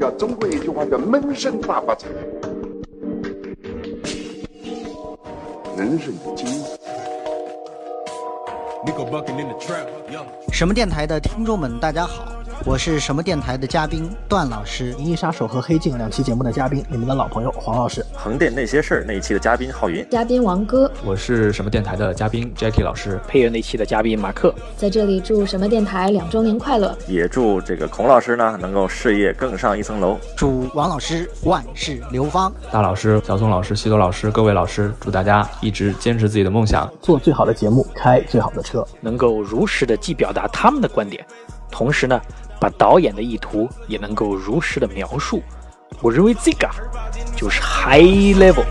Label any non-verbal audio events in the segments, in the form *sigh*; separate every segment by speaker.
Speaker 1: 叫中国有句话叫闷声发大财。人是有机会。
Speaker 2: Nico Bucking in the trap. Yeah.
Speaker 3: 什么电台的听众们，大家好，我是什么电台的嘉宾段老师
Speaker 4: 《。银翼杀手》和《黑镜》两期节目的嘉宾，你们的老朋友黄老师。
Speaker 5: 横店那些事儿那一期的嘉宾浩云，
Speaker 6: 嘉宾王哥，
Speaker 7: 我是什么电台的嘉宾 Jackie 老师，
Speaker 4: 配乐那期的嘉宾马克，
Speaker 6: 在这里祝什么电台两周年快乐！
Speaker 5: 也祝这个孔老师呢能够事业更上一层楼。
Speaker 3: 祝王老师万事流芳。
Speaker 7: 大老师、小宋老师、西多老师、各位老师，祝大家一直坚持自己的梦想。
Speaker 4: 做最好的节目，开最好的车。
Speaker 8: 能够如实的既表达他们的观点，同时呢，把导演的意图也能够如实的描述。我认为这个啊就是 high level。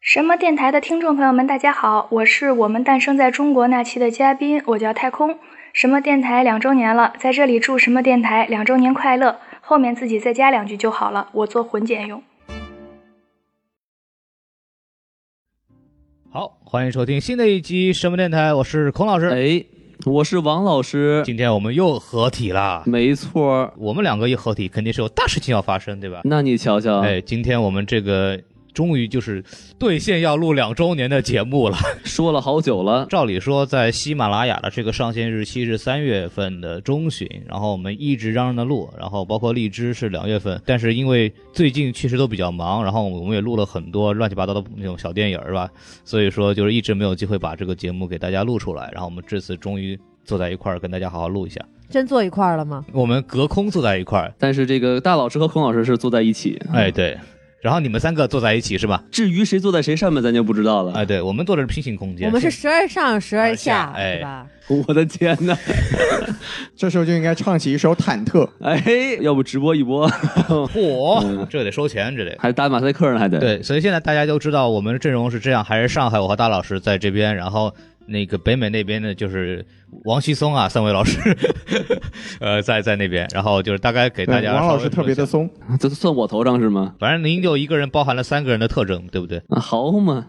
Speaker 9: 什么电台的听众朋友们，大家好，我是我们诞生在中国那期的嘉宾，我叫太空。什么电台两周年了，在这里祝什么电台两周年快乐。后面自己再加两句就好了，我做混剪用。
Speaker 10: 好，欢迎收听新的一集什么电台，我是孔老师。
Speaker 11: 哎，我是王老师，
Speaker 10: 今天我们又合体了，
Speaker 11: 没错儿。
Speaker 10: 我们两个一合体，肯定是有大事情要发生，对吧？
Speaker 11: 那你瞧瞧，
Speaker 10: 哎，今天我们这个终于就是兑现要录两周年的节目了。
Speaker 11: 说了好久了，
Speaker 10: *laughs* 照理说，在喜马拉雅的这个上线日期是三月份的中旬，然后我们一直嚷嚷的录，然后包括荔枝是两月份，但是因为最近确实都比较忙，然后我们也录了很多乱七八糟的那种小电影儿吧，所以说就是一直没有机会把这个节目给大家录出来，然后我们这次终于坐在一块儿跟大家好好录一下，
Speaker 12: 真坐一块儿了吗？
Speaker 10: 我们隔空坐在一块儿，
Speaker 11: 但是这个大老师和孔老师是坐在一起。
Speaker 10: 哎对，然后你们三个坐在一起是吧？
Speaker 11: 至于谁坐在谁上面，咱就不知道了。
Speaker 10: 哎对，我们坐的是平行空间，
Speaker 12: 我们是时而上，时而
Speaker 10: 时而下
Speaker 12: 下，
Speaker 10: 哎
Speaker 12: 是吧？
Speaker 11: 我的天哪！
Speaker 4: 这时候就应该唱起一首《忐忑》。
Speaker 11: 哎，要不直播一波， *laughs* 嗯
Speaker 10: 嚯，这得收钱，这得。
Speaker 11: 还打马赛克呢，还得。，
Speaker 10: 对，所以现在大家都知道我们的阵容是这样，还是上海我和大老师在这边，然后那个北美那边呢就是王希松啊，三位老师， *laughs* 呃，在在那边，然后就是大概给大家王老师特别的松，
Speaker 11: *laughs* 这算我头上是吗？
Speaker 10: 反正您就一个人包含了三个人的特征，对不对？
Speaker 11: 啊好嘛，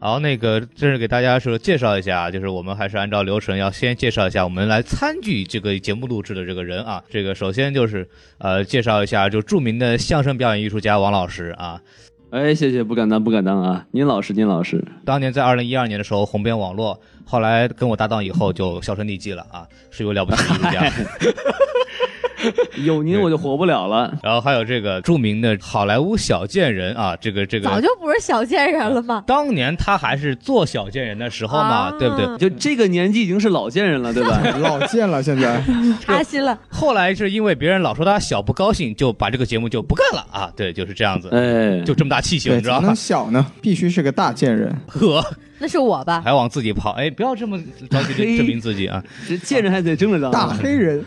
Speaker 10: 然后那个这是给大家说介绍一下，就是我们还是按照流程要先介绍一下我们来参与这个节目录制的这个人啊。这个首先就是呃介绍一下就著名的相声表演艺术家王老师啊，
Speaker 11: 哎，谢谢，不敢当，不敢当啊！您老师，您老师，
Speaker 10: 当年在二零一二年的时候红遍网络，后来跟我搭档以后就销声匿迹了啊，是有了不起的艺术家。
Speaker 11: *laughs* 有您我就活不了了。
Speaker 10: *laughs* 然后还有这个著名的好莱坞小贱人啊，这个这
Speaker 12: 早
Speaker 10: 个，
Speaker 12: 就不是小贱人了吗？
Speaker 10: 当年他还是做小贱人的时候嘛，
Speaker 12: 啊
Speaker 10: 对不对？
Speaker 11: 就这个年纪已经是老见人了，对吧？
Speaker 4: *laughs* 老见了，现
Speaker 12: *laughs*
Speaker 4: 在
Speaker 12: 扎心了，
Speaker 10: 后来是因为别人老说他小不高兴，就把这个节目就不干了啊，对，就是这样子。
Speaker 11: 哎，
Speaker 10: 就这么大气性，你知道 *laughs* 吗？
Speaker 4: 小呢，必须是个大贱人。
Speaker 10: 呵，
Speaker 12: 那是我吧？
Speaker 10: 还往自己跑，哎，不要这么着急的
Speaker 11: 嘿
Speaker 10: 证明自己啊！
Speaker 11: 这见人还得争着啊当。
Speaker 4: 黑人，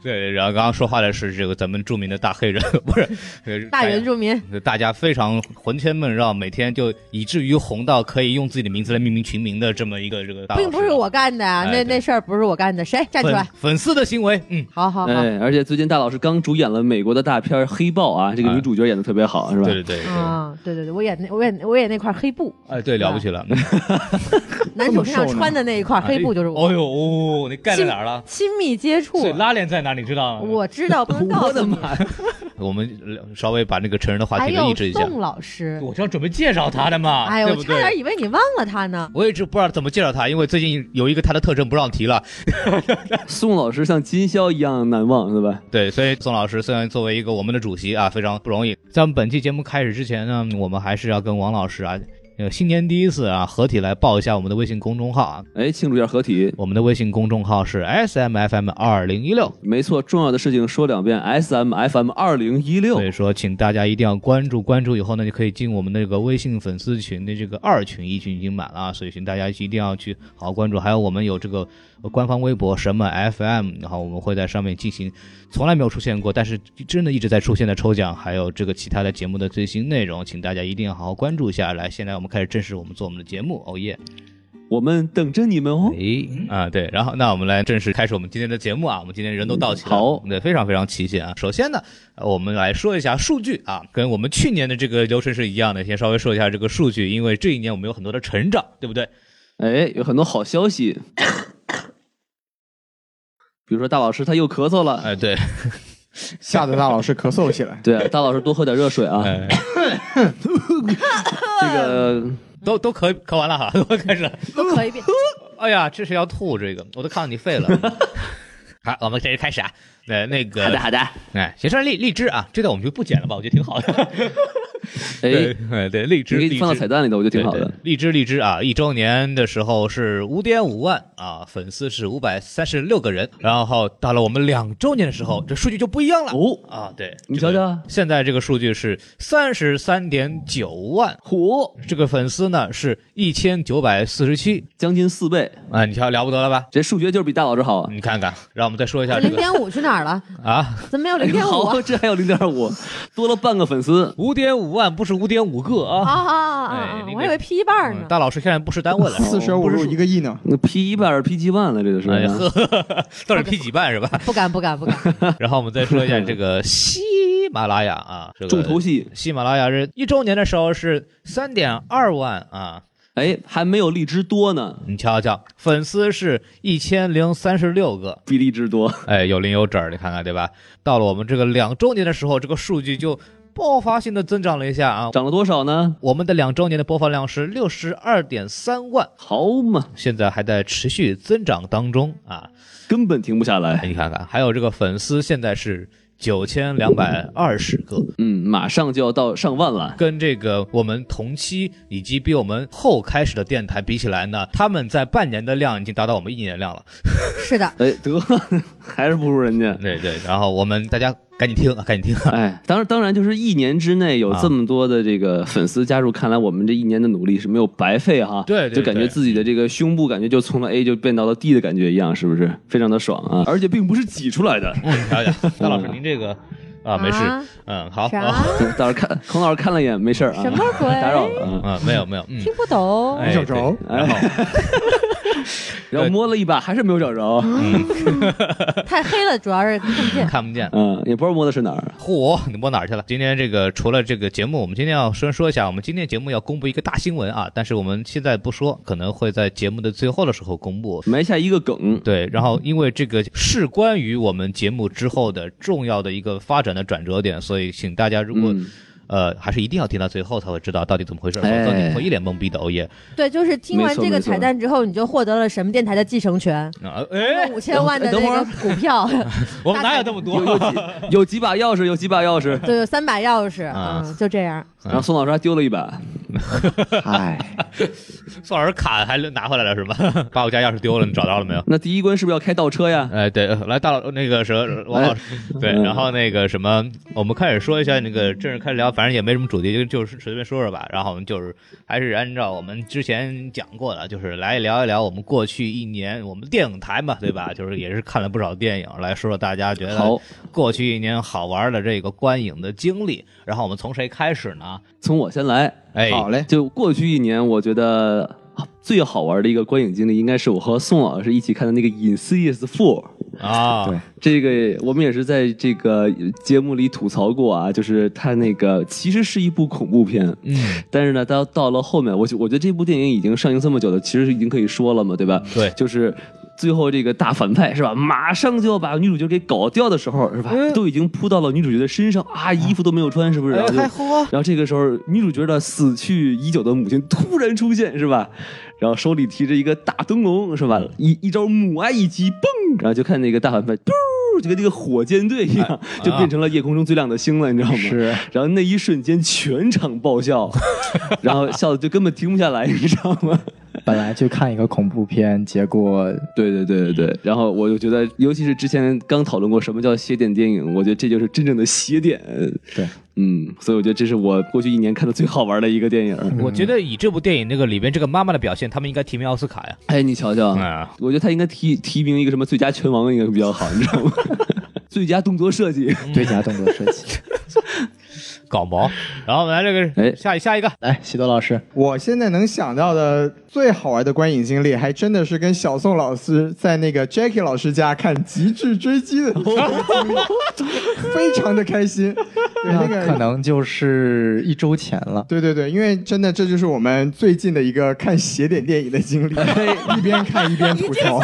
Speaker 10: 对，然后刚刚说话的是这个咱们著名的大黑人， *laughs* 不是呃
Speaker 12: *laughs* *laughs* 大
Speaker 10: 家
Speaker 12: 原住民，
Speaker 10: 大家非常魂牵梦绕，每天就以至于红到可以用自己的名字来命名群名的这么一个这个大老师，
Speaker 12: 并不是我干的啊，
Speaker 10: 哎
Speaker 12: 那
Speaker 10: 对
Speaker 12: 那事儿不是我干的，谁站出
Speaker 10: 粉
Speaker 12: 来？
Speaker 10: *laughs* 粉丝的行为，嗯，
Speaker 12: *laughs* 好好好，
Speaker 11: 哎，而且最近大老师刚主演了美国的大片《黑豹》啊，这个女主角演的特别好，是吧？
Speaker 10: 哎对对对对，
Speaker 12: 啊，对对对，我演那我演我演那块黑布，
Speaker 10: 哎，对，了不起了，嗯
Speaker 12: 男主身上穿的那一块黑布就是我。
Speaker 10: 哎呦，哦，你盖在哪儿了？
Speaker 12: 亲密接触
Speaker 10: 所以，拉链在哪？你知道吗？
Speaker 12: 我知道，不能告
Speaker 11: 我
Speaker 12: 诉
Speaker 11: 的
Speaker 12: 你。
Speaker 11: 妈！
Speaker 10: 我们稍微把那个成人的 *laughs* 话
Speaker 12: 还
Speaker 10: 题给
Speaker 12: 有
Speaker 10: 抑制一下。
Speaker 12: 宋老师，
Speaker 10: 我正准备介绍他的嘛，
Speaker 12: 哎呦，我
Speaker 10: 对不
Speaker 12: 差
Speaker 10: 对？
Speaker 12: 点以为你忘了他呢。
Speaker 10: 我一直不知道怎么介绍他，因为最近有一个他的特征不让提了。 *laughs*
Speaker 11: 宋老师像 *laughs* 金宵一样难忘，对吧？
Speaker 10: 对，所以宋老师虽然作为一个我们的主席啊，非常不容易。在我们本期节目开始之前呢，我们还是要跟王老师啊呃，新年第一次啊，合体来报一下我们的微信公众号啊，
Speaker 11: 哎，庆祝一下合体。
Speaker 10: 我们的微信公众号是 S M F M 二零一六，
Speaker 11: 没错，重要的事情说两遍，S M F M 二零一六。
Speaker 10: 所以说，请大家一定要关注，关注以后呢，就可以进我们那个微信粉丝群的这个二群，一群已经满了啊，所以请大家一定要去好好关注。还有我们有这个呃官方微博什么 FM，然后我们会在上面进行从来没有出现过，但是真的一直在出现的抽奖，还有这个其他的节目的最新内容，请大家一定要好好关注一下。来，现在我们开始正式我们做我们的节目，哦耶！
Speaker 11: 我们等着你们哦。
Speaker 10: 诶、啊，对，然后那我们来正式开始我们今天的节目啊，我们今天人都到齐了，
Speaker 11: 嗯好，
Speaker 10: 对，非常非常齐全啊。首先呢，呃我们来说一下数据啊，跟我们去年的这个流程是一样的，先稍微说一下这个数据，因为这一年我们有很多的成长，对不对？
Speaker 11: 哎，有很多好消
Speaker 12: *laughs*
Speaker 11: 息，比如说大老师他又咳嗽了，
Speaker 10: 哎，对，
Speaker 4: 吓得大老师咳嗽起
Speaker 11: *laughs*
Speaker 4: 来。
Speaker 11: 对啊，大老师多喝点热水啊。
Speaker 10: 哎
Speaker 11: 这个
Speaker 10: 都都咳咳完了哈，我开始了。
Speaker 12: 都咳
Speaker 10: *laughs*
Speaker 12: 一遍。
Speaker 10: 哎呀，这是要吐，这个我都看到你
Speaker 11: *laughs*
Speaker 10: 肺了。好，我们正式开始啊。那那个，
Speaker 11: 好的好的，
Speaker 10: 哎，先说荔荔枝啊，这段我们就不剪了吧，我觉得挺好的。对，哎对，荔枝
Speaker 11: 你可以放到
Speaker 10: 荔枝
Speaker 11: 彩蛋里头，我觉得挺好
Speaker 10: 对
Speaker 11: 的
Speaker 10: 对。荔枝荔枝啊，一周年的时候是五点五万啊，粉丝是五百三十六个人。然后到了我们两周年的时候，这数据就不一样了。
Speaker 11: 哦
Speaker 10: 啊，对，
Speaker 11: 你瞧瞧，
Speaker 10: 现在这个数据是三十三点九万，嚯！这个粉丝呢是一千九百四十七
Speaker 11: 将近四倍，
Speaker 10: 啊，你瞧了不得了吧？嗯
Speaker 11: 这数学就是比大老师好啊。
Speaker 10: 你看看，让我们再说一下这
Speaker 12: 零
Speaker 10: 个
Speaker 12: 点五去哪儿了？
Speaker 10: 啊，
Speaker 12: 怎么没有零点五啊
Speaker 11: *laughs* 好，？这还有零点五，多了 *laughs* 半个粉丝。
Speaker 10: 五点五万不是五点五个
Speaker 12: 啊
Speaker 10: 啊。
Speaker 12: 啊啊啊
Speaker 10: 哎
Speaker 12: 啊！
Speaker 10: 那个
Speaker 12: 我还以为 P 一半儿
Speaker 10: 嗯
Speaker 12: 呢。
Speaker 10: 大老师现在不是单位了，
Speaker 4: 四舍五入一个亿呢，
Speaker 11: 那 P 一半儿 P 几万了，这个是。
Speaker 10: 哎呵，到底 P 几半是吧？
Speaker 4: *laughs*
Speaker 12: 不敢不敢不敢！
Speaker 10: 然后我们再说一下这个喜马拉雅啊，这个
Speaker 11: 重头戏，
Speaker 10: 喜马拉雅是一周年的时候是三点二万啊，
Speaker 11: 哎，还没有荔枝多呢，
Speaker 10: 你瞧瞧，粉丝是一千零三十六个，
Speaker 11: 比荔枝多。
Speaker 10: 哎，有零有整儿，你看看对吧？到了我们这个两周年的时候，这个数据就爆发性的增长了一下啊。
Speaker 11: 涨了多少呢？
Speaker 10: 我们的两周年的播放量是六十二点三万，
Speaker 11: 好嘛，
Speaker 10: 现在还在持续增长当中啊！
Speaker 11: 根本停不下
Speaker 10: 哎
Speaker 11: 来。
Speaker 10: 你看看，还有这个粉丝现在是九千两百二十个，
Speaker 11: 嗯，马上就要到上万了。
Speaker 10: 跟这个我们同期以及比我们后开始的电台比起来呢，他们在半年的量已经达到我们一年的量了。
Speaker 12: 是的，
Speaker 11: 哎，得 *laughs* 还是不如人家。
Speaker 10: 对对，然后我们大家赶紧听啊，赶紧听啊！
Speaker 11: 哎，当然，当然，就是一年之内
Speaker 10: 啊
Speaker 11: 有这么多的这个粉丝加入，看来我们这一年的努力是没有白费哈。
Speaker 10: 对对
Speaker 11: 就感觉
Speaker 10: 对
Speaker 11: 自己的这个胸部感觉就从了 A 就变到了 D 的感觉一样，是不是？非常的爽啊！哎而且并不是挤出 *laughs* 来的。
Speaker 10: 嗯，瞧瞧，大老师您这个啊，没事
Speaker 12: 啊，
Speaker 10: 嗯，好，
Speaker 12: 啥
Speaker 11: *laughs*
Speaker 10: 哦
Speaker 11: 大老师看，孔老师看了一眼，没事儿啊。
Speaker 12: 什么鬼
Speaker 11: *laughs* 打扰了啊。
Speaker 10: 嗯，没有没有，嗯，
Speaker 12: 听不懂。
Speaker 10: 哎
Speaker 4: 没找着。
Speaker 10: 然后
Speaker 11: *laughs* 然后摸了一把，还是没有找着。
Speaker 12: 太黑了，主要是看
Speaker 10: *laughs*
Speaker 12: 不见。
Speaker 10: 嗯看不见。
Speaker 11: 嗯，也不知道摸的是哪儿。
Speaker 10: 嚯，你摸哪儿去了？今天这个除了这个节目，我们今天要先说一下，我们今天节目要公布一个大新闻啊，但是我们现在不说，可能会在节目的最后的时候公布。
Speaker 11: 埋下一个梗。
Speaker 10: 对，然后因为这个是关于我们节目之后的重要的一个发展的转折点，所以请大家如果、
Speaker 11: 嗯
Speaker 10: 呃还是一定要听到最后才会知道到底怎么回事，否
Speaker 11: 哎
Speaker 10: 则你会一脸懵逼的。
Speaker 12: *laughs*
Speaker 10: 哦耶，
Speaker 12: 对，就是听完
Speaker 11: 没错
Speaker 12: 这个
Speaker 11: 没错
Speaker 12: 彩蛋之后，你就获得了什么电台的继承
Speaker 10: *laughs*
Speaker 12: 权，
Speaker 10: 啊哎，
Speaker 12: 五千万的那
Speaker 11: 等会
Speaker 12: 个
Speaker 11: 儿
Speaker 12: 股
Speaker 10: *laughs*
Speaker 12: 票，
Speaker 10: 我们哪有这么
Speaker 11: 有有
Speaker 10: 多？
Speaker 11: 几有几把钥匙，有几把钥匙。
Speaker 12: 对，有三把钥匙，
Speaker 10: 啊
Speaker 12: 嗯，就这
Speaker 10: *laughs*
Speaker 12: 样。
Speaker 11: 然后宋老师还丢了一把。唉，
Speaker 10: 宋老师卡还拿回来了是吗？ *laughs* 把我家钥匙丢了，你找到了没有？
Speaker 11: 那第一关是不是要开倒车呀？
Speaker 10: 哎，对，呃来大佬那个什么王老师，对，
Speaker 11: 嗯
Speaker 10: 然后那个什么，我们开始说一下那个正式开始聊，反正也没什么主题，就就是随便说说吧。然后我们就是还是按照我们之前讲过的，就是来聊一聊我们过去一年我们电影台嘛，对吧？就是也是看了不少电影，来说说大家觉得
Speaker 11: 好
Speaker 10: 过去一年好玩的这个观影的经历。然后我们从谁开始呢？
Speaker 11: 从我先来。
Speaker 10: 哎，
Speaker 4: 好嘞，
Speaker 11: 就过去一年，我觉得最好玩的一个观影经历，应该是我和宋老师一起看的那个《Insidious Four》。
Speaker 10: 啊，
Speaker 4: 对
Speaker 11: 这个我们也是在这个节目里吐槽过啊，就是它那个其实是一部恐怖片，
Speaker 10: 嗯，
Speaker 11: *laughs* 但是呢，到到了后面，我觉我觉得这部电影已经上映这么久了，其实已经可以说了嘛，对吧？
Speaker 10: 对
Speaker 11: 就是最后这个大反派是吧，马上就要把女主角给搞掉的时候，是吧？都已经扑到了女主角的身上啊，衣服都没有穿，是不是？然后就，然后这个时候，女主角的死去已久的母亲突然出现，是吧？然后手里提着一个大灯笼，是吧？一一招母爱一击，嘣，然后就看那个大反派，嘟就跟那个火箭队一样，就变成了夜空中最亮的星了，你知道吗？
Speaker 8: 是。
Speaker 11: 然后那一瞬间全场爆笑，然后笑的就根本停不下来，你知道吗？
Speaker 5: 本来去看一个恐怖片，结果
Speaker 11: 对对对对对。然后我就觉得，尤其是之前刚讨论过什么叫邪典电影，我觉得这就是真正的邪典。
Speaker 5: 对，
Speaker 11: 嗯，所以我觉得这是我过去一年看的最好玩的一个电影。
Speaker 10: 我觉得以这部电影那个里边这个妈妈的表现，他们应该提名奥斯卡呀。
Speaker 11: 哎，你瞧瞧，我觉得他应该提提名一个什么最佳拳王应该比较好，你知道吗？最佳动作设计，
Speaker 5: 最佳动作设计。
Speaker 10: 搞毛，然后来这个，哎，下下一个，
Speaker 5: 来，喜多
Speaker 11: *laughs*
Speaker 5: 老师，
Speaker 4: 我现在能想到的最好玩的观影经历，还真的是跟小宋老师在那个 Jackie 老师家看《极致追击》的经
Speaker 5: *laughs*
Speaker 4: 历，非常的开心。对，那个
Speaker 5: 可能就是一周前了。
Speaker 4: 对对对，因为真的这就是我们最近的一个看邪典电影的经历，
Speaker 5: 哎
Speaker 4: *laughs* 一边看一边吐槽，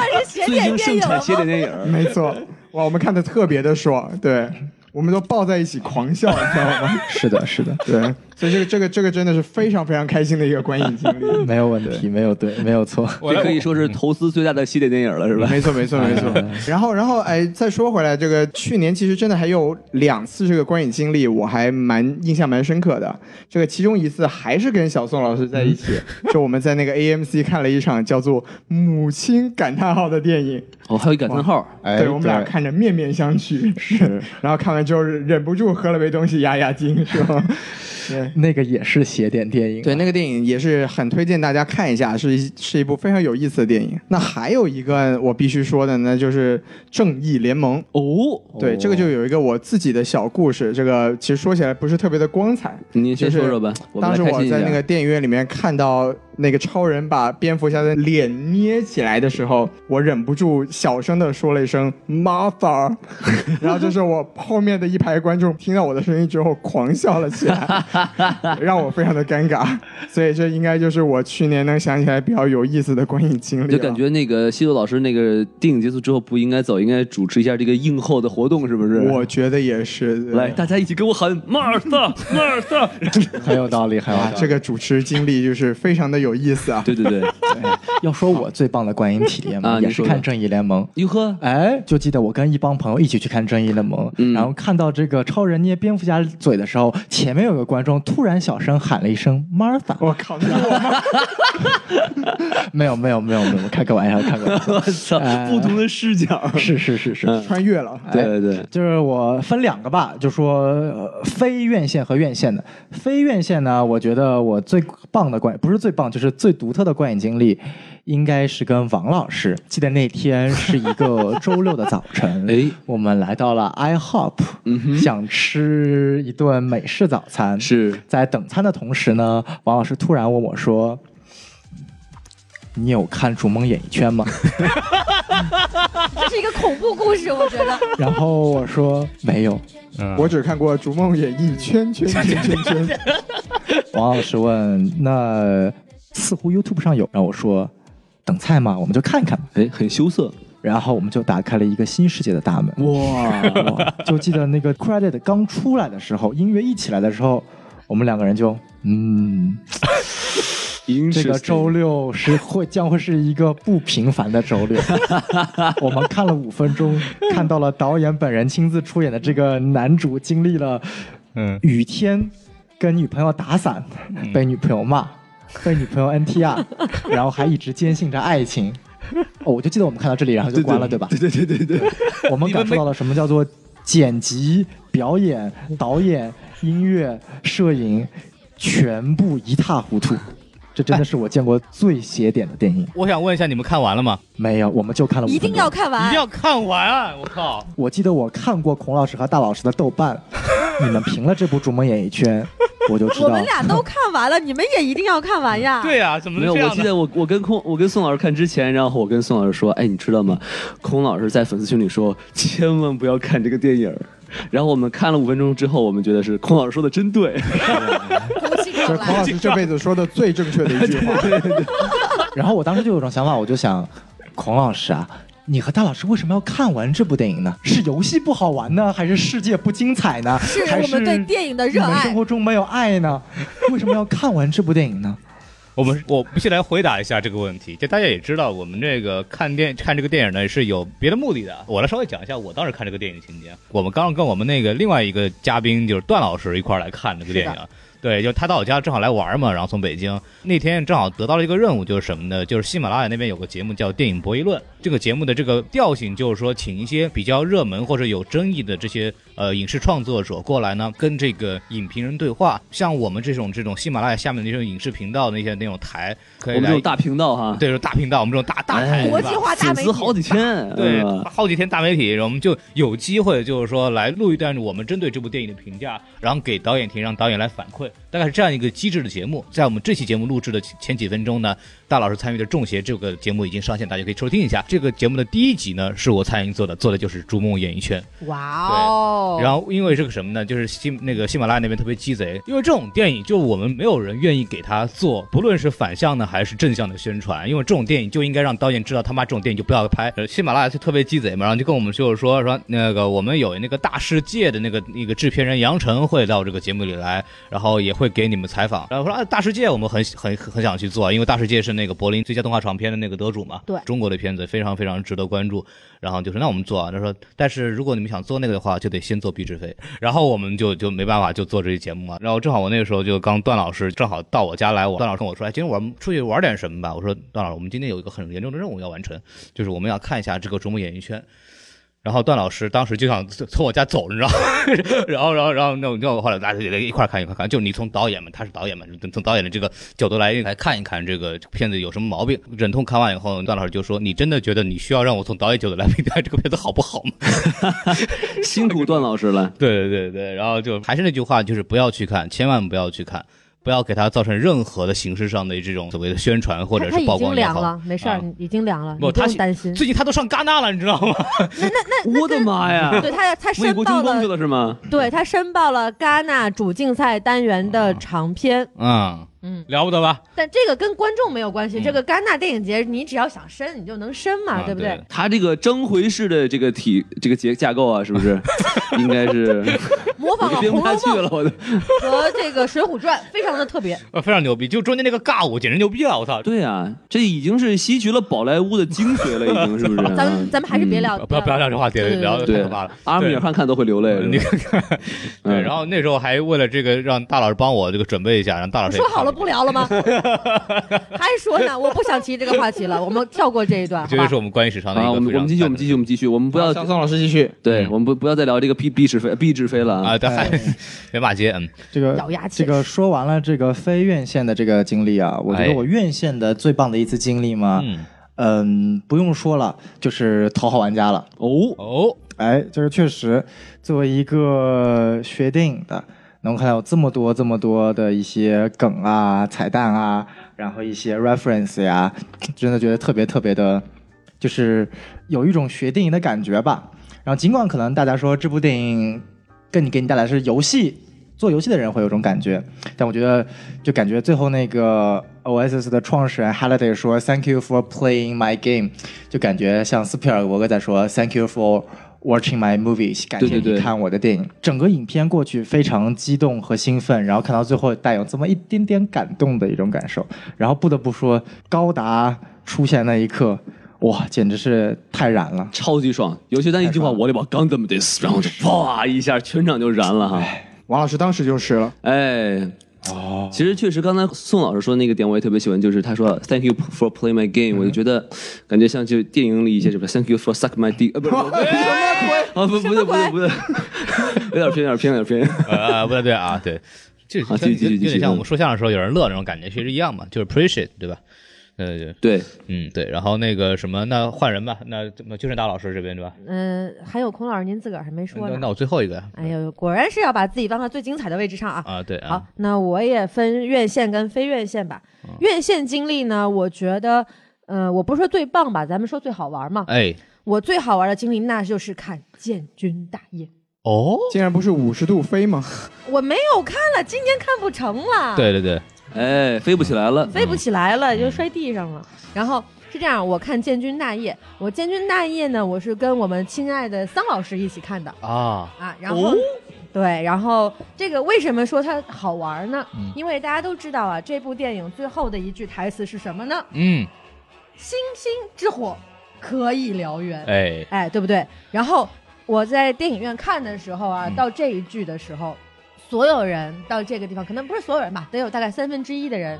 Speaker 11: 最近盛产邪典电影，
Speaker 4: 没错，哇，我们看的特别的爽，对。我们都抱在一起狂笑，你知道
Speaker 5: *laughs*
Speaker 4: 吗？
Speaker 5: 是的，是的，
Speaker 4: 对，所以这个这个这个真的是非常非常开心的一个观影经历，
Speaker 5: 没有问题，没有对，没有错，
Speaker 11: 这可以说是投资最大的系列电影了，是吧？
Speaker 4: 没错，没错，没错。然后，然后，哎，再说回来，这个去年其实真的还有两次这个观影经历，我还蛮印象蛮深刻的。这个其中一次还是跟小宋老师在一起，
Speaker 11: 嗯
Speaker 4: 就我们在那个 AMC 看了一场叫做《母亲感叹号》的电影。
Speaker 11: 哦，还有一感叹号，
Speaker 4: 哎，对我们俩看着面面相觑，
Speaker 5: 是，
Speaker 4: *laughs* 然后看完。就是忍不住喝了杯东西压压惊，是
Speaker 11: *laughs*
Speaker 4: 吧？
Speaker 5: 那个也是邪典电影、啊，
Speaker 4: 对，那个电影也是很推荐大家看一下，是是一部非常有意思的电影。那还有一个我必须说的呢，就是《正义联盟》
Speaker 11: 哦，
Speaker 4: 对，这个就有一个我自己的小故事，这个其实说起来不是特别的光彩，
Speaker 11: 你先说说吧。
Speaker 4: 当时我在那个电影院里面看到。那个超人把蝙蝠侠的脸捏起来的时候，我忍不住小声的说了一声 “mother”，然 *laughs* 后就是我后面的一排观众听到我的声音之后狂笑了起来， *laughs* 让我非常的尴尬。所以这应该就是我去年能想起来比较有意思的观影经历。
Speaker 11: 就感觉那个西多老师那个电影结束之后不应该走，应该主持一下这个映后的活动，是不是？
Speaker 4: 我觉得也是。
Speaker 11: 来，大家一起跟我喊 “mother”，“mother”，
Speaker 5: 很有道理，很有道理。
Speaker 4: 这个主持经历就是非常的。有意思啊！
Speaker 11: 对对对，
Speaker 5: 要说我最棒的观影体验嘛，也是看《正义联盟》。
Speaker 11: 哟呵，
Speaker 5: 哎，就记得我跟一帮朋友一起去看《正义联盟》，然后看到这个超人捏蝙蝠侠嘴的时候，前面有个观众突然小声喊了一声 “Martha”，
Speaker 4: 我靠，是我吗？
Speaker 5: 没有没有没有没有，开个玩笑，开个玩笑。
Speaker 11: *laughs* 操，
Speaker 5: 我
Speaker 11: 嗯不同的视角，
Speaker 5: *laughs* 是是是是，
Speaker 4: 穿越了。
Speaker 11: 对对对，
Speaker 5: 就是我分两个吧，就说非院线和院线的。非院线呢，我觉得我最棒的观不是最棒。就是最独特的观影经历，应该是跟王老师。记得那天是一个周六的早晨，
Speaker 11: 哎，
Speaker 5: 我们来到了 IHOP，、
Speaker 11: 嗯、
Speaker 5: 想吃一顿美式早餐。
Speaker 11: 是
Speaker 5: 在等餐的同时呢，王老师突然问我说：“你有看《逐梦演艺圈》吗？”
Speaker 12: 这是一个恐怖故事，我觉
Speaker 10: *laughs*
Speaker 12: 得。
Speaker 5: 然后我说没有，
Speaker 4: 嗯、我只看过《逐梦演艺圈》圈圈圈
Speaker 11: *laughs*
Speaker 4: 圈圈。
Speaker 5: 王老师问：“那？”似乎 YouTube 上有，然后我说等菜嘛，我们就看看。
Speaker 11: 哎，很羞涩。
Speaker 5: 然后我们就打开了一个新世界的大门。
Speaker 11: 哇！
Speaker 5: 哇就记得那个 credit 刚出来的时候，音乐一起来的时候，我们两个人就嗯，这个周六是会将会是一个不平凡的周 *laughs* 六。我们看了五分钟，看到了导演本人亲自出演的这个男主经历了
Speaker 10: 嗯
Speaker 5: 雨天，跟女朋友打伞，嗯、被女朋友
Speaker 10: *laughs*
Speaker 5: 骂。被女朋友 NTR，然后还一直坚信着爱
Speaker 10: *laughs*
Speaker 5: 情。哦，我就记得我们看到这里，然后就关了，
Speaker 11: 对
Speaker 5: 吧？
Speaker 11: 对对对对对，
Speaker 5: *laughs* 我们感受到了什么叫做剪辑、表演、导演、音乐、摄影，全部一塌糊涂。这真的是我见过最邪典的电影。
Speaker 10: 哎我想问一下，你们看完了吗？
Speaker 5: 没有，我们就看了。
Speaker 12: 一定要看完，
Speaker 10: 一定要看完啊！我靠！
Speaker 5: 我记得我看过孔老师和大老师的豆
Speaker 10: *laughs*
Speaker 5: 瓣，你们评了这部《逐梦演艺圈》。我就知道，
Speaker 12: 我们俩都看完了，你们也一定要看完呀！
Speaker 10: 对呀、啊，怎么
Speaker 11: 没有？我记得我我跟空我跟宋老师看之前，然后我跟宋老师说：“哎，你知道吗？孔老师在粉丝群里说，千万不要看这个电影。”然后我们看了五分钟之后，我们觉得是孔老师说的真
Speaker 12: *laughs*
Speaker 11: 对，
Speaker 4: 这孔老师这辈子说的最正确的一句
Speaker 5: *laughs*
Speaker 4: 话。对对对
Speaker 5: 然后我当时就有种想法，我就想，孔老师啊。你和大老师为什么要看完这部电影呢？是游戏不好玩呢，还是世界不精彩呢？
Speaker 12: 是
Speaker 5: 还
Speaker 12: 是我们对电影的热爱？
Speaker 5: 生活中没有爱呢？为什么要看完这部电影呢？
Speaker 10: 我们我必须来回答一下这个问题。就大家也知道，我们这个看电看这个电影呢是有别的目的的。我来稍微讲一下我当时看这个电影的情节。我们刚刚跟我们那个另外一个嘉宾就是段老师一块儿来看这个电影啊
Speaker 13: 是的。
Speaker 10: 对，就他到我家正好来玩嘛，然后从北京那天正好得到了一个任务，就是什么呢？就是喜马拉雅那边有个节目叫《电影博弈论》，这个节目的这个调性就是说，请一些比较热门或者有争议的这些呃影视创作者过来呢，跟这个影评人对话。像我们这种这种喜马拉雅下面的这种影视频道那些那种台，可以
Speaker 11: 我们
Speaker 10: 来
Speaker 11: 这种大频道哈，
Speaker 10: 对，这种大频道，我们这种大大台
Speaker 11: 哎
Speaker 10: 对吧
Speaker 11: 国际化大媒体粉丝好几千
Speaker 10: 大对
Speaker 11: 嗯，
Speaker 10: 好几天大媒体，然后我们就有机会，就是说来录一段我们针对这部电影的评价，然后给导演听，让导演来反馈，大概是这样一个机制的节目。在我们这期节目录制的前几分钟呢，大老师参与的《中邪》这个节目已经上线，大家可以收听一下。这个节目的第一集呢，是我参与做的，做的就是《逐梦演艺圈》。
Speaker 12: 哇哦！
Speaker 10: 然后因为是个什么呢？就是喜那个喜马拉雅那边特别鸡贼，因为这种电影就我们没有人愿意给他做，不论是反向的还是正向的宣传，因为这种电影就应该让导演知道他妈这种电影就不要拍。呃喜马拉雅就特别鸡贼嘛，然后就跟我们就是说说那个我们有那个大世界的那个那个制片人杨晨会到这个节目里来，然后也会给你们采访。然后说啊，大世界我们很很很想去做，因为大世界是那个柏林最佳动画长片的那个得主嘛，
Speaker 12: 对
Speaker 10: 中国的片子非常非常值得关注。然后就说那我们做啊，他说但是如果你们想做那个的话，就得先做壁纸飞。 *laughs* 然后我们就就没办法就做这期节目啊嘛。然后正好我那个时候就刚段老师正好到我家来，我段老师跟我说，哎，今天我们出去玩点什么吧。我说段老师，我们今天有一个很严重的任务要完成，就是我们要看一下这个中国演艺圈。然后段老师当时就想从我家走，你知道吗？ *laughs* 然后，然后，然后，那我就后来大家一块儿看一块儿看，就是你从导演嘛，他是导演嘛，就从导演的这个角度来来看一看这个片子有什么毛病。忍痛看完以后，段老师就说：“你真的觉得你需要让我从导演角度来评价这个片子好不好吗？”
Speaker 11: *laughs*
Speaker 10: *laughs*
Speaker 11: 辛苦段老师了。
Speaker 10: 对对对对，然后就还是那句话，就是不要去看，千万不要去看。不要给它造成任何的形式上的这种所谓的宣传或者
Speaker 12: 他
Speaker 10: 是曝
Speaker 12: 已经
Speaker 10: 光也
Speaker 12: 凉
Speaker 10: 好，啊
Speaker 12: 了，没事儿，你已经凉了，
Speaker 10: 不
Speaker 12: 你不
Speaker 10: 他
Speaker 12: 用
Speaker 10: 是
Speaker 12: 担心。
Speaker 10: 最近他都上戛纳了，你知道吗？
Speaker 11: 我的妈呀！
Speaker 12: 对 *laughs* 他他申
Speaker 11: 为国
Speaker 12: 报
Speaker 11: 争光
Speaker 12: 了
Speaker 11: 去了是吗？
Speaker 12: 对他申报了戛纳主竞赛单元的
Speaker 10: 啊
Speaker 12: 长片，
Speaker 10: 嗯
Speaker 12: 嗯，
Speaker 10: 了不得吧？
Speaker 12: 但这个跟观众没有关
Speaker 10: 嗯
Speaker 12: 系。这个戛纳电影节，你只要想申，你就能申
Speaker 10: 啊
Speaker 12: 嘛，啊对不对？
Speaker 11: 啊他这个争回式的这个体这个结架构啊，是不
Speaker 12: *laughs*
Speaker 11: 是应该是
Speaker 12: 模仿了《
Speaker 11: 编不
Speaker 12: 红
Speaker 11: 下去
Speaker 12: 楼
Speaker 11: 了？我的
Speaker 12: 和这个《水浒传》，非常的特
Speaker 10: *laughs*
Speaker 12: 别。
Speaker 10: *laughs* 呃，非常牛逼，就中间那个尬舞简直牛逼了，我操！
Speaker 11: 对啊，这已经是吸取了宝莱坞的精髓了，已经是不是？
Speaker 12: 咱们咱们还是别聊，
Speaker 10: 啊嗯不要不要聊这话题，
Speaker 12: 对对对
Speaker 10: 聊得
Speaker 11: 对
Speaker 10: 太可怕了。
Speaker 11: 阿 *laughs* 米尔汗看都会流泪。
Speaker 10: *laughs*
Speaker 11: 嗯你看
Speaker 10: 看，对，然后那时候还为了这个让大老师帮我这个准备一下，让大老师也
Speaker 12: 说
Speaker 10: 看
Speaker 12: 好了不聊了吗？ *laughs* 还说呢，我不想提这个话题了，我们跳过这
Speaker 11: *laughs*
Speaker 12: 一
Speaker 10: *laughs*
Speaker 12: 段，好
Speaker 10: 绝对
Speaker 12: 吧
Speaker 10: 是？我们关系史上的一
Speaker 11: 啊，
Speaker 10: 个
Speaker 11: 我们
Speaker 10: 非
Speaker 11: 我们
Speaker 10: 常
Speaker 11: 继续，我们继续，我们继续，我们不要
Speaker 4: 向宋老师继续。
Speaker 11: 对，我们不不要再聊这个 B B 是非 B 是非了哎
Speaker 10: 啊！对， *laughs* 别骂街，嗯，
Speaker 5: 这个
Speaker 12: 咬牙切
Speaker 5: 这个说完了这个非院线的这个经历啊，我觉得
Speaker 10: 哎
Speaker 5: 我院线的最棒的一次经历嘛，
Speaker 10: 嗯
Speaker 5: 不用说了，就是讨好玩家了。
Speaker 11: 哦
Speaker 10: 哦，
Speaker 5: 哎，这个确实，作为一个学电影的，能够看到这么多这么多的一些梗啊、彩蛋啊，然后一些 reference 呀、真的觉得特别特别的，就是有一种学电影的感觉吧。然后尽管可能大家说这部电影更给你带来是游戏，做游戏的人会有种感觉，但我觉得就感觉最后那个 OSS 的创始人 Halliday 说 “Thank you for playing my game”，就感觉像斯皮尔伯格在说 “Thank you for watching my movies”，感谢
Speaker 11: 对对
Speaker 5: 你
Speaker 11: 对
Speaker 5: 看我的电影。整个影片过去非常激动和兴奋，然后看到最后带有这么一点点感动的一种感受。然后不得不说，高达出现那一刻，哇，简直是太燃了！
Speaker 11: 超级爽，尤其他一句话，我得把 Gundam this，然后就哇一下，全场就燃了哈。
Speaker 10: 哎
Speaker 4: 王老师当时就是了。
Speaker 11: 哎，哦，其实确实，刚才宋老师说那个点我也特别喜欢，就是他说 “Thank you for playing my
Speaker 10: 嗯
Speaker 11: game”，、我就觉得感觉像就电影里一些什么 “Thank you for suck my dick”，呃，不
Speaker 10: *laughs*
Speaker 11: 是，
Speaker 10: 哦
Speaker 11: 啊，不，不对，不对，不对，有点偏，有点偏，有点偏。
Speaker 10: *laughs* 呃，不对对啊，对， *laughs* 这
Speaker 11: 啊继续继续
Speaker 10: 有
Speaker 11: 继续
Speaker 10: 点像我们说相声的时候有人乐那种感觉，其实一样嘛，就是 appreciate，对吧？对对
Speaker 11: 对，
Speaker 10: 嗯对，然后那个什么，那换人吧，那那就剩大老师这边对吧？
Speaker 12: 嗯，还有孔老师您自个儿还没说
Speaker 10: 那
Speaker 12: 呢
Speaker 10: 那。我最后一个
Speaker 12: 哎呦，果然是要把自己放到最精彩的位置上啊！
Speaker 10: 啊，对
Speaker 12: 好
Speaker 10: 啊，，嗯
Speaker 12: 那我也分院线跟非院线吧。院线经历呢，我觉得，呃，我不是说最棒吧，咱们说最好玩嘛。
Speaker 10: 哎，
Speaker 12: 我最好玩的经历那就是看《建军大业》，
Speaker 10: 哦，
Speaker 4: 竟然不是五十度飞吗？
Speaker 12: 我没有看了，今年看不成了，
Speaker 10: 对对对，
Speaker 11: 哎，飞不起来了，
Speaker 12: 飞不起来
Speaker 10: 嗯
Speaker 12: 了，就摔地上了。然后是这样，我看《建军大业》，我《建军大业》呢，我是跟我们亲爱的桑老师一起看的
Speaker 10: 啊
Speaker 12: 啊，然后、对，然后这个为什么说它好玩呢？
Speaker 10: 嗯
Speaker 12: 因为大家都知道啊，这部电影最后的一句台词是什么呢？
Speaker 10: 嗯，
Speaker 12: 星星之火可以燎原。
Speaker 10: 哎
Speaker 12: 哎，对不对？然后我在电影院看的时候啊，
Speaker 10: 嗯
Speaker 12: 到这一句的时候，所有人到这个地方，可能不是所有人吧，得有大概三分之一的人。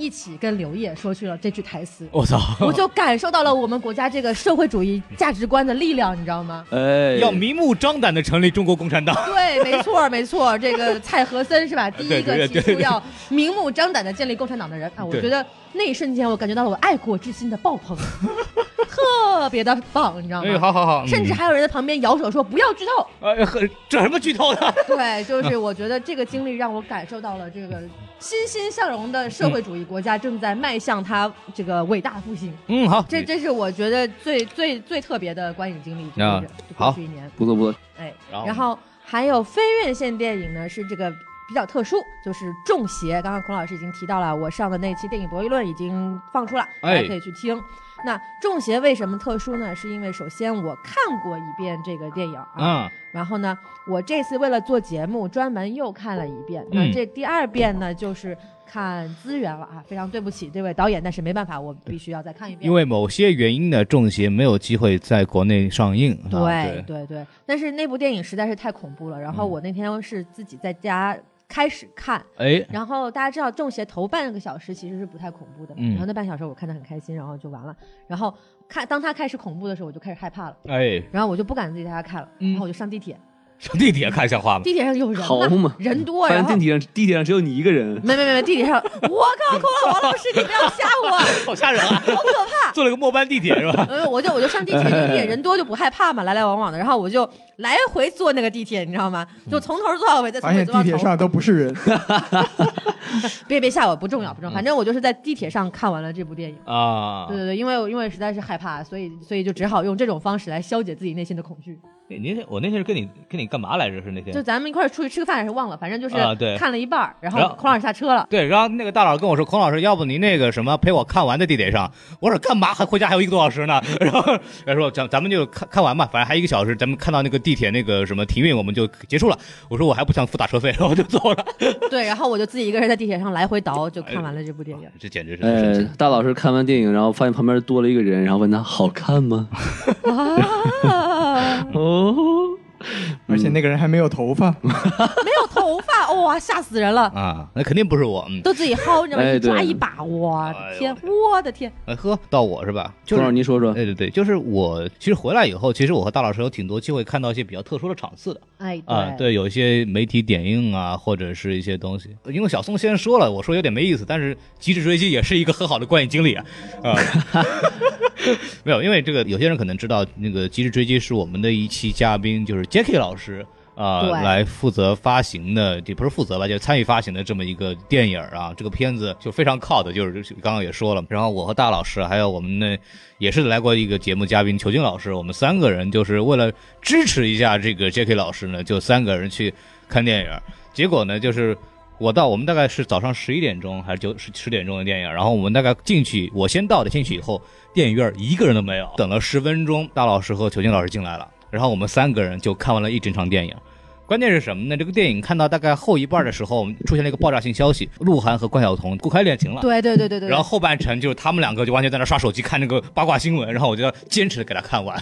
Speaker 12: 一起跟刘烨说去了这句台词，
Speaker 10: 我操
Speaker 12: 我就感受到了我们国家这个社会主义价值观的力量，你知道吗？
Speaker 11: 哎，
Speaker 10: 要明目张胆的成立中国共产党。
Speaker 12: *laughs* 对，没错，没错，这个蔡和森是吧？第一个
Speaker 10: *laughs* 对对
Speaker 12: 提
Speaker 10: 对
Speaker 12: 出要明目张胆的建立共产党的人啊，我
Speaker 10: 对
Speaker 12: 觉得那一瞬间我感觉到了我爱国之心的爆棚，特别的棒，你知道吗？
Speaker 10: 哎好好好
Speaker 12: 甚至
Speaker 10: 嗯
Speaker 12: 还有人在旁边摇手说不要剧透。
Speaker 10: *laughs*
Speaker 12: *laughs*
Speaker 10: 哎，很这什么剧透的？
Speaker 12: 对，就是我觉得这个经历让我感受到了这个欣欣向荣的社
Speaker 10: 嗯
Speaker 12: 会主义国家正在迈向它这个伟大复兴。
Speaker 10: 嗯，好，
Speaker 12: 这这是我觉得最最最特别的观影经历，
Speaker 11: 啊
Speaker 12: 就是过去一年。
Speaker 11: 不错不错，
Speaker 12: 哎，
Speaker 14: 哦
Speaker 11: 然后
Speaker 12: 然后还有非院线电影呢，是这个比较特殊，就是《中邪》。刚刚孔老师已经提到了，我上的那期电影博弈论已经放出了，大
Speaker 14: 哎
Speaker 12: 家可以去听。那《中邪》为什么特殊呢？是因为首先我看过一遍这个电影啊，
Speaker 14: 嗯
Speaker 12: 然后呢，我这次为了做节目，专门又看了一遍。那
Speaker 14: 嗯
Speaker 12: 这第二遍呢，就是看资源了啊，非常对不起这位导演，但是没办法，我必须要再看一遍。
Speaker 15: 因为某些原因呢，《中邪》没有机会在国内上映。啊
Speaker 12: 对对对，但是那部电影实在是太恐怖了。然后我那天是自己在家开始看，
Speaker 15: 哎
Speaker 12: 然后大家知道《中邪》头半个小时其实是不太恐怖的，
Speaker 15: 嗯
Speaker 12: 然后那半小时我看的很开心，然后就完了。然后看当他开始恐怖的时候，我就开始害怕了，
Speaker 10: 哎， *laughs*
Speaker 12: 然后我就不敢自己在家看了，然后我就上地铁，
Speaker 10: 上地铁看笑话吗？
Speaker 12: 地铁上有人
Speaker 11: 好
Speaker 12: 了
Speaker 11: 嘛，
Speaker 12: 人多，
Speaker 11: 发
Speaker 12: 然
Speaker 11: 现
Speaker 12: 后
Speaker 11: 地铁上地铁上只有你一个
Speaker 12: *laughs*
Speaker 11: 人，
Speaker 12: 没没没没，地铁上，我靠，孔老王老师，你不要吓我，
Speaker 10: 好吓人啊！
Speaker 12: 好可怕。
Speaker 10: 坐了个末班地铁是吧？
Speaker 11: *laughs*
Speaker 12: 没有，我就我就上地铁，因为人多就不害怕嘛，来来往往的。然后我就来回坐那个地铁，你知道吗？就从头坐到尾，再从
Speaker 4: 发
Speaker 12: 尾
Speaker 4: 现
Speaker 12: 坐到
Speaker 4: 地
Speaker 12: 头。
Speaker 4: 铁上都不是人。
Speaker 12: 别别吓我，不重要不重要，反正我就是在地铁上看完了这部电影。
Speaker 10: *laughs* 嗯啊，
Speaker 12: 对对对，因为我因为实在是害怕，所以所以就只好用这种方式来消解自己内心的恐惧。
Speaker 10: 你那天哎我那天是跟你跟你干嘛来着？是那天
Speaker 12: 就咱们一块儿出去吃个饭还是忘了，反正就是
Speaker 10: 啊对
Speaker 12: 看了一半儿，然
Speaker 10: 然
Speaker 12: 后
Speaker 10: 后
Speaker 12: 孔老师下车了。 *laughs*
Speaker 10: 对，然后那个大佬跟我说：“孔老师，要不您那个什么陪我看完在地铁上？”我说：“干嘛？还回家还有一个多小时呢。” *laughs* 然后他说：“咱咱们就看看完吧，反正还一个小时，咱们看到那个地铁那个什么停运，我们就结束了。”我说：“我还不想付打车费，然后我就走了。
Speaker 12: 对，然后我就自己一个人在地铁上来回倒，就看完了这部电影”。
Speaker 10: 这简直是
Speaker 11: 哎，大老师看完电影，然后发现旁边多了一个人，然后问他好看吗？
Speaker 12: 啊， *laughs*
Speaker 11: 哦，嗯
Speaker 4: 而且那个人还没有头发，
Speaker 12: 没有头发，哇，吓死人了。
Speaker 10: 啊，那肯定不是我，嗯，
Speaker 12: 都自己薅，你知道吗？
Speaker 10: 哎
Speaker 12: 一抓
Speaker 10: 对
Speaker 12: 一把，我的天，我的天，
Speaker 10: *laughs* 呃，呵，到我是吧？就是
Speaker 11: 您说说，
Speaker 10: 对对对，就是我其实回来以后，其实我和大老师有挺多机会看到一些比较特殊的场次的。
Speaker 12: 哎，
Speaker 10: 啊，对，有一些媒体点映啊，或者是一些东西。因为小宋先说了，我说有点没意思，但是《极致追击》也是一个很好的观影经历啊。啊、没有，因为这个有些人可能知道，那个《极致追击》是我们的一期嘉宾，就是 Jackie 老师。啊、
Speaker 16: 对
Speaker 10: 来负责发行的，也不是负责吧，就是参与发行的这么一个电影啊，这个片子就非常靠的，就是刚刚也说了，然后我和大老师还有我们那也是来过一个节目嘉宾裘静老师，我们三个人就是为了支持一下这个 J.K. 老师呢，就三个人去看电影，结果呢就是。我到我们大概是早上十一点钟还是九十十点钟的电影，然后我们大概进去，我先到的，进去以后，电影院一个人都没有，等了十分钟，大老师和裘静老师进来了，然后我们三个人就看完了一整场电影。关键是什么呢？这个电影看到大概后一半的时候，我们出现了一个爆炸性消息，鹿晗和关晓彤公开恋情了。
Speaker 12: 对对对对对。
Speaker 10: 然后后半程就是他们两个就完全在那刷手机看那个八卦新闻，然后我就要坚持的给他看完，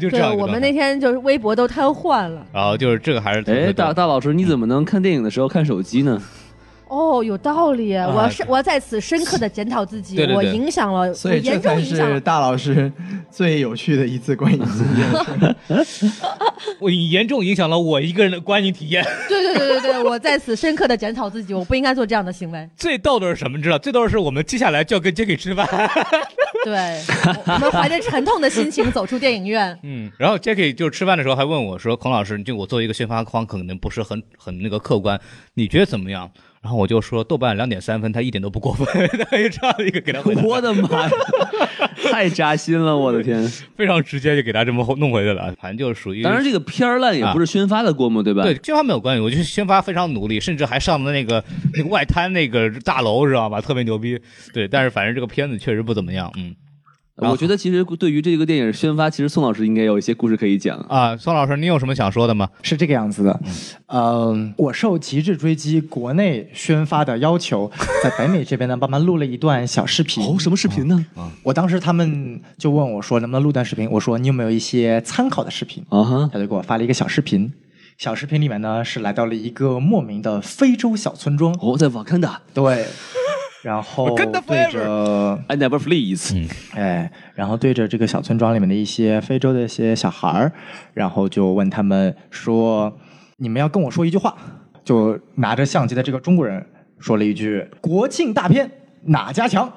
Speaker 10: 就这
Speaker 12: 对
Speaker 10: 样一个
Speaker 12: 我
Speaker 10: 状态
Speaker 12: 们那天就是微博都瘫痪了。
Speaker 10: *laughs* 然后就是这个还是
Speaker 11: 哎，大大老师，你怎么能看电影的时候看手机呢？
Speaker 12: 哦，有道理，
Speaker 11: 啊
Speaker 12: 我是我要在此深刻的检讨自己，
Speaker 11: 对对对
Speaker 12: 我影响了，
Speaker 4: 所以
Speaker 12: 呃我
Speaker 4: 这
Speaker 12: 严重
Speaker 4: 才
Speaker 12: 影响
Speaker 4: 是
Speaker 12: 了。
Speaker 4: 大老师最有趣的一次观影经历。
Speaker 10: 我严重影响了我一个人的观影体验。
Speaker 12: 对对对对对，我在此深刻的检讨自己，我不应该做这样的行为。
Speaker 10: 最逗的是什么？你知道？最逗的是我们接下来就要跟 Jacky 吃饭，
Speaker 12: 对，我我们怀着沉痛的心情走出电影院。
Speaker 10: 嗯，然后 Jacky 就吃饭的时候还问我说：“孔老师，就我作为一个宣发方，可能不是很很那个客观，你觉得怎么样？”然后我就说豆瓣两点三分，他一点都不过分， *laughs* 这样一个给他回答，
Speaker 11: 我的妈呀，太扎心了，我的天！
Speaker 10: 非常直接就给他这么弄回去了。反正就是属于，
Speaker 11: 当然，这个片儿烂也不是宣发的锅嘛，对吧？
Speaker 10: 啊对，宣发没有关系，我觉得宣发非常努力，甚至还上了那个那个外滩那个大楼，知道吧？特别牛逼。对，但是反正这个片子确实不怎么样，嗯。
Speaker 11: 呃我觉得其实对于这个电影宣发，其实宋老师应该有一些故事可以讲
Speaker 10: 啊。宋老师，你有什么想说的吗？
Speaker 5: 是这个样子的，嗯，我受《极致追击》国内宣发的要求，在北美这边呢，帮忙录了一段小视频。
Speaker 11: 哦，什么视频呢？
Speaker 1: 啊
Speaker 5: 我当时他们就问我说能不能录段视频，我说你有没有一些参考的视频？
Speaker 11: 啊哈，
Speaker 5: 他就给我发了一个小视频。小视频里面呢，是来到了一个莫名的非洲小村庄。
Speaker 11: 哦，在瓦坎达。
Speaker 5: 对。然后对着
Speaker 11: I never flees，
Speaker 5: 哎，然后对着这个小村庄里面的一些非洲的一些小孩儿，然后就问他们说：“你们要跟我说一句话。”就拿着相机的这个中国人说了一句：“国庆大片哪家强？”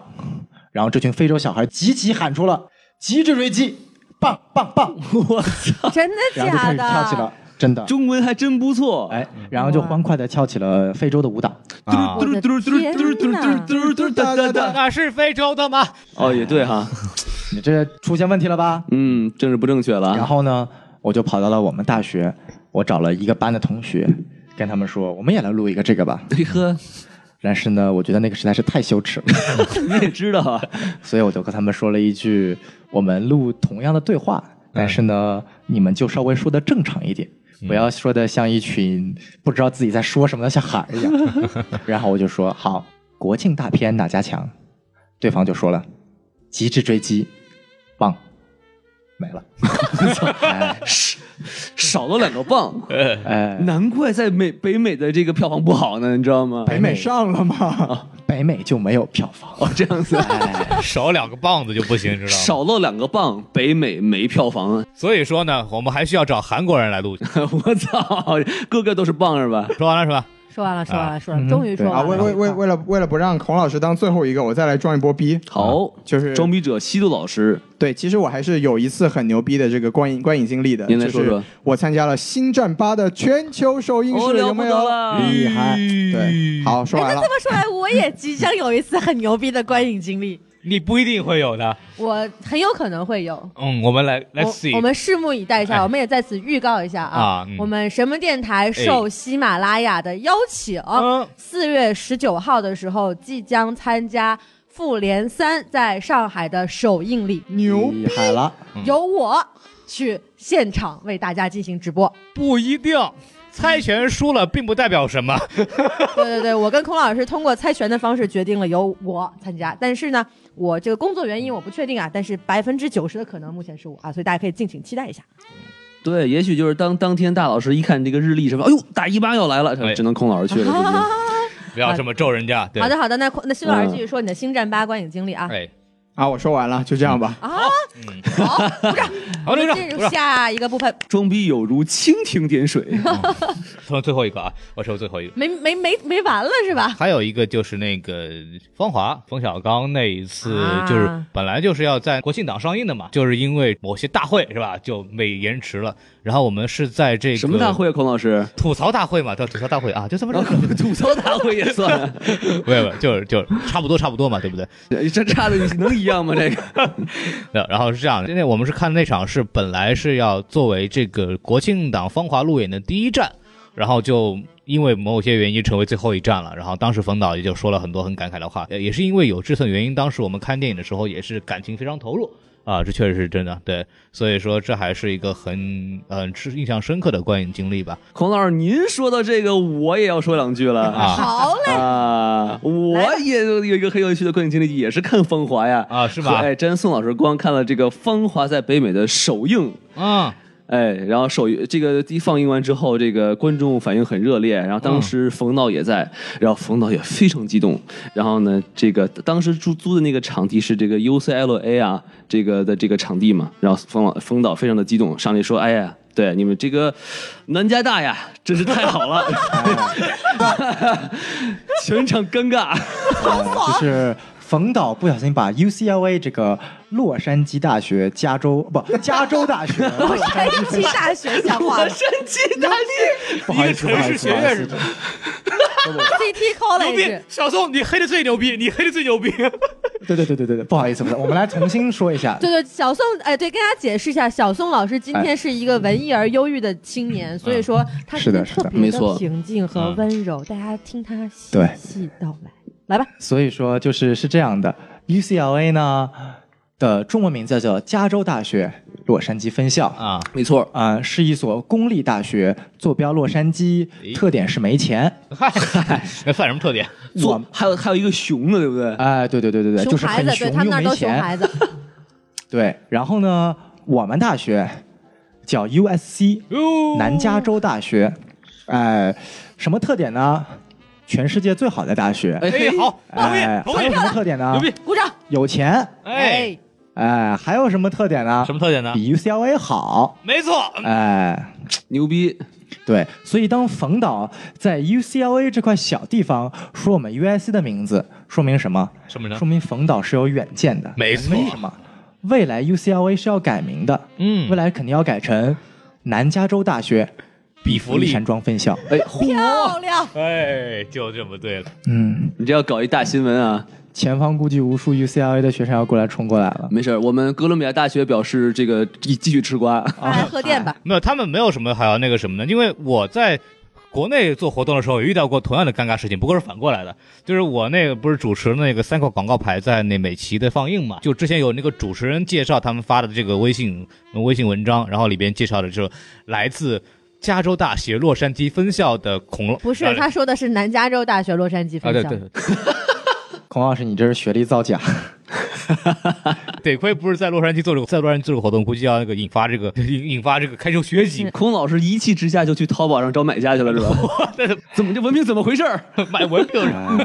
Speaker 5: 然后这群非洲小孩集体喊出了“极致追击，棒棒棒！”
Speaker 11: 我操，
Speaker 12: 真的
Speaker 5: 然后就
Speaker 12: 假
Speaker 5: 开始
Speaker 12: 的？
Speaker 5: 跳起了。真的，
Speaker 11: 中文还真不错，
Speaker 5: 哎，然后就欢快的跳起了非洲的舞蹈，
Speaker 11: 啊
Speaker 12: 我的天哪！
Speaker 11: 哒哒哒，
Speaker 10: 哪是非洲的吗？
Speaker 11: 哦，也对哈，
Speaker 5: *laughs* 你这出现问题了吧？
Speaker 11: 嗯，政治不正确了。
Speaker 5: 然后呢，我就跑到了我们大学，我找了一个班的同学，跟他们说，我们也来录一个这个吧。
Speaker 11: 对哎呵，
Speaker 5: *laughs* 但是呢，我觉得那个实在是太羞耻了，
Speaker 11: *laughs* 你也知道啊，
Speaker 5: *laughs* 所以我就跟他们说了一句，我们录同样的对话，但是呢，你们就稍微说的正常一点。
Speaker 11: 嗯
Speaker 5: 不要说的像一群不知道自己在说什么的小孩儿一样， *laughs* 然后我就说好，国庆大片哪家强？对方就说了，极致追击，棒，没
Speaker 11: *laughs*
Speaker 10: *laughs*
Speaker 5: 了。
Speaker 11: 哎少了两个棒，
Speaker 5: *laughs*
Speaker 10: *laughs*
Speaker 5: 哎，
Speaker 11: 难怪在美北美的这个票房不好呢，你知道吗？啊
Speaker 5: 北美
Speaker 4: 上了吗？
Speaker 5: 北美就没有票房。
Speaker 11: 哦，这样子，
Speaker 10: 少两个棒子就不行，知道吗？
Speaker 11: 少了两个棒，北美没票房 *laughs* 啊！
Speaker 10: 所以说呢，我们还需要找韩国人来录。
Speaker 11: *laughs* 我操，个个都是棒是吧？
Speaker 10: 说完了是吧？
Speaker 12: 说完了，说完了，说完了，终于说
Speaker 4: 啊，
Speaker 12: 完
Speaker 4: 为
Speaker 12: 了。
Speaker 4: 为为为了为了不让孔老师当最后一个，我再来装一波逼。啊
Speaker 11: 好，
Speaker 4: 就是
Speaker 11: 装逼者西渡老师，
Speaker 4: 对，其实我还是有一次很牛逼的这个观影观影经历的，
Speaker 11: 您来说说
Speaker 4: 就是我参加了《星战八》的全球首映
Speaker 11: 哦
Speaker 4: 式，
Speaker 11: 了
Speaker 4: 有
Speaker 11: 不
Speaker 4: 没
Speaker 11: 得
Speaker 4: 有？
Speaker 11: 了
Speaker 4: 厉害，对，好，说完
Speaker 12: 哎，那
Speaker 4: 了
Speaker 12: 这。么说来，我也即将有一次很牛逼的观影经历，
Speaker 10: 你不一定会有的。
Speaker 12: 我很有可能会有。
Speaker 10: 嗯，我们来，Let's
Speaker 12: 我
Speaker 10: see。
Speaker 12: 我们拭目以待一
Speaker 10: 哎
Speaker 12: 下，我们也在此预告一下啊
Speaker 10: 啊嗯，
Speaker 12: 我们什么电台受
Speaker 10: 哎
Speaker 12: 喜马拉雅的邀请，
Speaker 10: 嗯
Speaker 12: 四月十九号的时候即将参加《复联三》在上海的首映礼，
Speaker 4: 牛
Speaker 5: 厉害了，
Speaker 10: 嗯
Speaker 12: 由我去现场为大家进行直播。
Speaker 10: 不一定，猜拳输了并不代表什么。 *laughs*
Speaker 12: 对对对，我跟孔老师通过猜拳的方式决定了由我参加，但是呢，我这个工作原因我不确定啊，但是百分之九十的可能目前是我啊，所以大家可以敬请期待一下。
Speaker 11: 对，也许就是当当天大老师一看这个日历什么，哎呦，大姨妈要来了，只能孔老
Speaker 10: *laughs*
Speaker 11: 师去了。对不对
Speaker 10: 不要这么咒人家。对
Speaker 12: 好的，好的，那孔那辛老师继续说你的《星战八》观影经历啊。
Speaker 10: 哎，
Speaker 4: 啊，我说完了，就这样
Speaker 12: *laughs*
Speaker 4: 吧。
Speaker 12: 啊，好，
Speaker 10: *laughs* 好，
Speaker 12: 我
Speaker 10: 留
Speaker 12: 们
Speaker 10: 着
Speaker 12: 进入
Speaker 10: 留着
Speaker 12: 下一个部分，
Speaker 11: 装逼有如蜻蜓点水，
Speaker 10: 嗯从最后一个啊，我说最后一个。
Speaker 12: 没没没没完了是
Speaker 10: *laughs*
Speaker 12: 吧？
Speaker 10: 还有一个就是那个芳华冯小刚那一次
Speaker 12: 啊，
Speaker 10: 就是本来就是要在国庆档上映的嘛，就是因为某些大会是吧，就被延迟了。然后我们是在这个
Speaker 11: 什么大会啊？孔老师，
Speaker 10: 吐槽大会嘛，叫吐槽大会啊，就这
Speaker 11: *laughs*
Speaker 10: 么着。
Speaker 11: 吐槽大会也算，
Speaker 10: *laughs* 没有没有，就是就是差不多差不多嘛，对不对？
Speaker 11: 这差的能一样吗？这个
Speaker 10: *laughs* 对，然后是这样的，现在我们是看那场是本来是要作为这个国庆档芳华路演的第一站，然后就因为某些原因成为最后一站了。然后当时冯导也就说了很多很感慨的话，呃也是因为有这层原因，当时我们看电影的时候也是感情非常投入。啊，这确实是真的，对，所以说这还是一个很嗯、是印象深刻的观影经历吧。
Speaker 11: 孔老师，您说到这个，我也要说两句了啊。
Speaker 12: 好嘞，
Speaker 11: 啊，我也有一个很有趣的观影经历，也是看《芳华》呀。
Speaker 10: 啊，是吧
Speaker 11: 哎，真宋老师光看了这个《芳华》在北美的首映，
Speaker 10: 啊，
Speaker 11: 哎，然后首这个一放映完之后，这个观众反应很热烈，然后当时冯导也在，然后冯导也非常激动。然后呢，这个当时租租的那个场地是这个 UCLA 啊，这个的这个场地嘛，然后冯老冯导非常的激动，上来说：“哎呀。”对你们这个南加大呀，真是太好
Speaker 12: *laughs*
Speaker 11: 了，全场尴尬。
Speaker 5: 就是冯导不小心把 UCLA 这个洛杉矶大学、加州不加州大学
Speaker 12: 我
Speaker 10: 哎
Speaker 12: 山西大学讲话
Speaker 11: 我
Speaker 12: 了
Speaker 11: 生气，大学
Speaker 5: 不好意思，
Speaker 10: 一个城市学院
Speaker 5: 是吧？
Speaker 12: ，CT
Speaker 10: 牛逼
Speaker 12: College，，
Speaker 10: 小宋，你黑的最牛逼，你黑的最牛逼。
Speaker 5: 对对对对对对，不好意思，不是，我们来重新说一下。
Speaker 12: *laughs* 对对，小宋，哎，对，跟大家解释一下，小宋老师今天
Speaker 5: 哎
Speaker 12: 是一个文艺而忧郁的青
Speaker 10: 嗯
Speaker 12: 年，所以说他
Speaker 5: 是的
Speaker 12: 今天特
Speaker 5: 是的
Speaker 12: 别
Speaker 11: 没错
Speaker 12: 平静和温柔，大家听他细
Speaker 5: 对
Speaker 12: 细道来，来吧，
Speaker 5: 所以说就是是这样的，UCLA 呢，的中文名字叫加州大学洛杉矶分校
Speaker 10: 啊，
Speaker 11: 没错
Speaker 5: 啊、是一所公立大学，坐标洛杉矶，特点是没钱。
Speaker 10: 嗨，那算什么特点？
Speaker 11: 做还有还有一个熊的，对不对？
Speaker 5: 哎，对对对对对，
Speaker 12: 熊
Speaker 5: 就是
Speaker 12: 孩
Speaker 5: 很
Speaker 12: 子，
Speaker 5: 熊
Speaker 12: 对他们
Speaker 5: 又
Speaker 12: 那儿都
Speaker 5: 没
Speaker 12: 熊孩
Speaker 5: 钱。
Speaker 12: 子，
Speaker 5: 对，然后呢，我们大学叫 USC，南加州大学。哎，什么特点呢？全世界最好的大学。
Speaker 10: 哎，好，同意
Speaker 5: 哎，，
Speaker 10: 同
Speaker 5: 还
Speaker 10: 意
Speaker 5: 有，什么特点呢？
Speaker 10: 牛逼，
Speaker 12: 鼓掌。
Speaker 5: 有钱。
Speaker 10: 哎，
Speaker 5: 哎，还有什么特点呢？
Speaker 10: 什么特点呢？
Speaker 5: 比 UCLA 好。
Speaker 10: *laughs* 没错，
Speaker 5: 哎，
Speaker 11: 牛逼。
Speaker 5: 对，所以当冯导在 UCLA 这块小地方说我们 USC 的名字，说明什么？
Speaker 10: 什么呢
Speaker 5: 说明冯导是有远见的。
Speaker 10: 没错
Speaker 5: 为什么？未来 UCLA 是要改名的，
Speaker 10: 嗯，
Speaker 5: 未来肯定要改成南加州大学
Speaker 10: 比弗利
Speaker 5: 山庄分校。
Speaker 11: 哎，
Speaker 12: 漂亮！
Speaker 10: 哎，就这么对了。
Speaker 5: 嗯，
Speaker 11: 你这要搞一大新闻啊！
Speaker 5: 前方估计无数 UCLA 的学生要过来冲过来了。
Speaker 11: 没事儿，我们哥伦比亚大学表示这个继继续吃
Speaker 12: *laughs*
Speaker 11: 瓜。
Speaker 12: 来贺电吧。
Speaker 10: 没有，他们没有什么还要那个什么的，因为我在国内做活动的时候也遇到过同样的尴尬事情，不过是反过来的，就是我那个不是主持那个三块广告牌在那美琪的放映嘛，就之前有那个主持人介绍他们发的这个微信微信文章，然后里边介绍的就是来自加州大学洛杉矶分校的恐龙，
Speaker 12: 不
Speaker 10: 啊
Speaker 12: 是，他说的是南加州大学洛杉矶分
Speaker 10: 啊对
Speaker 12: 校。
Speaker 10: 对
Speaker 5: 孔老师，你这是学历造
Speaker 10: *laughs*
Speaker 5: 假。
Speaker 10: 得亏不是在洛杉矶做这个，在洛杉矶做这个活动，估计要那个引发这个引引发这个开除学籍，
Speaker 11: 孔老师一气之下就去淘宝上找买家去了，是吧？怎么这文凭怎么回事儿？
Speaker 10: 买文凭
Speaker 11: 啊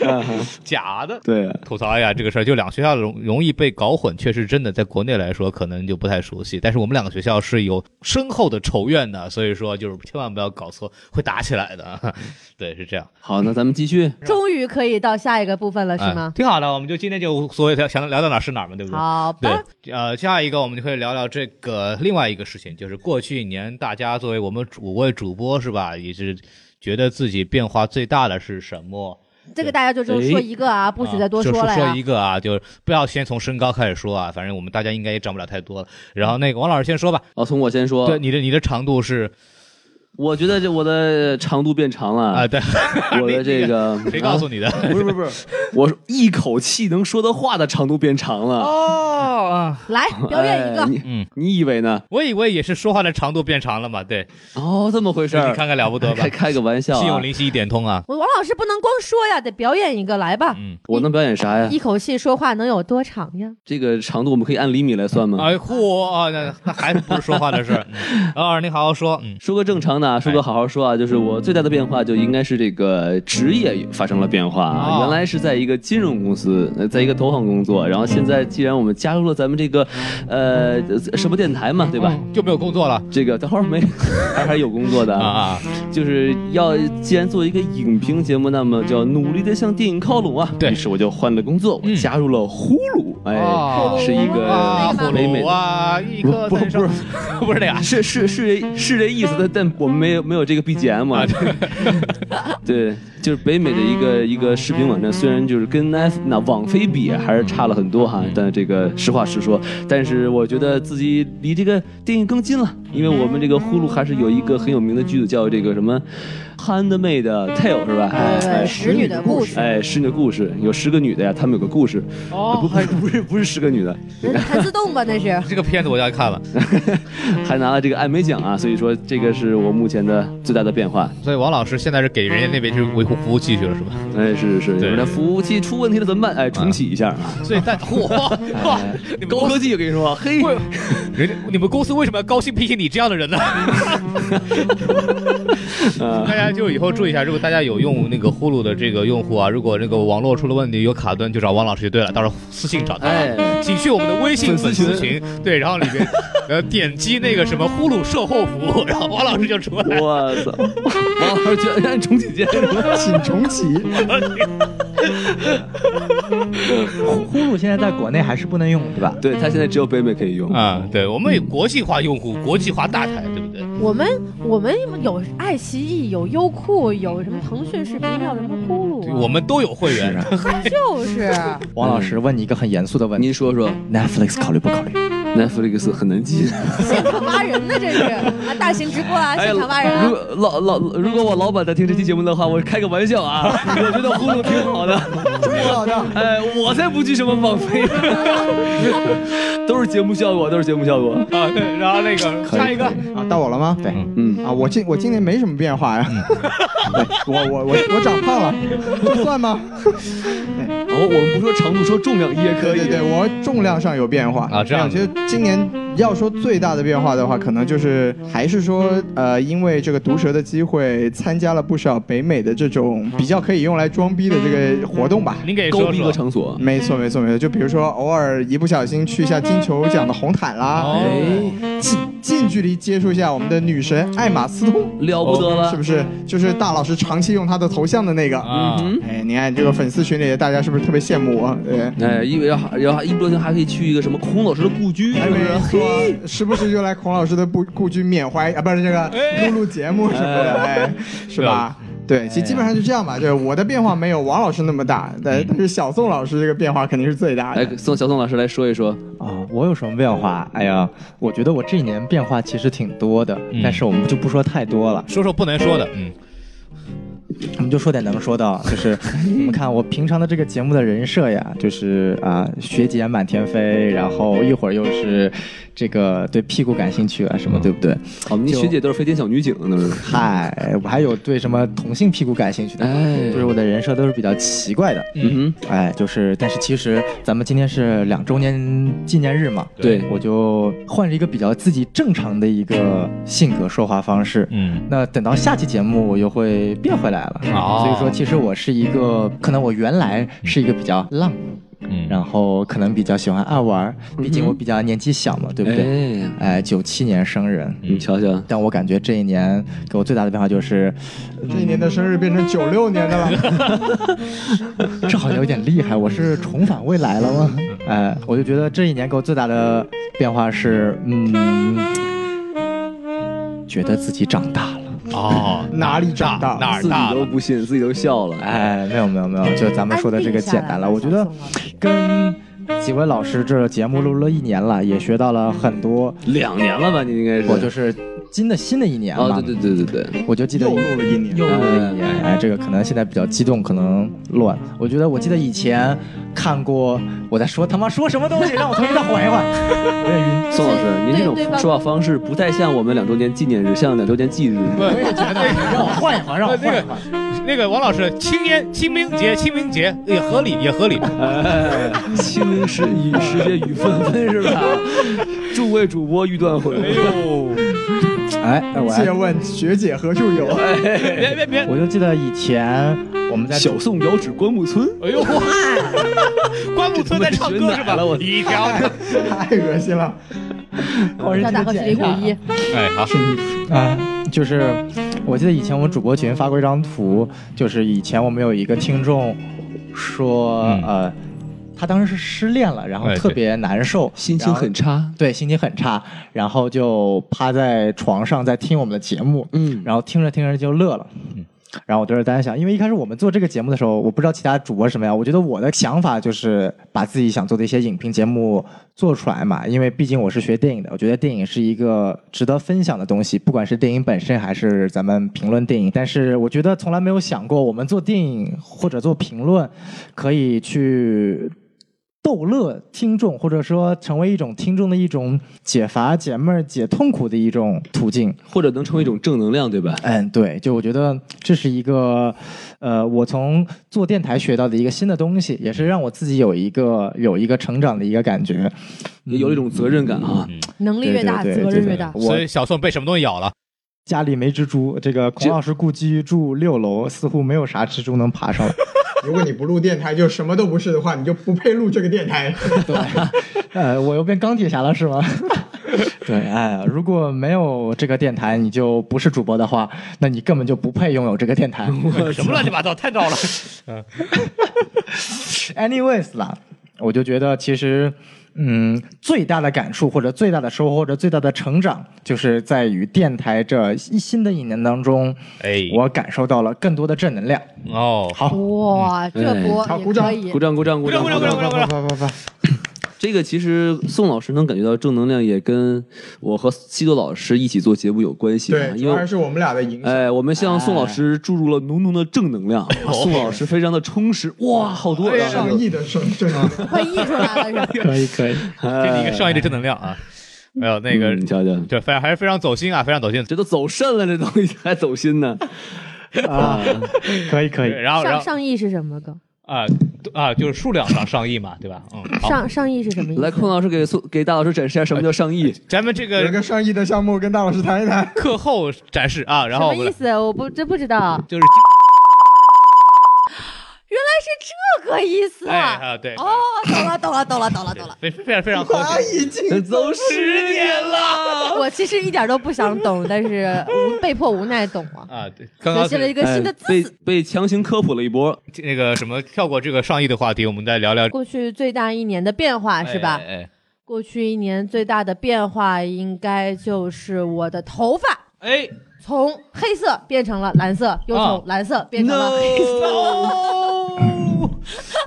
Speaker 10: *laughs* 假的。
Speaker 11: 对，
Speaker 10: 吐槽一下这个事儿，就两个学校容容易被搞混，确实真的，在国内来说可能就不太熟悉。但是我们两个学校是有深厚的仇怨的，所以说就是千万不要搞错，会打起来的。 *laughs* 对，是这样。
Speaker 11: 好，那咱们继续。
Speaker 12: 终于可以到下一个部分了，是吗
Speaker 10: 嗯？挺好的，我们就今天就所有想聊到哪儿是哪儿嘛，对不对？
Speaker 12: 好吧。
Speaker 10: 对，呃，下一个我们就可以聊聊这个另外一个事情，就是过去一年大家作为我们五位主播是吧，也是觉得自己变化最大的是什么？
Speaker 12: 这个大家就就说一个啊，不许再多
Speaker 10: 就
Speaker 12: 说
Speaker 10: 说
Speaker 12: 了呀
Speaker 10: 一。个啊，就是不要先从身高开始说啊，反正我们大家应该也长不了太多了。然后那个王老师先说吧，
Speaker 11: 哦，从我先说。
Speaker 10: 对，你的你的长度是
Speaker 11: *laughs* 我觉得这我的长度变长了
Speaker 10: 啊，对，
Speaker 11: *laughs* 我的这
Speaker 10: *laughs*
Speaker 11: 个啊
Speaker 10: 谁告诉你的？
Speaker 11: 不是不是不
Speaker 10: *laughs*
Speaker 11: 是，我是一口气能说的话的长度变长了。
Speaker 10: 哦，
Speaker 12: 来表演一
Speaker 11: 哎
Speaker 12: 个，
Speaker 11: 你嗯，你以为呢？
Speaker 10: 我以为也是说话的长度变长了嘛，对，
Speaker 11: 哦，这么回事儿
Speaker 10: 你看看了不得吧
Speaker 11: 开开个玩笑啊
Speaker 10: 心有灵犀一点通
Speaker 11: *laughs*
Speaker 10: 啊，
Speaker 12: 我王老师不能光说呀，得表演一个，来吧。
Speaker 10: 嗯
Speaker 11: 我能表演啥呀
Speaker 12: 一？口气说话能有多长呀？
Speaker 11: 这个长度我们可以按厘米来算吗？
Speaker 10: 哎嚯啊，那那还不是说话的事儿。嗯啊，你好好说，嗯，
Speaker 11: 说个正常的啊，说个好好说啊，就是我最大的变化就应该是这个职业发生了变化
Speaker 10: 哦
Speaker 11: 啊。原来是在一个金融公司，呃在一个投行工作，然后现在既然我们加入了咱们这个，呃，什么电台嘛，对吧？
Speaker 10: 嗯就没有工作了。
Speaker 11: 这个等会儿没，还还有工作的啊， *laughs* 就是要既然做一个影评节目，那么就要努力的向电影靠拢啊。对，于是我就换了工作，
Speaker 10: 嗯
Speaker 11: 我加入了呼噜，
Speaker 12: 哦
Speaker 11: 哎，是一
Speaker 10: 啊，
Speaker 11: 个
Speaker 10: 葫
Speaker 11: 北美
Speaker 10: 芦啊，一颗
Speaker 11: 不
Speaker 10: 三
Speaker 11: 不
Speaker 10: 上
Speaker 11: 是 *laughs*
Speaker 10: 不是那个
Speaker 11: 是是是这是这意思，但
Speaker 12: 嗯
Speaker 11: 但我们没有没有这个 BGM 啊。 *laughs* 对，就是北美的一
Speaker 12: 嗯
Speaker 11: 个一个视频网站，虽然就是跟 F 那网飞比还是差了很多
Speaker 12: 嗯
Speaker 11: 哈，但这个实话实说，但是我觉得自己离这个电影更近了，因为我们这个呼噜还是有一个很有名的剧组叫这个什么《Handmade Tale》是吧？
Speaker 12: 嗯
Speaker 11: 哎，
Speaker 12: 使女的故事
Speaker 11: 哎，使女的故事有十个女的呀，她们有个故事，
Speaker 12: 哦
Speaker 11: 不不是不是不是十个女的，
Speaker 12: 谭自动吧，那是。
Speaker 10: *laughs* 这个片子我要看了。
Speaker 11: *laughs* 还拿了这个艾美奖啊，所以说这个是我目前的最大的变化。
Speaker 10: 所以王老师现在是给人家那边去维护服务器去了，是吧？
Speaker 11: 哎，是是，有人的服务器出问题了怎么办？哎，重启一下啊！
Speaker 10: *laughs*
Speaker 11: 哎
Speaker 10: 所以但嚯， *laughs* 哇你们
Speaker 11: 高科技，我跟你说，嘿，
Speaker 10: 人家你们公司为什么要高薪聘请你这样的人
Speaker 11: *laughs*
Speaker 10: 呢？
Speaker 11: 嗯
Speaker 10: 大家就以后注意一下，如果大家有用那个呼噜的这个用户啊，如果那个网络出了问题有卡顿，就找王老师就对了，到时候私信找他，
Speaker 11: 哎
Speaker 10: 请去我们的微信粉
Speaker 11: 粉丝
Speaker 10: 丝
Speaker 11: 群
Speaker 10: 群，对，然后里面呃点击那个什么呼噜售后服务，然后王老师就出来了。
Speaker 11: 我
Speaker 12: *laughs*
Speaker 11: 操，王老师居然重启键，
Speaker 5: 请重启。呼噜现在在国内还是不能用，对吧？
Speaker 11: *laughs* 对他现在只有北美可以用嗯
Speaker 10: 啊。对我们有国际化用户，国际化大台，对不对？
Speaker 12: 我们我们有爱奇艺，有优酷，有什么腾讯视频，还有什么呼噜啊，
Speaker 10: 我们都有会
Speaker 5: 啊
Speaker 10: 员。
Speaker 12: 就是。
Speaker 10: *laughs*
Speaker 5: 王老师问你一个很严肃的
Speaker 11: 嗯
Speaker 5: 问题，
Speaker 11: 您说说
Speaker 5: ，Netflix 考虑不考虑？
Speaker 11: Netflix 很难
Speaker 5: *laughs*
Speaker 11: 进。
Speaker 12: 现场挖人呢，这是啊，大型直播啊，
Speaker 10: 哎
Speaker 12: 现场挖人啊
Speaker 11: 哎如。果老老如果我老板在听这期节目的话，我开个玩笑啊，我觉得互动挺好的，挺好的。哎，我才不去什么网飞，都是节目效果，都是节目效果。
Speaker 10: 啊，对，然后那个
Speaker 4: 可以
Speaker 10: 下一个
Speaker 4: 啊，到我了吗？对，嗯啊，我今我今年没什么变化呀，
Speaker 11: 嗯
Speaker 4: *laughs* 对我我我我长胖了，这算吗？ *laughs*
Speaker 11: 哦我我们不说长度，说重量也可以。
Speaker 4: 对对，我重量上有变化
Speaker 10: 啊这样
Speaker 4: 我觉得今年要说最大的变化的话，可能就是还是说呃，因为这个毒蛇的机会，参加了不少北美的这种比较可以用来装逼的这个活动吧。
Speaker 10: 您给
Speaker 11: 高逼格场所，
Speaker 4: 没错，没错，没错。就比如说，偶尔一不小心去一下金球奖的红毯
Speaker 11: 嗯
Speaker 4: 啦，哎，近近距离接触一下我们的女神艾玛斯通，
Speaker 11: 了不得了
Speaker 4: 是不是？就是大老师长期用她的头像的那个。
Speaker 11: 嗯哼
Speaker 4: 哎，你看这个粉丝群里大家是不是特别羡慕我？对。
Speaker 11: 哎，因为要然后一不小心还可以去一个什么孔老师的故居，是不是？哎
Speaker 4: 说时不时就来孔老师的故故居缅怀啊，不是这个
Speaker 11: 哎
Speaker 4: 录录节目什么的，哎，是吧？对，其实基本上就这样吧。就是我的变化没有王老师那么大，
Speaker 11: 嗯
Speaker 4: 但但是小宋老师这个变化肯定是最大的。
Speaker 11: 来，哎宋小宋老师来说一说，
Speaker 5: 啊，我有什么变化？哎呀，我觉得我这一年变化其实挺多的，但是我们就不说太多了，
Speaker 10: 嗯说说不能说的，嗯，
Speaker 5: 我们就说点能说的，就是
Speaker 11: *laughs*
Speaker 5: 我们看我平常的这个节目的人设呀，就是啊、学姐满天飞，然后一会儿又是这个对屁股感兴趣啊
Speaker 10: 嗯
Speaker 5: 什么，对不对？
Speaker 11: 我们哦学姐都是飞天小女警，那是。
Speaker 5: 嗨，我还有对什么同性屁股感兴趣的，
Speaker 11: 哎
Speaker 5: 就是我的人设都是比较奇怪的，
Speaker 11: 嗯
Speaker 5: 哼，哎，就是，但是其实咱们今天是两周年纪念日嘛，
Speaker 11: 对
Speaker 5: 我就换了一个比较自己正常的一个性格说话方式，
Speaker 10: 嗯，
Speaker 5: 那等到下期节目我又会变回来
Speaker 11: 嗯
Speaker 5: 了，
Speaker 10: 哦
Speaker 5: 所以说其实我是一个，可能我原来是一个比较浪。
Speaker 10: 嗯，
Speaker 5: 然后可能比较喜欢爱玩儿，毕
Speaker 11: 嗯
Speaker 5: 竟我比较年纪小嘛，对不对？哎，九七年生人，
Speaker 10: 嗯
Speaker 11: 你瞧瞧。
Speaker 5: 但我感觉这一年给我最大的变化就是，
Speaker 4: 这一年的生日变成九六年的了，
Speaker 5: *laughs* 这好像有点厉害，我是重返未来了吗？
Speaker 10: 嗯
Speaker 5: 哎，我就觉得这一年给我最大的变化是，嗯，觉得自己长大了。
Speaker 10: 哦，
Speaker 4: *laughs* 哪里长大？
Speaker 10: 哪儿大
Speaker 11: 自己都不信，自己都笑了。
Speaker 5: 哎，没有没有没有，就咱们说的这个简单了。我觉得跟几位老师这节目录了一年了，也学到了很多。
Speaker 11: 两年了吧？你应该是。
Speaker 5: 我就是今的新的一年嘛。
Speaker 11: 哦，对对对对对，
Speaker 5: 我就记得
Speaker 4: 又录了一年
Speaker 5: 又录了一年。哎，这个可能现在比较激动，可能乱。我觉得我记得以前看过，我在说他妈说什么东西，让我重新再缓一缓，有点晕。
Speaker 11: 哎宋老师，您这种
Speaker 12: 对对方
Speaker 11: 说话方式不太像我们两周年纪念日，像两周年忌日。
Speaker 10: 我也觉得
Speaker 5: 让我换一缓，让我
Speaker 10: 那
Speaker 5: 换一
Speaker 10: 个
Speaker 5: 缓。
Speaker 10: 那个王老师，清明清明节，清明节也合 *laughs* 理，也合理。
Speaker 11: 哎，清明时雨时节雨纷纷是吧？诸位主播欲断魂。*laughs*
Speaker 10: 哎呦，
Speaker 5: 哎，那我还
Speaker 4: 借问学姐何处有？
Speaker 11: 哎
Speaker 10: 别别别！
Speaker 5: 我就记得以前我们在
Speaker 11: 小宋遥指关牧村，
Speaker 10: 哎呦，关牧村在唱歌是吧？
Speaker 12: *laughs*
Speaker 10: 一条，
Speaker 4: *laughs* 太恶心了！
Speaker 5: 我是
Speaker 12: 要打和零点一，
Speaker 10: 哎好，
Speaker 5: 啊，就是我记得以前我们主播群发过一张图，就是以前我们有一个听众说，
Speaker 10: 嗯
Speaker 5: 呃，他当时是失恋了，然后
Speaker 10: 哎
Speaker 5: 特
Speaker 10: 对
Speaker 5: 别难受，
Speaker 11: 心情
Speaker 5: 然后
Speaker 11: 很差。
Speaker 5: 对，心情很差，然后就趴在床上在听我们的节目，
Speaker 11: 嗯，
Speaker 5: 然后听着听着就乐了。嗯然后我就是在想，因为一开始我们做这个节目的时候，我不知道其他主播是什么样。我觉得我的想法就是把自己想做的一些影评节目做出来嘛，因为毕竟我是学电影的，我觉得电影是一个值得分享的东西，不管是电影本身还是咱们评论电影。但是我觉得从来没有想过，我们做电影或者做评论，可以去逗乐听众，或者说成为一种听众的一种解乏、解闷儿、解痛苦的一种途径。
Speaker 11: 或者能成为一种正能量，对吧？
Speaker 5: 嗯，对，就我觉得这是一个，呃，我从做电台学到的一个新的东西，也是让我自己有一个有一个成长的一个感觉。嗯
Speaker 11: 也有一种责任感啊。
Speaker 12: 能力越大，
Speaker 5: 对对对
Speaker 12: 责任越大。
Speaker 5: 我
Speaker 10: 嗯所以小宋被什么东西咬了？
Speaker 5: 家里没蜘蛛，这个孔老师故居住六楼，似乎没有啥蜘蛛能爬上来。
Speaker 4: 如果你不录电台，就什么都不是的话，你就不配录这个电台。
Speaker 5: 呃，我又变钢铁侠了是吗？ *laughs* 对，哎，如果没有这个电台，你就不是主播的话，那你根本就不配拥有这个电台。
Speaker 10: 什么乱七八糟，太糟了。
Speaker 5: *laughs* anyways 啦，我就觉得其实，嗯，最大的感触或者最大的收获或者最大的成长，就是在于电台这一新的一年当中，
Speaker 10: 哎，
Speaker 5: 我感受到了更多的正能量。
Speaker 10: 哦，
Speaker 5: 好，嗯
Speaker 12: 啊哇，这波
Speaker 4: 好
Speaker 12: 也
Speaker 10: 哎
Speaker 4: 鼓掌
Speaker 12: 可
Speaker 11: *laughs*
Speaker 12: 以
Speaker 11: 鼓。掌鼓掌鼓掌
Speaker 10: 鼓掌鼓掌鼓掌鼓掌！
Speaker 4: 不不不，
Speaker 11: 这个其实宋老师能感觉到正能量，也跟我和西多老师一起做节目有关系啊。
Speaker 4: 对，
Speaker 11: 因
Speaker 4: 主要
Speaker 11: 为
Speaker 4: 还是我们俩的影响。
Speaker 11: 哎，我们向宋老师注入了浓浓的正能量，
Speaker 4: 呦
Speaker 11: 宋老师非常的充实，哇，好多啊
Speaker 4: 哎上亿的正正
Speaker 12: *laughs*
Speaker 4: 能量，
Speaker 12: 快溢出来了是吧？
Speaker 11: *laughs* 可以可以，
Speaker 10: 给你一个上亿的正能量啊！没有那个，
Speaker 11: 你哎嗯瞧瞧，
Speaker 10: 对，非常还是非常走心啊，非常走心，
Speaker 11: 这都走肾了，这东西还走心 *laughs* 呢。
Speaker 5: 啊，可以可以。
Speaker 10: 然后然
Speaker 12: 上
Speaker 10: 后
Speaker 12: 上亿是什么梗？
Speaker 10: 啊啊，就是数量上上亿嘛，对吧？嗯，好
Speaker 12: 上上亿是什么意思？
Speaker 11: 来，孔老师给
Speaker 12: *laughs*
Speaker 11: 宋给大老师展示一下什么叫上亿。
Speaker 10: 咱们这
Speaker 4: 有一
Speaker 10: 个
Speaker 4: 个上亿的项目跟大老师谈一谈。
Speaker 10: 课后展示啊，然后我
Speaker 12: 什么意
Speaker 10: 们
Speaker 12: 思？我不真不知道，
Speaker 10: 就是
Speaker 12: 原来是这个意思
Speaker 10: 哎
Speaker 12: 啊！
Speaker 10: 啊，对，
Speaker 12: 哦，懂了，懂了，懂了，懂了，懂了。
Speaker 10: 非非常非常合适。
Speaker 4: 已经
Speaker 11: 走十年了，
Speaker 12: 我其实一点都不想懂，但是无被迫无奈懂了。
Speaker 10: 啊，对，刚刚哎
Speaker 12: 学习了一个新的字
Speaker 11: 被被强行科普了一波。
Speaker 10: 那个什么，跳过这个上亿的话题，我们再聊聊
Speaker 12: 过去最大一年的变化是吧？
Speaker 10: 哎哎哎
Speaker 12: 过去一年最大的变化应该就是我的头发
Speaker 10: 哎，
Speaker 12: 从黑色变成了蓝色，又
Speaker 10: 啊
Speaker 12: 从蓝色变成了黑色。
Speaker 5: *laughs*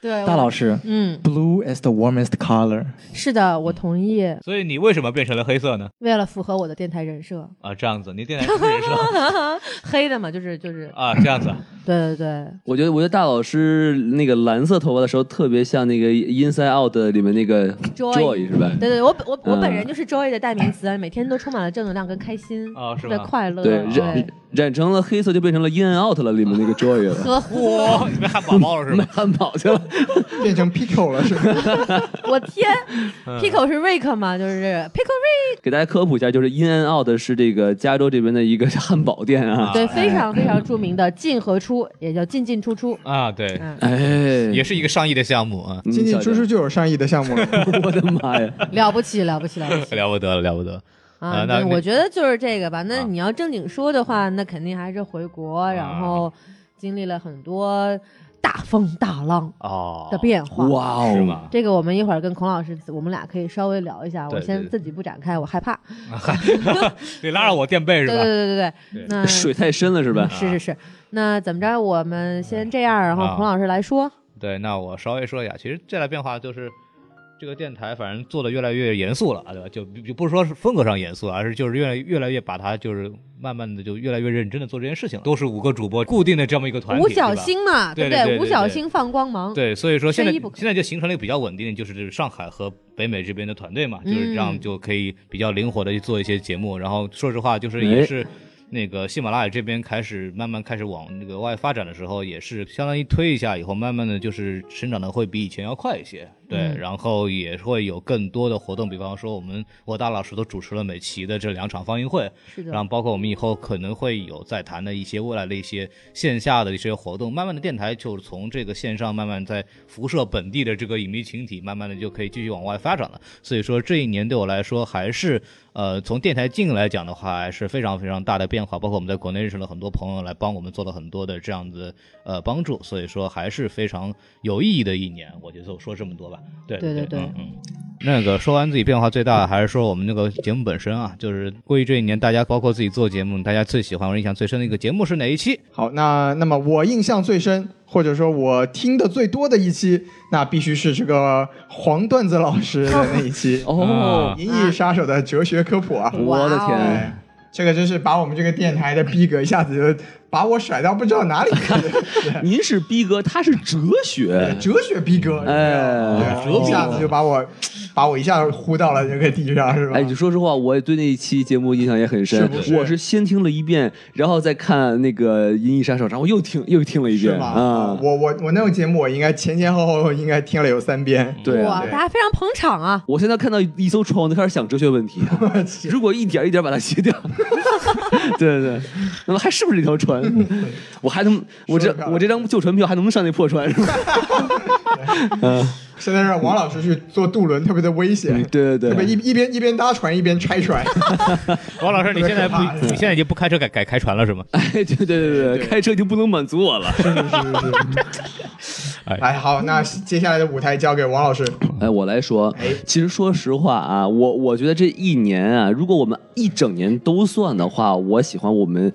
Speaker 12: 对，
Speaker 5: 大
Speaker 12: 我
Speaker 5: 老师，
Speaker 12: 嗯
Speaker 5: ，Blue is the warmest color。
Speaker 12: 是的，我同意。
Speaker 10: 所以你为什么变成了黑色呢？
Speaker 12: 为了符合我的电台
Speaker 5: *laughs*
Speaker 12: 人设，
Speaker 10: 啊，这样子，你电台主持人说
Speaker 12: 黑的嘛，就是就是，
Speaker 10: 啊，这样子啊，
Speaker 12: 对对对，
Speaker 11: *laughs* 我觉得，我觉得大老师那个蓝色头发的时候，特别像那个《Inside Out》里面那个
Speaker 12: Joy
Speaker 11: Joy 是吧？
Speaker 12: 对对，我本我我本人
Speaker 11: 嗯
Speaker 12: 就是 Joy 的代名词，每天都充满了正能量跟开心，
Speaker 10: 啊是
Speaker 12: 特
Speaker 10: 吧
Speaker 12: 别快乐，
Speaker 11: 对，染染成了黑色就变成了 In and Out 了，里面那个 Joy
Speaker 12: *laughs*
Speaker 11: 了，
Speaker 12: 呵呵，
Speaker 10: 你们汉堡包了是
Speaker 11: 卖
Speaker 10: 吗？
Speaker 11: 汉堡去了。
Speaker 4: *laughs* 变成 Pico 了是吧？
Speaker 12: 我天
Speaker 10: 嗯
Speaker 12: ，Pico 是 Rick 嘛，就是 Pico
Speaker 11: *laughs* 给大家科普一下，就是 In and Out 是这个加州这边的一个汉堡店啊
Speaker 12: Rick，。对，非常非常著名的进和出，也叫进进出出，
Speaker 10: 啊，对，
Speaker 12: 嗯
Speaker 11: 哎，
Speaker 10: 也是一个上亿的项目啊，
Speaker 4: 进进出出就有上亿的项目了。
Speaker 11: 嗯 *laughs* 我的妈呀！
Speaker 12: 了不起了不起了不起
Speaker 10: *laughs* 了不得了，了不得。啊
Speaker 12: 啊！
Speaker 10: 那
Speaker 12: 那
Speaker 10: 那
Speaker 12: 我
Speaker 10: *laughs*
Speaker 12: 觉得 *laughs* 就是这个吧。
Speaker 10: 啊
Speaker 12: 那你要正经说的话，那肯定还是回国，然后经历了很多大风大浪
Speaker 10: 哦
Speaker 12: 的变化。
Speaker 11: 哇哦，
Speaker 10: 是吗？
Speaker 12: 这个我们一会儿跟孔老师，我们俩可以稍微聊一下。
Speaker 10: 对
Speaker 12: 我
Speaker 10: 对
Speaker 12: 先
Speaker 10: 对
Speaker 12: 自己不展开，我害怕。
Speaker 10: 得拉上我垫
Speaker 12: 对
Speaker 10: 背是
Speaker 12: 对
Speaker 10: 吧？
Speaker 12: 对对
Speaker 10: 对
Speaker 12: 对，
Speaker 10: *laughs*
Speaker 12: 那
Speaker 11: 水太深了是吧？
Speaker 12: 呃是是是。那怎么着？我们先这样，然
Speaker 10: 啊
Speaker 12: 后孔老师来说。
Speaker 10: 对，那我稍微说一下，其实这来变化就是这个电台反正做的越来越严肃了，对吧？就就不是说是风格上严肃，啊而是就是越来越来越把它就是慢慢的就越来越认真的做这件事情了，都是五个主播固定的这么一个团体，
Speaker 12: 五角
Speaker 10: 对吧
Speaker 12: 星嘛，
Speaker 10: 对
Speaker 12: 不
Speaker 10: 对对对
Speaker 12: 五角
Speaker 10: 对
Speaker 12: 星放光芒。
Speaker 10: 对，所以说现在
Speaker 12: 缺一不可
Speaker 10: 现在就形成了一个比较稳定的，就是这个上海和北美这边的团队嘛，就是这样
Speaker 12: 嗯
Speaker 10: 就可以比较灵活的去做一些节目。然后说实话，就是
Speaker 11: 哎
Speaker 10: 也是那个喜马拉雅这边开始慢慢开始往那个外发展的时候，也是相当于推一下以后，慢慢的就是生长的会比以前要快一些。对，
Speaker 12: 嗯
Speaker 10: 然后也会有更多的活动，比方说我们我大老师都主持了美琪的这两场放映会，
Speaker 12: 是的
Speaker 10: 然。后包括我们以后可能会有在谈的一些未来的一些线下的一些活动，慢慢的电台就从这个线上慢慢在辐射本地的这个影迷群体，慢慢的就可以继续往外发展了。所以说这一年对我来说还是呃从电台进来讲的话，还是非常非常大的变化。包括我们在国内认识了很多朋友来帮我们做了很多的这样子呃帮助，所以说还是非常有意义的一年。我觉得我说这么多吧，对
Speaker 12: 对
Speaker 10: 对
Speaker 12: 对对
Speaker 10: 嗯嗯那个说完自己变化最大，还是说我们那个节目本身啊，就是过去这一年，大家包括自己做节目，大家最喜欢或者印象最深的一个节目是哪一期？
Speaker 4: 好，那那么我印象最深，或者说我听的最多的一期，那必须是这个黄段子老师的那一期
Speaker 11: *laughs* 哦
Speaker 4: 《银翼杀手》的哲学科普啊！
Speaker 11: 我的
Speaker 12: 哇
Speaker 11: 天
Speaker 12: 哦！
Speaker 4: 哎，这个真是把我们这个电台的逼格一下子就把我甩到不知道哪里去了，
Speaker 11: 您是逼哥，他是哲学，
Speaker 4: 哲学逼格，
Speaker 11: 哎，
Speaker 4: 对一下子就把我把我一下呼到了这个地上，是吧？
Speaker 11: 哎，你说实话，我也对那一期节目印象也很深。
Speaker 4: 是不是
Speaker 11: 我是先听了一遍，然后再看那个《银翼杀手》，然后又听又听了一
Speaker 4: 是
Speaker 11: 遍
Speaker 4: 吗？
Speaker 11: 啊。
Speaker 4: 我我我那个节目，我应该前前后后应该听了有三遍。
Speaker 11: 对啊
Speaker 12: 哇，大家非常捧场啊！
Speaker 11: 我现在看到一艘船，我就开始想哲学问题啊、如果一点一点把它卸掉， *laughs* 对对对，那么还是不是这条
Speaker 4: *laughs*
Speaker 11: 船？我还能，我这
Speaker 4: 说得漂亮
Speaker 11: 我这张旧船票还能不能上那破船？是吧？嗯，
Speaker 4: *laughs* 现在让王老师去坐渡轮，特别的危险。
Speaker 11: 对对对，
Speaker 4: 特别一一边一边搭船一边拆船，
Speaker 10: *laughs* 王老师，你现在不
Speaker 4: 特别可怕，
Speaker 10: 你现在已经不开车改改开船了是吗？
Speaker 11: 哎，对对对对，
Speaker 4: 对
Speaker 11: 开车已经不能满足我
Speaker 4: *laughs*
Speaker 11: 了。
Speaker 10: *laughs*
Speaker 4: 哎，好，那接下来的舞台交给王老师。
Speaker 11: 哎，我来说，其实说实话啊，我我觉得这一年啊，如果我们一整年都算的话，我喜欢我们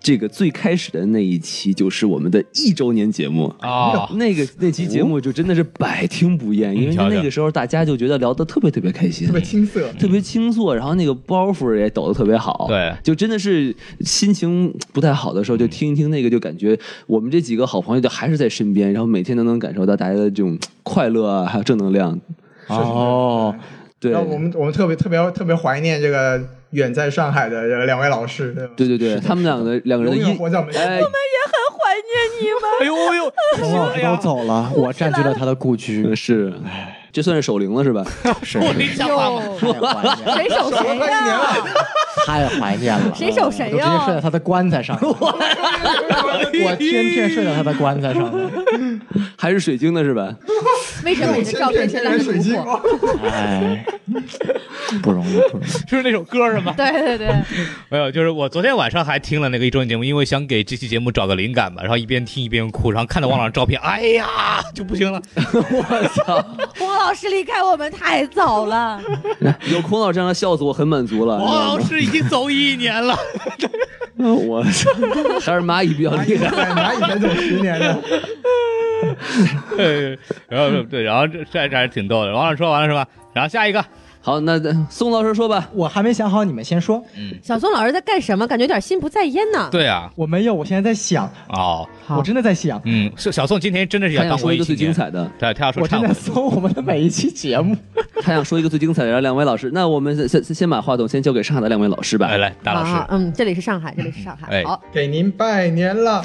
Speaker 11: 这个最开始的那一期就是我们的一周年节目
Speaker 10: 啊，
Speaker 11: 那个那期节目就真的是百听不
Speaker 10: 嗯
Speaker 11: 厌，因为那个时候大家就觉得聊得特别特别开心，
Speaker 4: 特别青涩，
Speaker 11: 特别轻松，然后那个包袱也抖得特别好，
Speaker 10: 对，
Speaker 11: 就真的是心情不太好的时候就听一听那个，就感觉我们这几个好朋友就还是在身边，然后每天都能感受到大家的这种快乐啊，还有正能量。
Speaker 4: 哦，
Speaker 11: 对，
Speaker 4: 然后我们我们特别特别特别怀念这个远在上海的这两位老师，对吧？
Speaker 11: 对对对，他们两个两个人的
Speaker 4: 永远
Speaker 11: 音
Speaker 4: 活在我们心
Speaker 11: 哎
Speaker 4: 里
Speaker 14: 我们也很怀念你们。
Speaker 5: 孔
Speaker 10: 哎呦哎呦， *laughs*
Speaker 5: 老师都走了，我占据了他的故居。
Speaker 11: 呃是，这算是守灵了是吧？
Speaker 5: *laughs* 是
Speaker 10: 我理想法吗？
Speaker 12: 谁守谁呀、
Speaker 11: *laughs*
Speaker 5: 太怀念了，
Speaker 12: 谁守谁
Speaker 5: 我都直
Speaker 12: 呀
Speaker 5: 接睡在他的棺材 *laughs* 上了，我天天睡在他的棺材上了。
Speaker 11: 还是水晶的是吧？
Speaker 12: *laughs* 为什么你的照片现在很
Speaker 4: 水
Speaker 12: 迷
Speaker 4: 晶
Speaker 12: 惑？
Speaker 5: *laughs* 哎，不容易，不容易。
Speaker 10: 就是那首歌是吗？
Speaker 12: 对对对，
Speaker 10: 没有，就是我昨天晚上还听了那个一周年节目，因为想给这期节目找个灵感嘛，然后一边听一边哭，然后看到汪老师照片，哎呀就不行了，
Speaker 11: 我操！
Speaker 12: 郭老师离开我们太早了，
Speaker 11: *laughs* 有孔老师让他笑死我，很满足了。
Speaker 10: 汪老师已经走一年了，
Speaker 11: *laughs* 我 *laughs* 操，还是蚂蚁比较厉害。
Speaker 4: 蚂蚁赶走十年的，
Speaker 10: 对，然后对，然后这这这还是挺逗的。汪老师说完了是吧？然后下一个，
Speaker 11: 好，那那宋老师说吧。
Speaker 5: 我还没想好，你们先说。
Speaker 12: 小宋老师在干什么？感觉有点心不在焉呢。
Speaker 10: 对啊，
Speaker 5: 我没有，我现在在想，
Speaker 10: 哦，
Speaker 5: 我真的在想，
Speaker 10: 嗯，是小宋今天真的是要
Speaker 11: 他想
Speaker 10: 当
Speaker 11: 说一个最精彩
Speaker 10: 的，
Speaker 11: 的，
Speaker 10: 对，他要说
Speaker 5: 我
Speaker 10: 忏
Speaker 5: 正在
Speaker 10: 悔，
Speaker 5: 搜我们的每一期节
Speaker 10: *laughs*
Speaker 5: 目。
Speaker 11: 他想说一个最精彩的。然后两位老师，那我们先先先把话筒先交给上海的两位老师吧。
Speaker 10: 来来，大老
Speaker 12: 啊
Speaker 10: 师，，
Speaker 12: 嗯，这里是上海，这里是上
Speaker 10: 哎
Speaker 12: 海。好，
Speaker 4: 给您拜年
Speaker 10: *laughs*
Speaker 4: 了。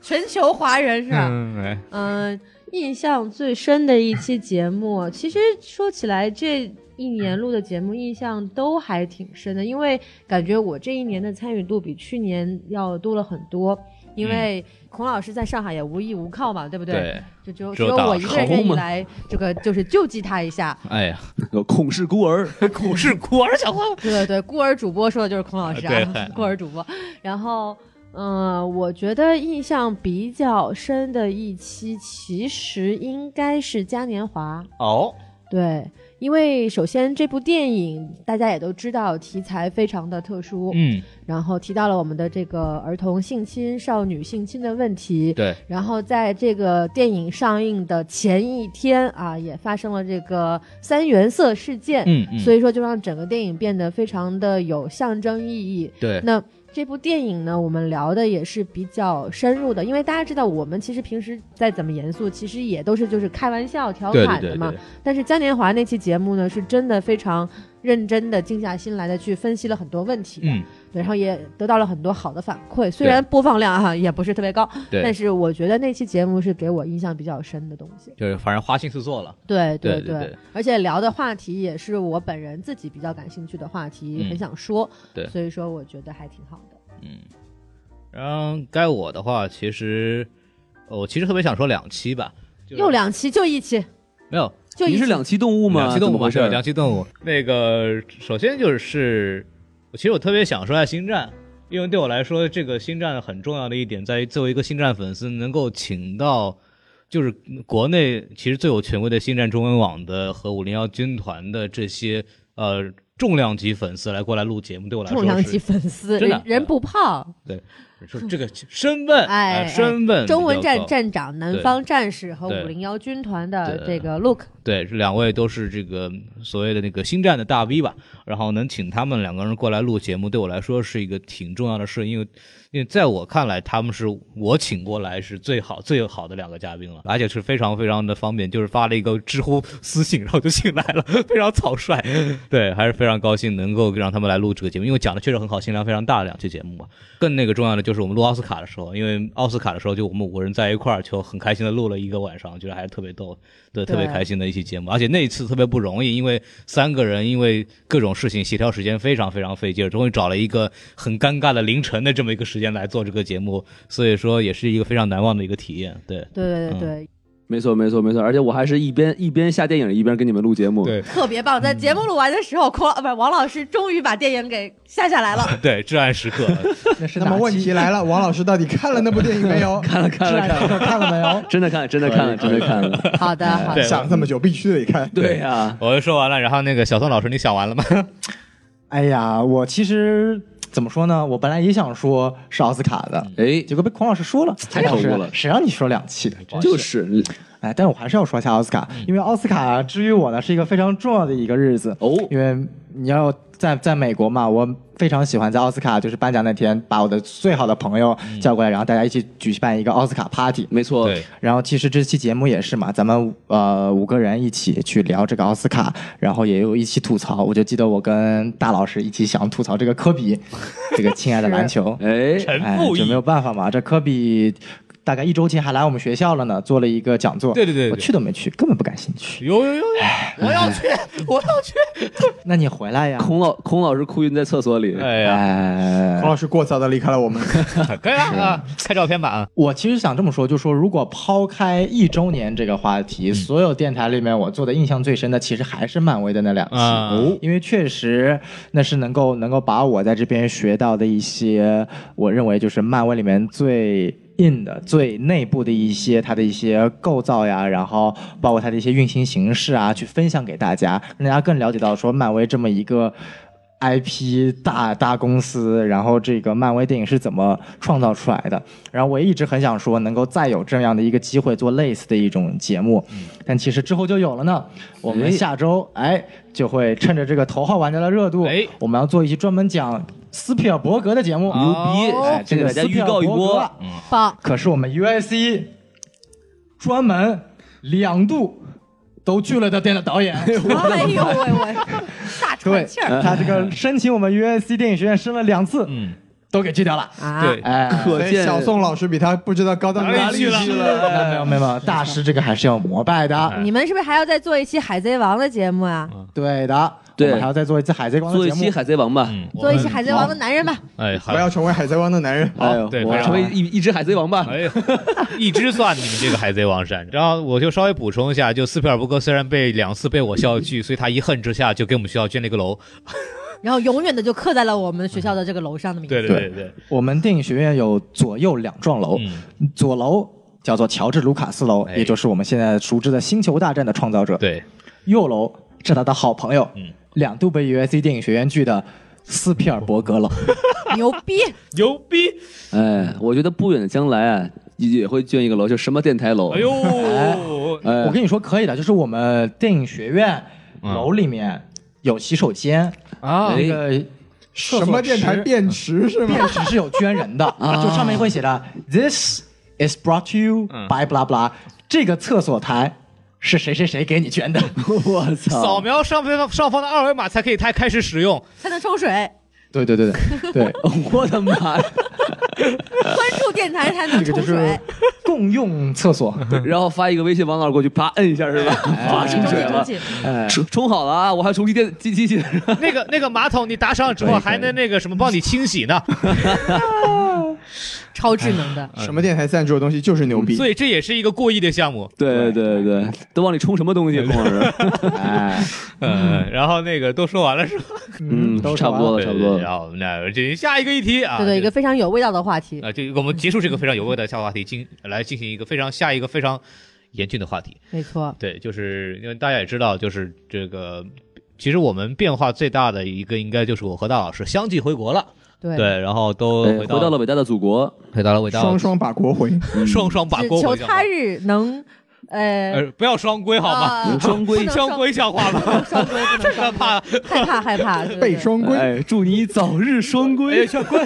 Speaker 12: 全球华人是啊吧？
Speaker 10: 嗯，哎
Speaker 12: 嗯，印象最深的一期节目，其实说起来这一年录的节目印象都还挺深的，因为感觉我这一年的参与度比去年要多了很多。因为孔老师在上海也无依无靠嘛，对不
Speaker 10: 对？
Speaker 12: 就只有
Speaker 10: 只
Speaker 12: 只
Speaker 10: 有
Speaker 12: 有
Speaker 10: 大老
Speaker 12: 我
Speaker 10: 师
Speaker 12: 一个人
Speaker 11: 好
Speaker 12: 愿意
Speaker 11: 嘛
Speaker 12: 来，这个就是救济他一下。
Speaker 10: 哎呀，
Speaker 11: 有孔氏孤儿，
Speaker 10: 股市孤儿小花，
Speaker 12: *laughs* 对对对，孤儿主播说的就是孔老师
Speaker 10: 对
Speaker 12: 啊，孤儿主播。然后，嗯、我觉得印象比较深的一期，其实应该是嘉年华。
Speaker 10: 哦，
Speaker 12: 对，因为首先这部电影大家也都知道，题材非常的特殊，，
Speaker 10: 嗯，
Speaker 12: 然后提到了我们的这个儿童性侵、少女性侵的问题，
Speaker 10: *laughs* 对，
Speaker 12: 然后在这个电影上映的前一天啊，也发生了这个三原色事件，
Speaker 10: 嗯嗯
Speaker 12: 所以说就让整个电影变得非常的有象征意义。
Speaker 10: 对
Speaker 12: 那这部电影呢，我们聊的也是比较深入的，因为大家知道我们其实平时再怎么严肃，其实也都是就是开玩笑、调
Speaker 10: 对
Speaker 12: 侃
Speaker 10: 对
Speaker 12: 的
Speaker 10: 对
Speaker 12: 嘛。
Speaker 10: 对
Speaker 12: 但是嘉年华那期节目呢，是真的非常认真的、静下心来的去分析了很多问题的。
Speaker 10: 嗯，
Speaker 12: 对然后也得到了很多好的反馈，虽然播放量啊也不是特别高，
Speaker 10: 对
Speaker 12: 但是我觉得那期节目是给我印象比较深的东西。
Speaker 10: 就是反正花心思做了，
Speaker 12: 对对，
Speaker 10: 对对对
Speaker 12: 而且聊的话题也是我本人自己比较感兴趣的话题，
Speaker 10: 嗯
Speaker 12: 很想说，
Speaker 10: 对
Speaker 12: 所以说我觉得还挺好的。
Speaker 10: 然后该我的话，其实呃我其实特别想说两期吧，就是
Speaker 12: 又两期就一期，
Speaker 10: 没有
Speaker 12: 就一
Speaker 11: 你
Speaker 12: 期
Speaker 11: 是两栖动物吗？
Speaker 10: 两栖动物
Speaker 11: 怎么回
Speaker 10: 对两
Speaker 11: 事？
Speaker 10: 栖动物。那个首先就是，其实我特别想说一下星战，因为对我来说，这个星战很重要的一点在于，作为一个星战粉丝，能够请到就是国内其实最有权威的星战中文网的和五零幺军团的这些呃重量级粉丝来过来录节目，对我来说
Speaker 12: 重量
Speaker 10: 是
Speaker 12: 级粉丝，
Speaker 10: 真的
Speaker 12: 人人不胖，
Speaker 10: 对，说这个身份，
Speaker 12: 哎，
Speaker 10: 呃身份比较
Speaker 12: 中文站
Speaker 10: 高
Speaker 12: 站长、南
Speaker 10: 对
Speaker 12: 方战士和
Speaker 10: 对
Speaker 12: 五零幺军团的
Speaker 10: 对
Speaker 12: 这个 look，
Speaker 10: 对，这两位都是这个所谓的那个星战的大 V 吧，然后能请他们两个人过来录节目，对我来说是一个挺重要的事，因为因为在我看来，他们是我请过来是最好最好的两个嘉宾了，而且是非常非常的方便，就是发了一个知乎私信，然后就请来了，非常草率， *laughs* 对，还是非常高兴能够让他们来录这个节目，因为讲的确实很好，信息量非常大的两期节目嘛。更那个重要的就是我们录奥斯卡的时候，因为奥斯卡的时候就我们五个人在一块儿，就很开心的录了一个晚上，觉得还是特别逗，对，特别
Speaker 12: 对
Speaker 10: 开心的一期节目。而且那一次特别不容易，因为三个人因为各种事情协调时间非常非常费劲儿，终于找了一个很尴尬的凌晨的这么一个时间来做这个节目，所以说也是一个非常难忘的一个体验。对，
Speaker 12: 对对对对，
Speaker 11: 没错没错没错，而且我还是一边一边下电影一边跟你们录节目。
Speaker 10: 对 *laughs*
Speaker 12: 特别棒。在节目录完的时候，孔老不是王老师终于把电影给下下来了。
Speaker 10: 对，至暗时
Speaker 11: *laughs*
Speaker 10: 刻，
Speaker 5: 那是
Speaker 4: 那么
Speaker 5: 哪
Speaker 4: 问
Speaker 5: 期？
Speaker 4: 题来
Speaker 10: *laughs*
Speaker 4: 了，王老师到底看了那部电影没有？
Speaker 11: *laughs* 看了看了看了，
Speaker 5: 看了没
Speaker 10: *laughs*
Speaker 5: 有？
Speaker 11: *laughs* 真的看了真的看了真的看了。哎
Speaker 12: 好的，好的
Speaker 10: 对，
Speaker 4: 想了这么久，必须得看。
Speaker 11: 对啊呀，
Speaker 10: 我就说完了，然后那个小宋老师，你想完了吗？
Speaker 5: 哎呀，我其实怎么说呢？我本来也想说是奥斯卡的，
Speaker 11: 哎，
Speaker 5: 结果被孔老师说了，
Speaker 11: 太可恶了
Speaker 5: 孔老师谁让你说两期的？真，
Speaker 11: 就是嗯
Speaker 5: 哎，但是我还是要说一下奥斯卡，因为奥斯卡之于我呢是一个非常重要的一个日子
Speaker 11: 哦，
Speaker 5: 因为你要在在美国嘛，我非常喜欢在奥斯卡就是颁奖那天把我的最好的朋友叫过来，然后大家一起举办一个奥斯卡 party，
Speaker 11: 嗯没错，
Speaker 5: 然后其实这期节目也是嘛，咱们呃五个人一起去聊这个奥斯卡，然后也有一起吐槽。我就记得我跟大老师一起想吐槽这个
Speaker 11: *laughs*
Speaker 5: 科比，这个亲爱的篮球，
Speaker 11: 哎，
Speaker 5: 哎，这没有办法嘛，这科比。大概一周前还来我们学校了呢，做了一个讲座。
Speaker 10: 对对对对
Speaker 5: 我去都没去，根本不感兴趣。
Speaker 10: 有有有，
Speaker 5: 我要去，
Speaker 10: 我要去。
Speaker 5: 那你回来呀？
Speaker 11: 孔老孔老师哭晕在厕所里。
Speaker 10: 哎呀，
Speaker 4: 孔老师过早的离开了我们。
Speaker 10: *laughs* 可以啊啊，开照片吧啊。
Speaker 5: 我其实想这么说，就说如果抛开一周年这个话
Speaker 10: 嗯
Speaker 5: 题，所有电台里面我做的印象最深的，其实还是漫威的那两期，哦
Speaker 10: 啊
Speaker 5: 因为确实那是能够能够把我在这边学到的一些，我认为就是漫威里面最。硬的最内部的一些它的一些构造呀，然后包括它的一些运行形式啊，去分享给大家，让大家更了解到说漫威这么一个 IP 大大公司，然后这个漫威电影是怎么创造出来的。然后我也一直很想说，能够再有这样的一个机会做类似的一种节目，但其实之后就有了呢。我们下周哎就会趁着这个头号玩家的热度，我们要做一期专门讲。斯皮尔伯格的节目
Speaker 11: 哎牛逼哦
Speaker 5: 哎这
Speaker 11: 这
Speaker 5: 个
Speaker 11: 个大家预告一波
Speaker 5: 斯皮尔伯格
Speaker 11: 嗯
Speaker 12: 棒！
Speaker 5: 可是我们 USC 专门两度都拒了的电的导演，
Speaker 12: 哎呦喂喂，大
Speaker 5: 对
Speaker 12: 喘气
Speaker 10: 嗯
Speaker 12: 儿，
Speaker 5: 他这
Speaker 11: *laughs*
Speaker 5: 个申请我们 USC 电影学院申了两次，嗯， *laughs* 都给拒掉了。
Speaker 4: 对
Speaker 5: 哎，
Speaker 4: 可见小宋老师比他不知道高到哪里去了。
Speaker 5: 没有没有
Speaker 11: 哎
Speaker 5: 没有，大师这个还是要膜拜的。
Speaker 12: 你们是不是还要再做一期《海贼王》的节目啊？
Speaker 5: 对的，
Speaker 11: 对
Speaker 5: 我们还要再做一次海贼王的
Speaker 11: 做
Speaker 5: 节
Speaker 11: 一
Speaker 5: 目。嗯
Speaker 11: 期海贼王吧，
Speaker 12: 做一期《海贼王》的男人吧。
Speaker 10: 哎，
Speaker 4: 我要成为海贼王的男人。
Speaker 11: 哎呦，
Speaker 10: 对
Speaker 11: 我
Speaker 10: 非常
Speaker 11: 成为
Speaker 10: 好
Speaker 11: 一一只海贼王吧。
Speaker 10: 哎呦，一只 *laughs* 算你们这个海贼王山。然后我就稍微补充一下，就斯皮尔伯格虽然被两次被我校拒，所以他一恨之下就给我们学校捐了一
Speaker 11: *laughs*
Speaker 10: 个楼。
Speaker 12: 然后永远的就刻在了我们学校的这个楼上的名字。
Speaker 10: 对对对对，嗯
Speaker 5: 我们电影学院有左右两幢楼，左楼叫做乔治·卢卡斯楼，也就是我们现在熟知的《星球大战》的创造者。
Speaker 10: 哎对，嗯
Speaker 5: 右楼是他的好朋友，两度被 USC 电影学院拒的斯皮尔伯格楼。
Speaker 12: 牛逼！
Speaker 10: 牛逼！
Speaker 11: 哎，我觉得不远的将来啊，也也会捐一个楼，就什么电台楼。
Speaker 10: 哎呦，
Speaker 5: *laughs*
Speaker 11: 哎
Speaker 5: 我跟你说可以的，就是我们电影学院楼里面有洗手间
Speaker 10: 啊
Speaker 5: 那个。
Speaker 4: 哎什么电台
Speaker 5: 电
Speaker 4: 池是吗
Speaker 5: 嗯电池是有捐人的，
Speaker 4: 啊
Speaker 5: 就上面会写着 “This is brought to you by blah blah”，这个厕所台是谁谁谁给你捐的。 *laughs*
Speaker 11: 我
Speaker 10: 扫！描上方上方的二维码才可以开开始
Speaker 11: *laughs*
Speaker 10: 使用。
Speaker 12: 才能抽水，
Speaker 5: 对对对对
Speaker 12: *laughs*
Speaker 5: 对，
Speaker 11: 我的妈！
Speaker 12: 关注电台才能
Speaker 5: 这
Speaker 12: 抽
Speaker 5: 个就
Speaker 12: 水
Speaker 5: 是。共用厕所，
Speaker 11: *laughs* 然后发一个微信，王老师过去啪摁一下是吧？发出水了
Speaker 12: 中气中气，
Speaker 5: 哎
Speaker 11: 冲冲好了啊！我还重新电机机器。
Speaker 10: 那个那个马桶你打赏之后还能那个什么帮你清洗
Speaker 11: *laughs*
Speaker 10: 呢，
Speaker 12: 超智能的。
Speaker 4: *laughs* 什么电台赞助的东西就是牛逼。
Speaker 10: 所以这也是一个过亿的项目。
Speaker 11: 对对对，都往里冲什么东西，孔老
Speaker 10: *laughs*
Speaker 11: 师？
Speaker 5: 哎，
Speaker 10: 嗯，然后那个都说完了是吧？
Speaker 11: 嗯，差不多了，
Speaker 10: 对
Speaker 11: 差不多
Speaker 10: 对对然
Speaker 11: 了。
Speaker 10: 后我们俩进下一个议题啊，
Speaker 12: 对对，一个非常有味道的话题。
Speaker 10: 啊，这个我们结束这个非常有味的下话题，进来进行一个非常下一个非常严峻的话题。
Speaker 12: 没错，
Speaker 10: 对，就是因为大家也知道，就是这个，其实我们变化最大的一个，应该就是我和大老师相继回国了。
Speaker 12: 对
Speaker 10: 对，然后都
Speaker 11: 哎
Speaker 10: 回
Speaker 11: 回到了伟大的祖国，
Speaker 10: 回到了伟大的嗯
Speaker 4: 双双把国回，
Speaker 10: 双双把
Speaker 12: 只
Speaker 10: 锅
Speaker 12: 求
Speaker 10: 回
Speaker 12: 他日能，
Speaker 10: 呃
Speaker 12: 呃，，
Speaker 10: 不要双规好吗？ *laughs*
Speaker 12: 啊
Speaker 11: 双规
Speaker 12: 不能
Speaker 10: 双规像话吗？
Speaker 12: 双规不能双规，害怕害
Speaker 10: *laughs*
Speaker 12: 怕，对对对
Speaker 4: 归
Speaker 11: 哎，祝你早日双规，
Speaker 10: 双规。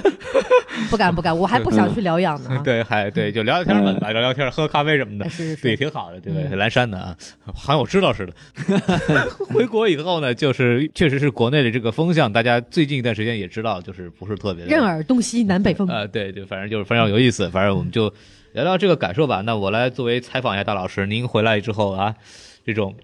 Speaker 12: 不敢不敢，我还不想去疗养呢。
Speaker 10: *laughs* 对，还对，就聊聊天嘛，聊聊天，喝咖啡什么的，
Speaker 12: 啊哎是是嗯
Speaker 10: 对，挺好的，对吧？蓝山的啊，好像我知
Speaker 12: *laughs*
Speaker 10: 道似的。 *laughs* 回国以后呢，就是确实是国内的这个风向，大家最近一段时间也知道，就是不是特别的
Speaker 12: 任尔东西南北风，
Speaker 10: 啊、对对，反正就是非常有意思。反正我们就聊聊这个感受吧。那我来作为采访一下大老师，您回来之后啊，这种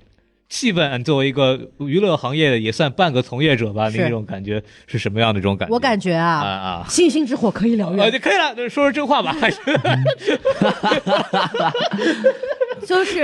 Speaker 10: 气氛，作为一个娱乐行业也算半个从业者吧，您
Speaker 12: 是
Speaker 10: 这种感觉是什么样的一种感觉？
Speaker 12: 我感觉
Speaker 10: 啊
Speaker 12: 啊，
Speaker 10: 啊。
Speaker 12: 星星之火可以燎
Speaker 10: 呃，
Speaker 12: 原
Speaker 10: 就，可以了，说说真话吧，
Speaker 12: *laughs*
Speaker 10: 还是
Speaker 12: *laughs* 就是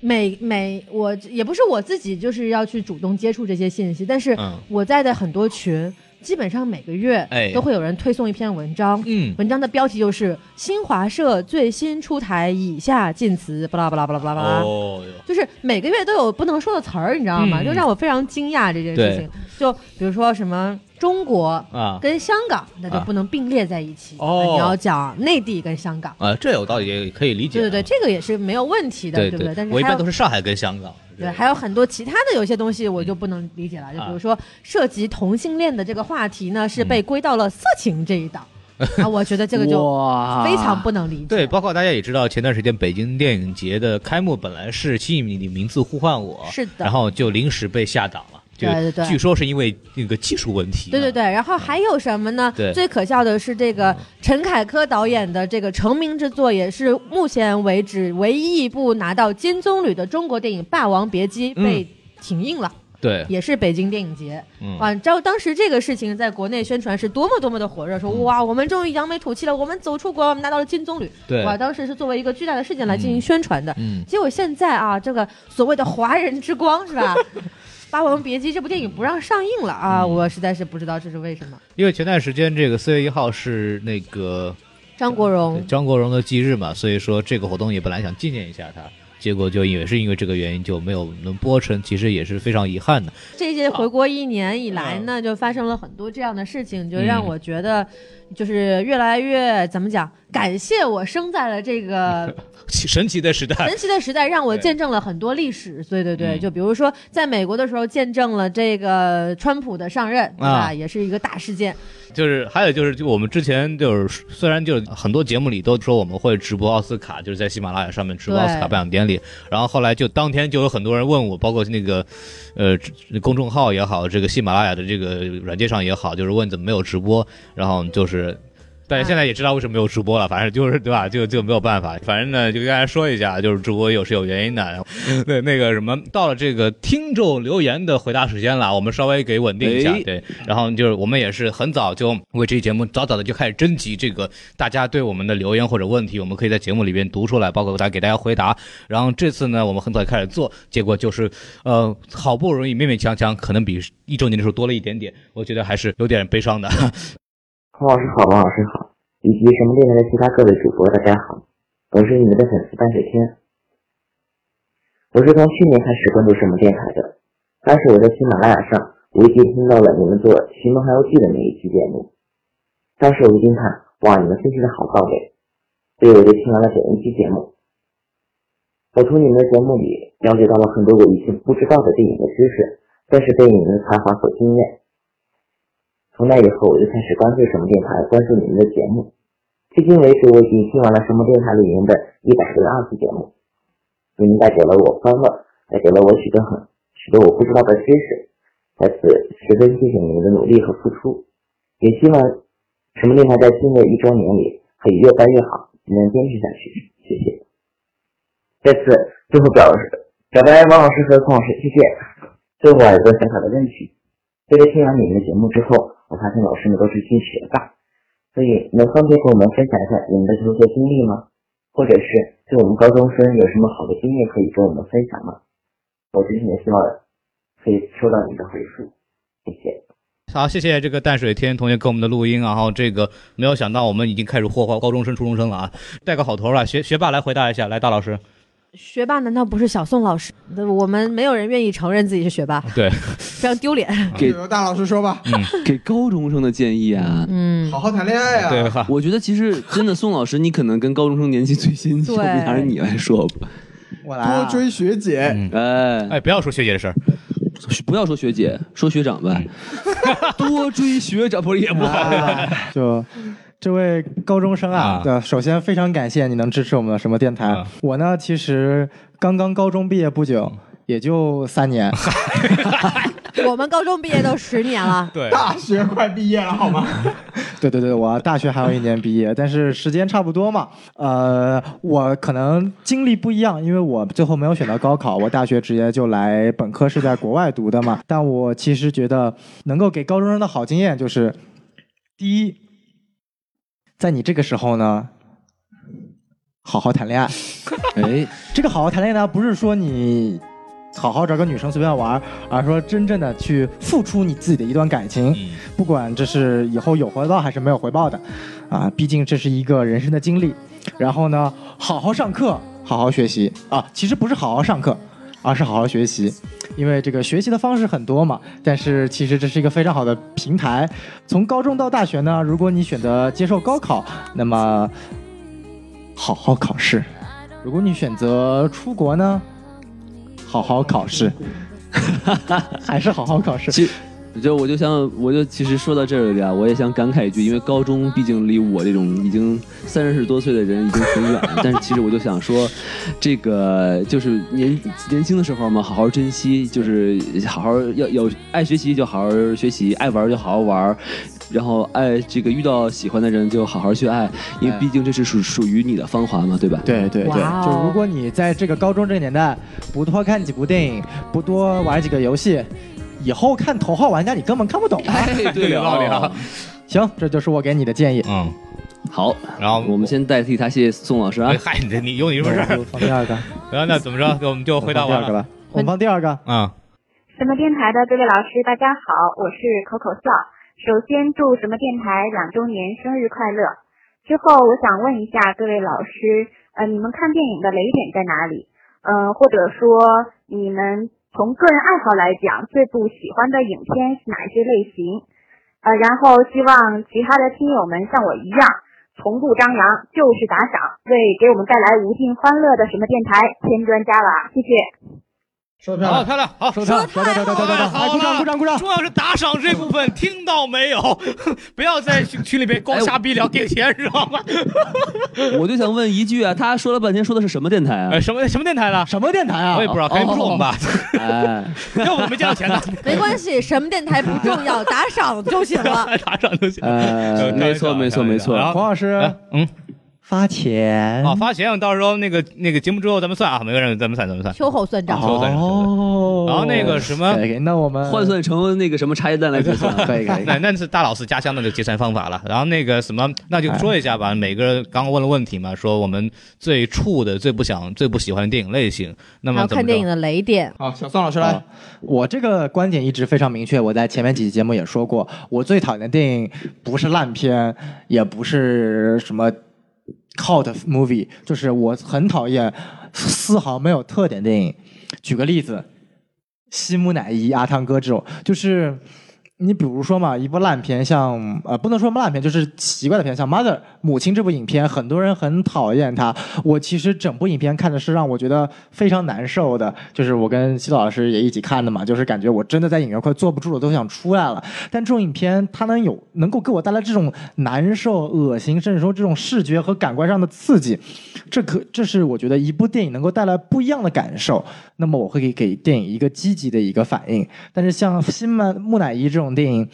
Speaker 12: 每每我也不是我自己，就是要去主动接触这些信息，但是
Speaker 10: 嗯
Speaker 12: 我在的很多群。基本上每个月
Speaker 10: 哎
Speaker 12: 都会有人推送一篇文章，
Speaker 10: 嗯
Speaker 12: 文章的标题就是新华社最新出台以下禁词，巴拉巴拉巴拉巴拉巴拉，
Speaker 10: 哦哟，
Speaker 12: 就是每个月都有不能说的词儿，你知道吗？
Speaker 10: 嗯
Speaker 12: 就让我非常惊讶这件事情。就比如说什么中国
Speaker 10: 啊
Speaker 12: 跟香港，那就
Speaker 10: 啊
Speaker 12: 不能并列在一起，
Speaker 10: 哦
Speaker 12: 你要讲内地跟香港。
Speaker 10: 啊，这有道理，也可以理解。
Speaker 12: 对对对，这个也是没有问题的，
Speaker 10: 啊对
Speaker 12: 不对？但是
Speaker 10: 我一
Speaker 12: 还
Speaker 10: 般
Speaker 12: 有
Speaker 10: 都是上海跟香港。
Speaker 12: 对，还有很多其他的有些东西我
Speaker 10: 嗯
Speaker 12: 就不能理解了，就
Speaker 10: 啊
Speaker 12: 比如说涉及同性恋的这个话题呢，
Speaker 10: 嗯
Speaker 12: 是被归到了色情这一档， *laughs* 啊，我觉得这个就
Speaker 10: 哇
Speaker 12: 非常不能理解。
Speaker 10: 对，包括大家也知道，前段时间北京电影节的开幕本来是吸引你的名字呼唤我，
Speaker 12: 是的
Speaker 10: 然后就临时被下档了，就
Speaker 12: 对对对
Speaker 10: 据说是因为那个技术问题。
Speaker 12: 对对对，然后还有什么呢？
Speaker 10: 嗯对嗯
Speaker 12: 最可笑的是，这个陈凯歌导演的这个成名之作，也是目前为止唯一一部拿到金棕榈的中国电影《霸王别姬》
Speaker 10: 嗯
Speaker 12: 被停映了。
Speaker 10: 对
Speaker 12: 也是北京电影节，
Speaker 10: 嗯
Speaker 12: 哇！你知道当时这个事情在国内宣传是多么多么的火热，说哇，我们终于扬眉吐气了，我们走出国，我们拿到了金棕榈，
Speaker 16: 对
Speaker 12: 哇！当时是作为一个巨大的事件来进行宣传的，
Speaker 16: 嗯嗯
Speaker 12: 结果现在啊，这个所谓的华人之光是吧？《霸王别姬》这部电影不让上映了啊，我实在是不知道这是为什么。
Speaker 10: 因为前段时间这个四月一号是那个
Speaker 12: 张国荣，
Speaker 10: 张国荣的忌日嘛，所以说这个活动也本来想纪念一下他，结果就也是因为这个原因就没有能播成，其实也是非常遗憾的。 *laughs*
Speaker 12: 这些回国一年以来呢，就发生了很多这样的事情，就让我觉得，就是越来越怎么讲，感谢我生在了这个
Speaker 10: 神奇的时代，
Speaker 12: *laughs* 神奇的时代，让我
Speaker 10: 对
Speaker 12: 见证了很多历史。对对对，
Speaker 10: 嗯
Speaker 12: 就比如说在美国的时候，见证了这个川普的上任，对吧？
Speaker 10: 啊
Speaker 12: 也是一个大事件。
Speaker 10: 就是还有就是，就我们之前就是虽然就是很多节目里都说我们会直播奥斯卡，就是在喜马拉雅上面直播
Speaker 12: 对
Speaker 10: 奥斯卡颁奖典礼，然后后来就当天就有很多人问我，包括那个呃公众号也好，这个喜马拉雅的这个软件上也好，就是问怎么没有直播，然后就是。大家现在也知道为什么没有直播了，反正就是对吧？就就没有办法。反正呢，就跟大家说一下，就是直播有是有原因的。 *laughs* 对，那个什么，到了这个听众留言的回答时间了，我们稍微给稳定一下。
Speaker 11: 哎
Speaker 10: 对，然后就是我们也是很早就为这期节目早早的就开始征集这个大家对我们的留言或者问题，我们可以在节目里边读出来，包括大家给大家回答。然后这次呢，我们很早开始做，结果就是呃，好不容易勉勉强强，可能比一周年的时候多了一点点，我觉得还是有点悲伤的。 *laughs*
Speaker 17: 孔老师好，王老师好，以及什么电台的其他各位主播，大家好，我是你们的粉丝半水天。我是从去年开始关注什么电台的，当时我在喜马拉雅上无意间听到了你们做《寻梦环游记》的那一期节目，当时我一惊叹，哇，你们分析的好到位，所以我就听完了整一期节目。我从你们的节目里了解到了很多我以前不知道的电影的知识，更是被你们的才华所惊艳。从那以后，我就开始关注什么电台，关注你们的节目。至今为止，我已经听完了什么电台里面的一百零二期节目。你们带给了我欢乐，带给了我许多很许多我不知道的知识，在此十分谢谢你们的努力和付出。也希望什么电台在新的一周年里可以越办越好，能坚持下去。谢谢。再次最后表示表白王老师和孔老师，谢谢。最后我有个小小的问题，这个听完你们的节目之后，我发现老师们都是一群学霸，所以能方便给我们分享一下你们的求学经历吗？或者是对我们高中生有什么好的经验可以跟我们分享吗？我真心的希望可以收到你的回复，谢谢。
Speaker 10: 好，谢谢这个淡水天同学给我们的录音啊，然后这个没有想到我们已经开始霍霍高中生、初中生了啊，带个好头了，学学霸来回答一下，来大老师，
Speaker 12: 学霸难道不是小宋老师？我们没有人愿意承认自己是学
Speaker 10: *laughs*
Speaker 12: 霸，
Speaker 10: 对，嗯
Speaker 12: 非常丢脸。
Speaker 11: 给
Speaker 4: *laughs* 大老师说吧，
Speaker 11: 嗯给高中生的建议啊，
Speaker 12: 嗯，
Speaker 4: 好好谈恋爱啊。
Speaker 11: 对，我觉得其实真的，宋老师，你可能跟高中生年纪最亲近，
Speaker 4: 对
Speaker 11: 要不还是你来说吧。
Speaker 4: 我来、啊多追学姐，
Speaker 11: 哎
Speaker 10: 哎，不要说学姐的事儿，
Speaker 11: 不要说学姐，说学长吧。
Speaker 10: 嗯 *laughs*
Speaker 11: 多追学长不是也不好？
Speaker 4: 哎
Speaker 5: 就这位高中生啊，对，首先非常感谢你能支持我们的什么电台。我呢，其实刚刚高中毕业不久，也就三年。
Speaker 12: 我们高中毕业都十年了，
Speaker 4: *laughs*
Speaker 10: 对
Speaker 4: 大学快毕业了好吗？
Speaker 5: 对对对，我大学还有一年毕业，但是时间差不多嘛。呃，我可能经历不一样，因为我最后没有选到高考，我大学直接就来本科是在国外读的嘛。但我其实觉得能够给高中生的好经验就是，第一，在你这个时候呢，好好谈恋爱。 *laughs*
Speaker 11: 哎，
Speaker 5: 这个好好谈恋爱呢，不是说你好好找个女生随便玩，而说真正的去付出你自己的一段感情，不管这是以后有回报还是没有回报的，啊，毕竟这是一个人生的经历。然后呢，好好上课，好好学习啊，其实不是好好上课，而是好好学习，因为这个学习的方式很多嘛。但是其实这是一个非常好的平台。从高中到大学呢，如果你选择接受高考，那么好好考试；如果你选择出国呢，好好考试，还是好好考试。
Speaker 11: 其就我就想，我就其实说到这儿里啊，我也想感慨一句，因为高中毕竟离我这种已经三十多岁的人已经很远了。但是其实我就想说，这个就是年年轻的时候嘛，好好珍惜，就是好好要要爱学习就好好学习，爱玩就好好玩，然后爱这个遇到喜欢的人就好好去爱，因为毕竟这是属属于你的芳华嘛，对吧？
Speaker 5: 对对对，
Speaker 11: 哇哦
Speaker 5: 就如果你在这个高中这个年代不多看几部电影，不多玩几个游戏，以后看《头号玩家》你根本看不懂、啊。
Speaker 11: 对有道理啊。
Speaker 5: 行，这就是我给你的建议。
Speaker 10: 嗯，
Speaker 11: 好，然后我们先代替他，谢谢宋老师啊
Speaker 10: 哎。嗨，你这你有你什么事儿？
Speaker 5: 放第二个。
Speaker 10: 然后那怎么着？那我们就回答完
Speaker 5: 我放第二个吧。嗯我们放第二个。
Speaker 10: 啊，
Speaker 16: 什么电台的各位老师，大家好，我是口口笑。首先祝什么电台两周年生日快乐。之后我想问一下各位老师，呃，你们看电影的雷点在哪里？呃，或者说你们从个人爱好来讲，最不喜欢的影片是哪一些类型？呃，然后希望其他的听友们像我一样，从不张扬，就是打赏，为给我们带来无尽欢乐的什么电台添砖加瓦，谢谢。
Speaker 5: 说漂亮，
Speaker 10: 好漂亮，好，
Speaker 5: 说漂亮，漂亮，漂亮，漂亮，
Speaker 10: 好
Speaker 5: 哎，鼓掌，鼓掌，鼓掌。
Speaker 10: 重要是打赏这部分，听到没有？不要在群群里边光瞎逼聊给钱，知道吗？
Speaker 11: 我就想问一句啊，他说了半天说的是什么电台啊？
Speaker 10: 哎什么什么电台了？
Speaker 5: 什么电台啊
Speaker 10: 我也不知道，赶紧不说我们吧。
Speaker 11: 哎，
Speaker 10: *laughs*
Speaker 5: *laughs*
Speaker 10: 要不我没见到钱呢。
Speaker 12: 没关系，什么电台不重要，打赏就行了。
Speaker 10: *laughs* 打赏就行。
Speaker 11: 呃，没错，没错，没错。
Speaker 10: 然后
Speaker 5: 黄老师，
Speaker 10: 嗯，
Speaker 5: 发钱
Speaker 10: 啊，发钱，到时候那个那个节目之后咱们算啊，每个人咱们算，
Speaker 5: *laughs*
Speaker 10: 咱们算。
Speaker 12: 秋后算账。
Speaker 10: 秋后算账
Speaker 5: 哦
Speaker 10: 然后那个什么
Speaker 5: 可以可以那我们
Speaker 11: 换算成那个什么茶叶蛋来计啊算，
Speaker 10: 那那是大老师家乡的那个结算方法了。然后那个什么，那就说一下吧。每个人刚刚问了问题嘛，说我们最怵的、最不想、最不喜欢的电影类型。那
Speaker 12: 还
Speaker 10: 么
Speaker 12: 有
Speaker 10: 怎么
Speaker 12: 看
Speaker 10: 着
Speaker 12: 电影的雷
Speaker 4: 哦
Speaker 12: 点。
Speaker 5: 好，小宋老师来。啊我这个观点一直非常明确，我在前面几期节目也说过，我最讨厌的电影不是烂片，也不是什么 cult movie，就是我很讨厌丝毫没有特点的电影。举个例子，西木乃伊、阿汤哥这种，就是你比如说嘛，一部烂片像，呃，不能说烂片，就是奇怪的片，像《Mother》母亲这部影片，很多人很讨厌它。我其实整部影片看的是让我觉得非常难受的，就是我跟西老师也一起看的嘛，就是感觉我真的在影院快坐不住了，都想出来了。但这种影片它能有能够给我带来这种难受、恶心，甚至说这种视觉和感官上的刺激，这可这是我觉得一部电影能够带来不一样的感受。那么我会给给电影一个积极的一个反应。但是像新漫木乃伊这种电影，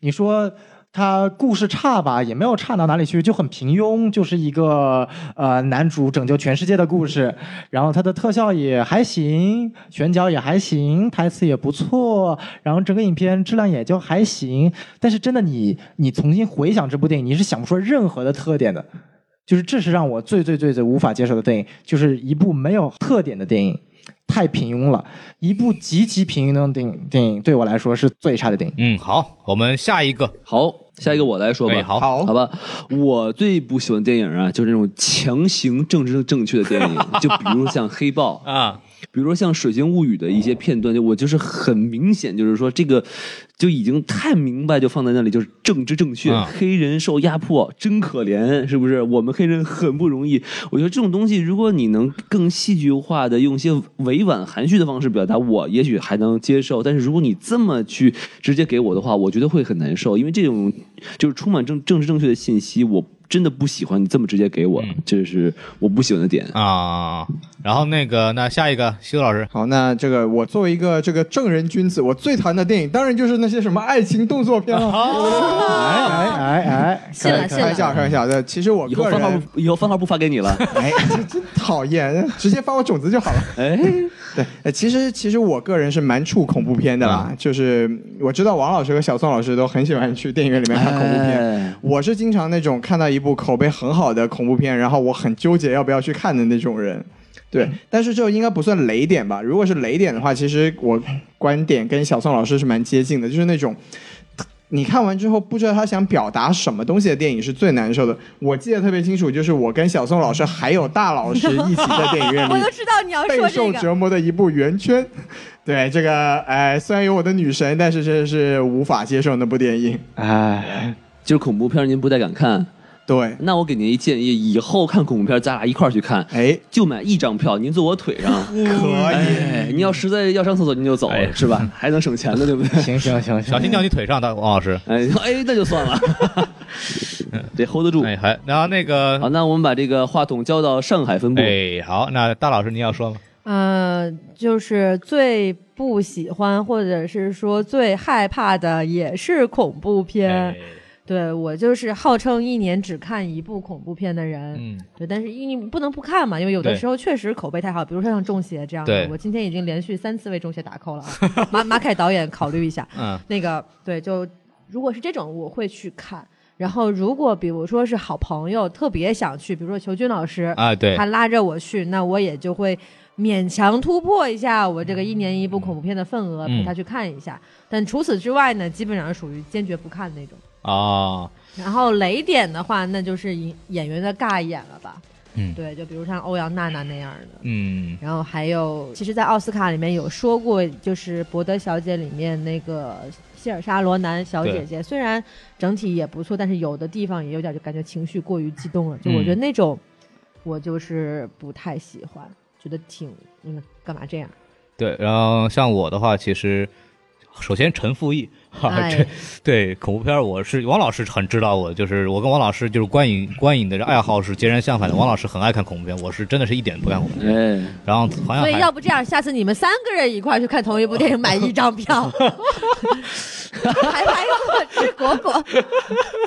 Speaker 5: 你说它故事差吧，也没有差到哪里去，就很平庸，就是一个呃男主拯救全世界的故事。然后它的特效也还行，选角也还行，台词也不错，然后整个影片质量也就还行。但是真的你你重新回想这部电影，你是想不出任何的特点的。就是这是让我最最最最无法接受的电影，就是一部没有特点的电影，太平庸了。一部极其平庸的电影，电影对我来说是最差的电影。
Speaker 10: *laughs* 嗯，好，我们下一个，
Speaker 11: 好，下一个我来说吧。
Speaker 10: 哎好
Speaker 11: 好，
Speaker 10: 好
Speaker 11: 吧。我最不喜欢电影啊，就是那种强行政治正确的电影，就比如像《黑豹》
Speaker 10: 啊，
Speaker 11: 比如说像《水星物语》的一些片段，就我就是很明显，就是说这个就已经太明白，就放在那里，就是政治正确，
Speaker 10: 啊
Speaker 11: 黑人受压迫真可怜，是不是？我们黑人很不容易。我觉得这种东西，如果你能更戏剧化的用一些委婉含蓄的方式表达，我也许还能接受。但是如果你这么去直接给我的话，我觉得会很难受，因为这种就是充满政政治正确的信息，我真的不喜欢你这么直接给我，
Speaker 10: 嗯
Speaker 11: 这是我不喜欢的点
Speaker 10: 啊。然后那个，那下一个，西多老师，
Speaker 4: 好，那这个我作为一个这个正人君子，我最讨厌的电影当然就是那些什么爱情动作片了。哎哎
Speaker 5: 哎哎，
Speaker 11: 信了
Speaker 4: 开
Speaker 11: 信了
Speaker 4: 开玩笑开玩笑的，其实我
Speaker 11: 以后
Speaker 4: 个
Speaker 11: 番号
Speaker 4: 人
Speaker 11: 不以后番号不发给你了。
Speaker 4: 哎，这真讨厌，直接发我种子就好了。
Speaker 11: *laughs* 哎，
Speaker 4: 对，呃其实其实我个人是蛮怵恐怖片的
Speaker 11: 嗯
Speaker 4: 啦，就是我知道王老师和小宋老师都很喜欢去电影院里面看恐怖片，
Speaker 11: 哎
Speaker 4: 我是经常那种看到一部口碑很好的恐怖片，然后我很纠结要不要去看的那种人。
Speaker 14: 嗯
Speaker 4: 对，但是这应该不算雷点吧？如果是雷点的话，其实我观点跟小宋老师是蛮接近的，就是那种你看完之后不知道他想表达什么东西的电影是最难受的。我记得特别清楚，就是我跟小宋老师还有大
Speaker 14: *laughs*
Speaker 4: 老师一起在电影院里，
Speaker 14: 我就知道你要
Speaker 4: 备
Speaker 14: 说
Speaker 4: 受
Speaker 14: 这
Speaker 4: 折
Speaker 14: 个。
Speaker 4: 磨的一部《圆圈》。 *laughs* 对这个，哎，虽然有我的女神，但是这是无法接受那部电影。 *laughs*
Speaker 11: 哎，就是恐怖片儿您不太敢看。
Speaker 4: 对，
Speaker 11: 那我给您一建议，以后看恐怖片儿，咱俩一块儿去看。
Speaker 4: 哎，
Speaker 11: 就买一张票，您坐我腿上。可以。您要实在要上厕所，您就走，是吧？还能省钱呢，对不对？
Speaker 5: 行行行，
Speaker 10: 哎嗯 *laughs* 小心掉你腿上，大王老师。
Speaker 11: 哎哎，那就算
Speaker 10: *laughs*
Speaker 11: 了，得 hold 得住。哎，
Speaker 10: 还然后那个，
Speaker 11: 好，那我们把这个话筒交到上海分部。
Speaker 10: 哎，好，那大老师您要说吗？
Speaker 12: 呃，就是最不喜欢或者是说最害怕的也是恐怖片。
Speaker 14: 哎
Speaker 12: 对我就是号称一年只看一部恐怖片的人，
Speaker 10: 嗯，
Speaker 12: 对，但是一你不能不看嘛，因为有的
Speaker 10: 对
Speaker 12: 时候确实口碑太好，比如说像《中邪》这样的
Speaker 10: 对，
Speaker 12: 我今天已经连续三次为《中邪》打 call 了啊。马马凯导演考虑一下，
Speaker 10: 嗯
Speaker 12: 那个对，就如果是这种，我会去看。然后如果比如说是好朋友特别想去，比如说裘军老师
Speaker 10: 啊对
Speaker 12: 他拉着我去，那我也就会勉强突破一下我这个一年一部恐怖片的份额，
Speaker 10: 嗯
Speaker 12: 陪他去看一下。但除此之外呢，基本上属于坚决不看那种。
Speaker 10: 哦，
Speaker 12: 然后雷点的话，那就是演演员的尬演了吧？
Speaker 10: 嗯
Speaker 12: 对，就比如像欧阳娜娜那样的。
Speaker 10: 嗯，
Speaker 12: 然后还有，其实，在奥斯卡里面有说过，就是《博德小姐》里面那个希尔莎·罗南小姐姐，虽然整体也不错，但是有的地方也有点就感觉情绪过于激动了。就
Speaker 10: 嗯
Speaker 12: 我觉得那种，我就是不太喜欢，觉得挺嗯，干嘛这样？
Speaker 10: 对，然后像我的话，其实首先陈复义， *laughs* 哈、
Speaker 12: 哎
Speaker 10: 这对恐怖片儿我是王老师很知道我，就是我跟王老师就是观影观影的爱好是截然相反的。王老师很爱看恐怖片，我是真的是一点不看恐怖片。
Speaker 11: 哎，
Speaker 10: 然后好像
Speaker 12: 所以
Speaker 10: 还
Speaker 12: 要不这样，下次你们三个人一块儿去看同一部电影，买一张
Speaker 10: *laughs*
Speaker 12: 票，还排坐吃果
Speaker 10: *laughs* 啊
Speaker 12: 果。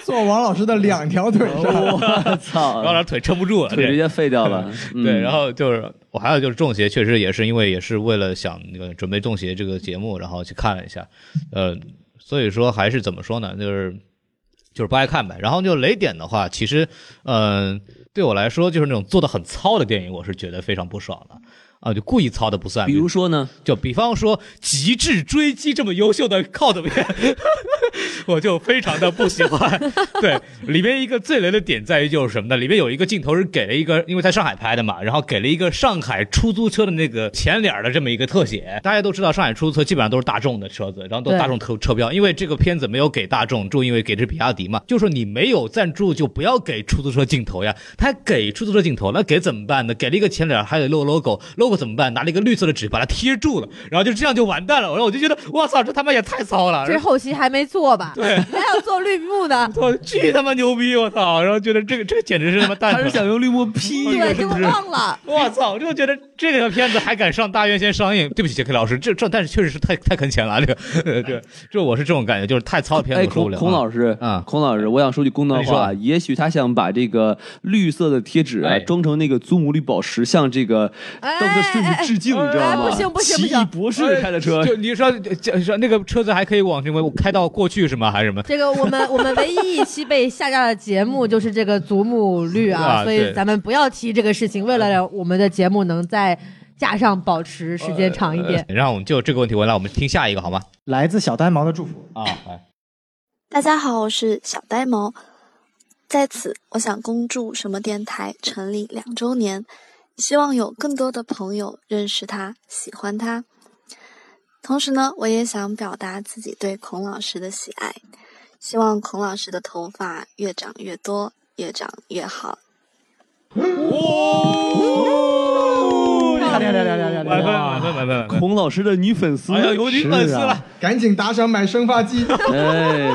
Speaker 4: 坐王老师的两条腿
Speaker 14: 哦
Speaker 4: 上，
Speaker 11: 我操，
Speaker 10: 王老师腿撑不住了，
Speaker 11: 腿
Speaker 10: 对。
Speaker 11: 直接废掉了
Speaker 10: *laughs* 对，然后就是我还有就是中邪，确实也是因为也是为了想那个准备中邪这个节目，然后去看了一下，呃，所以说还是怎么说呢，就是就是不爱看呗。然后就雷点的话，其实嗯、呃对我来说就是那种做的很糙的电影，我是觉得非常不爽的。啊，就故意糙的不算。比如
Speaker 11: 说呢，
Speaker 10: 就比方说《极致追击》这么优秀的 cult 片，我就非常的不喜欢。 *laughs* 对，里面一个最雷的点在于就是什么呢？里面有一个镜头是给了一个，因为在上海拍的嘛，然后给了一个上海出租车的那个前脸的这么一个特写。大家都知道，上海出租车基本上都是大众的车子，然后都是
Speaker 11: 对
Speaker 10: 大众车车标，因为这个片子没有给大众，就因为给的是比亚迪嘛，就说你没有赞助就不要给出租车镜头呀。他给出租车镜头，那给怎么办呢？给了一个前脸，还得露 logo，logo 怎么办？拿了一个绿色的纸把它贴住了，然后就这样就完蛋了。然后我就觉得，我操，这他妈也太糙了。
Speaker 12: 这是后期还没做吧？
Speaker 10: 对
Speaker 12: 还要做绿幕呢。
Speaker 10: 我巨他妈牛逼，我操！然后觉得这个这个简直是他妈蛋疼。
Speaker 11: 他是想用绿幕
Speaker 10: *laughs*
Speaker 11: P
Speaker 12: 对，给我忘了。
Speaker 10: 我操！我就觉得这个片子还敢上大院线上映，对不起杰克老师，这这但是确实是太太坑钱了，这个 *laughs* 呃对，这我是这种感觉，就是太糙的片
Speaker 11: 哎，
Speaker 10: 子我受不
Speaker 11: 孔
Speaker 10: 了啊。
Speaker 11: 孔老师，孔老师，我想说句公道
Speaker 10: 你说
Speaker 11: 话，也许他想把这个绿色的贴纸啊
Speaker 10: 哎
Speaker 11: 装成那个祖母绿宝石，向这个
Speaker 12: 哎
Speaker 11: 道德顺序致敬，你知道吗？
Speaker 12: 不行不行不
Speaker 11: 奇异
Speaker 12: 行，
Speaker 11: 博士开的车，
Speaker 10: 哎就你说，就说那个车子还可以往什么开到过去是吗？还是什么？
Speaker 12: 这个我
Speaker 15: *laughs*
Speaker 12: 们我们唯一一期被下架的节目就是这个祖母绿啊，
Speaker 10: 啊
Speaker 12: 所以
Speaker 10: 对
Speaker 12: 咱们不要提这个事情。为了我们的节目能在架上保持时间长一点，
Speaker 10: 呃然后我们就这个问题回来，我们听下一个好吗？
Speaker 5: 来自小呆毛的祝福
Speaker 10: 啊，来
Speaker 18: 大家好，我是小呆毛。在此，我想恭祝什么电台成立两周年，希望有更多的朋友认识他、喜欢他。同时呢，我也想表达自己对孔老师的喜爱，希望孔老师的头发越长越多，越长越好。
Speaker 12: 哎
Speaker 10: 晚分晚分晚分，
Speaker 11: 孔老师的女粉丝，
Speaker 10: 哎呀有女粉丝了是啊，
Speaker 4: 赶紧打赏买生发剂。
Speaker 11: 哎，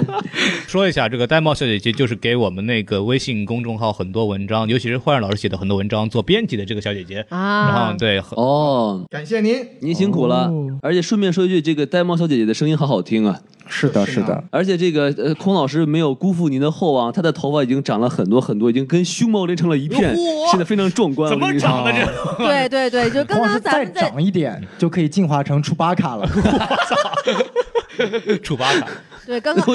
Speaker 10: 说一下这个呆猫小姐姐，就是给我们那个微信公众号很多文章，尤其是焕然老师写的很多文章做编辑的这个小姐姐
Speaker 12: 啊
Speaker 10: 然
Speaker 15: *laughs*
Speaker 10: 后
Speaker 15: 哎
Speaker 10: 对
Speaker 11: 哦，
Speaker 4: 感谢您，
Speaker 11: 您辛苦了。而且顺便说一句，这个呆猫小姐姐的声音好好听啊。
Speaker 5: 是的，是的。
Speaker 11: 而且这个呃，孔老师没有辜负您的厚望，她的头发已经长了很多很多，已经跟胸毛连成了一片，现在非常壮观。
Speaker 5: 怎么
Speaker 11: 我跟你说
Speaker 5: 长的这
Speaker 15: 呃
Speaker 12: 对对对，就刚
Speaker 5: 光是
Speaker 12: 刚咱
Speaker 5: 再
Speaker 12: 们在
Speaker 5: 呃长一点就可以进化成楚巴卡了。 *laughs*
Speaker 11: *laughs*
Speaker 10: 楚巴卡，
Speaker 15: *laughs*
Speaker 12: 对刚刚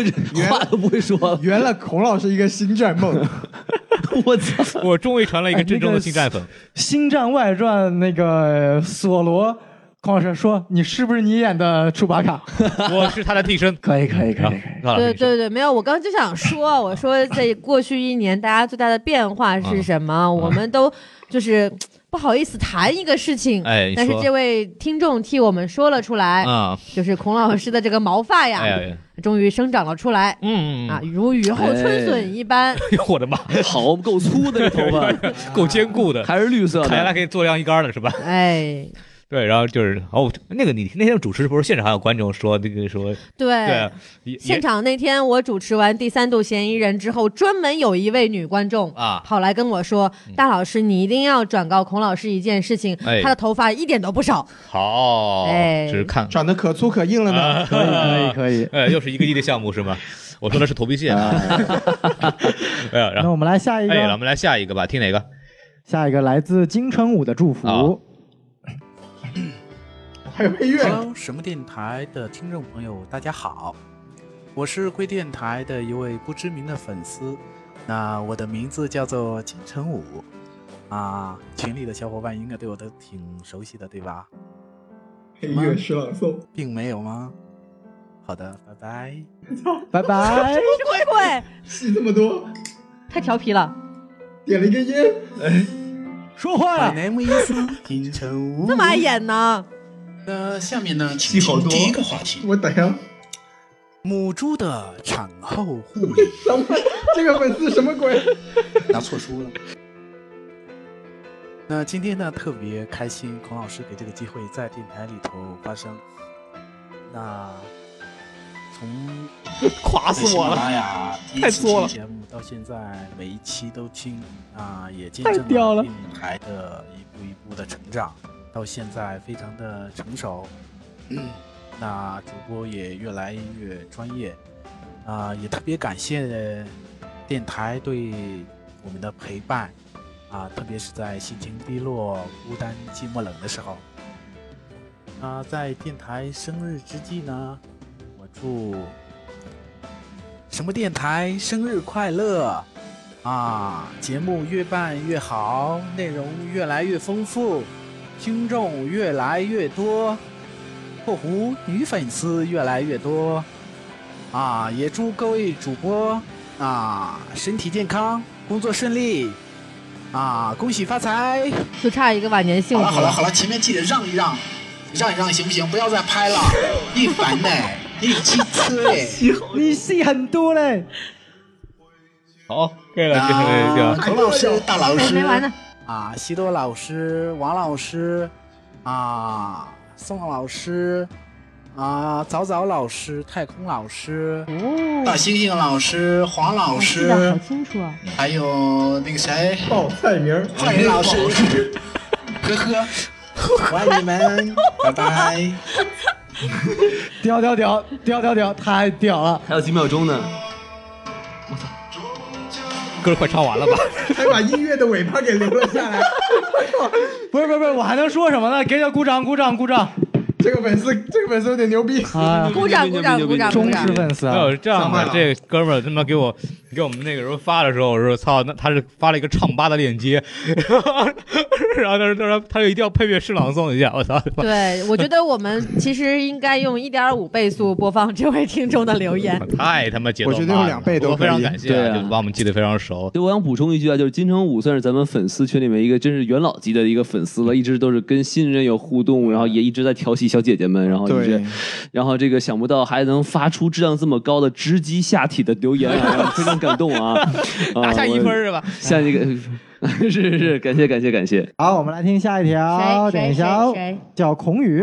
Speaker 11: 话都不会说。 *laughs*
Speaker 4: 圆了孔老师一个新战梦。
Speaker 11: 我操！
Speaker 15: 我终于成了一个真正的星战粉。
Speaker 5: 哎那个《星战外传》那个索罗，孔老师说你是不是你演的楚巴卡？ *laughs*
Speaker 15: 我是他的替身。
Speaker 5: 可以可以可以可以。
Speaker 15: 高老师
Speaker 12: 对对对，没有，我刚刚就想说，我说这过去一年大家最大的变化是什么？
Speaker 15: 啊
Speaker 12: 我们都就是不好意思谈一个事情，
Speaker 15: 哎你
Speaker 12: 但是
Speaker 15: 说
Speaker 12: 这位听众替我们说了出来，
Speaker 15: 啊
Speaker 12: 就是孔老师的这个毛发呀，
Speaker 15: 哎呀呀
Speaker 12: 终于生长了出来，
Speaker 15: 嗯
Speaker 12: 啊，如雨后春笋一般。
Speaker 15: 哎呦我的妈，
Speaker 11: 好够粗的这头发，
Speaker 15: *laughs* 够坚固的，
Speaker 11: 还是绿色的，
Speaker 15: 看来还可以做晾衣杆的是吧？
Speaker 12: 哎，
Speaker 15: 对，然后就是哦，那个你那天主持不是现场还有观众说那个说
Speaker 12: 对
Speaker 15: 对也
Speaker 12: 现场那天我主持完《第三度嫌疑人》之后，专门有一位女观众
Speaker 15: 啊嗯
Speaker 12: 跑来跟我说：“大老师，你一定要转告孔老师一件事情，
Speaker 15: 哎
Speaker 12: 他的头发一点都不少。
Speaker 15: 好，
Speaker 12: 哎
Speaker 15: 只是看
Speaker 4: 长得可粗可硬了
Speaker 11: 哎
Speaker 4: 呢。
Speaker 15: 可以
Speaker 5: 可以
Speaker 15: 可以， *laughs* 哎，又是一个亿的项目是吗？我说的是头皮屑啊， *laughs* 哎呀，然
Speaker 5: 那
Speaker 15: 后
Speaker 5: 我们来下一个，
Speaker 15: 哎，我们来下一个吧，听哪个？
Speaker 5: 下一个来自金城武的祝
Speaker 15: 啊
Speaker 5: 福。
Speaker 1: 还有配乐。Hello，什么电台的听众朋友，大家好，我是贵电台的一位不知名的粉丝，那我的名字叫做金城武，啊，群里的小伙伴应该对我都挺熟悉的，对吧？
Speaker 4: 配乐诗朗诵，
Speaker 1: 并没有吗？好的，拜拜。
Speaker 5: 拜
Speaker 12: *laughs*
Speaker 5: 拜。
Speaker 12: 鬼鬼，
Speaker 4: 戏这么多，
Speaker 12: 太调皮了，
Speaker 4: 点了一根烟，哎，
Speaker 5: 说话
Speaker 1: 呀！name is 金城武。
Speaker 12: 这么爱演呢？
Speaker 1: 那下面呢，请进第一个话题。
Speaker 4: 我等一下，
Speaker 1: 母猪的产后护理。
Speaker 4: 什么？这个粉丝什么鬼？
Speaker 1: 拿错书了。那今天呢，特别开心，孔老师给这个机会在电台里头发声。那从哎
Speaker 15: 垮死我了
Speaker 1: 喜马拉雅第一
Speaker 15: 太
Speaker 1: 期
Speaker 15: 作了
Speaker 1: 听节目到现在，每一期都听啊，也见
Speaker 15: 太
Speaker 1: 证
Speaker 15: 屌了
Speaker 1: 电台的一步一步的成长，到现在非常的成熟。那主播也越来越专业，啊、也特别感谢电台对我们的陪伴，啊、特别是在心情低落、孤单、寂寞、冷的时候。啊、在电台生日之际呢，我祝什么电台生日快乐啊！节目越办越好，内容越来越丰富，听众越来越多，括弧女粉丝越来越多啊！也祝各位主播啊身体健康，工作顺利啊！恭喜发财！
Speaker 12: 就差一个晚年幸
Speaker 1: 好
Speaker 12: 福。
Speaker 1: 了好了好了，前面记得让一让，让一让行不行？不要再拍了，你烦呢、你机车哎。
Speaker 5: 你戏很多嘞。
Speaker 15: 好，给了，给了，给
Speaker 1: 啊
Speaker 15: 了，
Speaker 1: 孔老师、大老师，
Speaker 12: 没完呢
Speaker 1: 啊，西多老师、王老师啊，宋老师啊，早早老师、太空老师、大猩猩老师、黄老
Speaker 12: 记得好
Speaker 1: 师，
Speaker 12: 清楚啊！
Speaker 1: 还有那个谁，
Speaker 4: 报菜名儿，
Speaker 1: 坏人老师，呵呵，我爱你们，拜拜。
Speaker 5: 屌屌屌屌屌屌，太屌了！
Speaker 11: 还有几秒钟呢，
Speaker 15: 歌快唱完了吧？
Speaker 4: 还把音乐的尾巴给留了下来。
Speaker 5: 不是不是不是，我还能说什么呢？给点鼓掌鼓掌鼓掌！
Speaker 4: 这个粉丝，这个粉丝有点牛逼
Speaker 5: 啊
Speaker 12: 鼓掌鼓掌鼓掌鼓掌！
Speaker 5: 粉丝
Speaker 15: 没有哎这样
Speaker 4: 上麦
Speaker 15: 的
Speaker 4: 了，
Speaker 15: 这哥们儿他妈给我给我们那个时候发的时候，我说操，那他是发了一个唱吧的链接， *laughs* 然后他说他说他就一定要配乐诗朗诵一下，我操！
Speaker 12: 对，我
Speaker 15: *laughs*
Speaker 12: 觉得我们其实应该用一点五倍速播放这位听众的留言。
Speaker 15: 太他妈节奏
Speaker 11: 我觉得
Speaker 15: 慢
Speaker 11: 有
Speaker 15: 了
Speaker 11: 两倍
Speaker 15: 不过
Speaker 11: 都可
Speaker 15: 非常
Speaker 11: 以
Speaker 15: 感谢
Speaker 11: 对
Speaker 15: 啊，
Speaker 11: 啊
Speaker 15: 就把我们记得非常熟。
Speaker 11: 对，我想补充一句啊，就是金城武算是咱们粉丝圈里面一个真是元老级的一个粉丝了，一直都是跟新人有互动，然后也一直在调戏小姐姐们，然后一直
Speaker 4: 对，
Speaker 11: 然后这个想不到还能发出质量这么高的直击下体的留言啊，让我非常感动
Speaker 15: *laughs*
Speaker 11: 啊！啊
Speaker 15: 打下一
Speaker 11: 我
Speaker 15: 分儿是吧
Speaker 11: 下一个 *laughs* 是是是，感谢感谢感谢。
Speaker 5: 好，我们来听下一条，
Speaker 11: 谁
Speaker 5: 等一下哦
Speaker 11: 谁谁，哦
Speaker 5: 叫孔宇。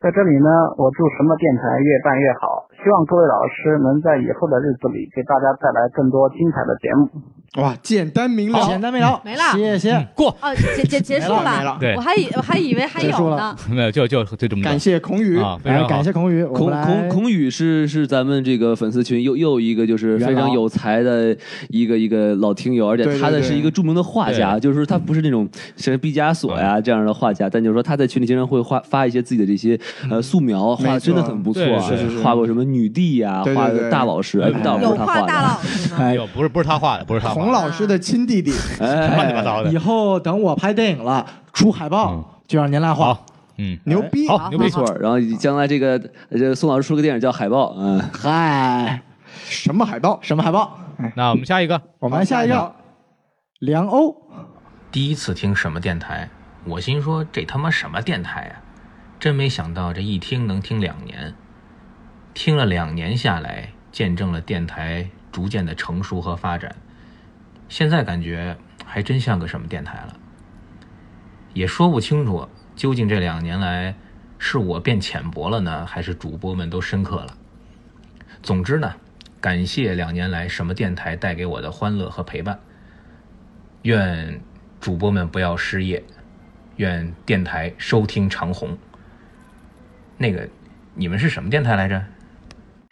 Speaker 19: 在这里呢，我祝什么电台越办越好，希望各位老师能在以后的日子里给大家带来更多精彩的节目。
Speaker 4: 哇，简单明了，
Speaker 5: 简单明了，
Speaker 12: 嗯没
Speaker 5: 谢
Speaker 12: 了，
Speaker 5: 谢
Speaker 15: 过。
Speaker 12: 哦，结结结束
Speaker 4: 没了没
Speaker 12: 吧
Speaker 4: 了？
Speaker 15: 对
Speaker 12: 我还以我还以为还有呢。
Speaker 15: *laughs* 没有，就就就这么着
Speaker 4: 感谢孔宇
Speaker 15: 啊，非常好
Speaker 5: 感谢孔宇，我
Speaker 11: 孔
Speaker 5: 们来
Speaker 11: 孔孔宇是是咱们这个粉丝群又又一个就是非常有才的一个一个老听友，而且
Speaker 5: 对对
Speaker 11: 他的
Speaker 5: 对
Speaker 11: 是一个著名的画家，
Speaker 5: 对
Speaker 11: 就是说他不是那种像毕加索
Speaker 15: 嗯
Speaker 11: 呀这样的画家，但就是说他在群里经常会画发一些自己的这些呃素描，画的真的很不错啊
Speaker 15: 对是是是，
Speaker 11: 画过什么女帝呀，
Speaker 15: 对对
Speaker 11: 画
Speaker 15: 对
Speaker 11: 呃的大老师，哎大老师他画的，
Speaker 15: 哎呦，不是不是他画的，不是他
Speaker 4: 孔老师的亲弟
Speaker 15: *laughs*
Speaker 4: 弟，
Speaker 5: 哎以后等我拍电影了，出
Speaker 15: 嗯
Speaker 5: 海报就让您来画。
Speaker 10: 嗯，
Speaker 4: 牛
Speaker 15: 哎
Speaker 4: 逼，
Speaker 5: 好牛逼
Speaker 11: 没错。然后将来这个呃这宋老师出个电影叫《海报》，嗯，
Speaker 5: 嗨，
Speaker 4: 什么海报？
Speaker 5: 什么海报？
Speaker 10: 那我们下一个，
Speaker 5: 我们下一个，梁欧。
Speaker 20: 第一次听什么电台，我心说这他妈什么电台啊！真没想到这一听能听两年，听了两年下来，见证了电台逐渐的成熟和发展。现在感觉还真像个什么电台了，也说不清楚究竟这两年来是我变浅薄了呢，还是主播们都深刻了。总之呢，感谢两年来什么电台带给我的欢乐和陪伴，愿主播们不要失业，愿电台收听长虹。那个，你们是什么电台来着？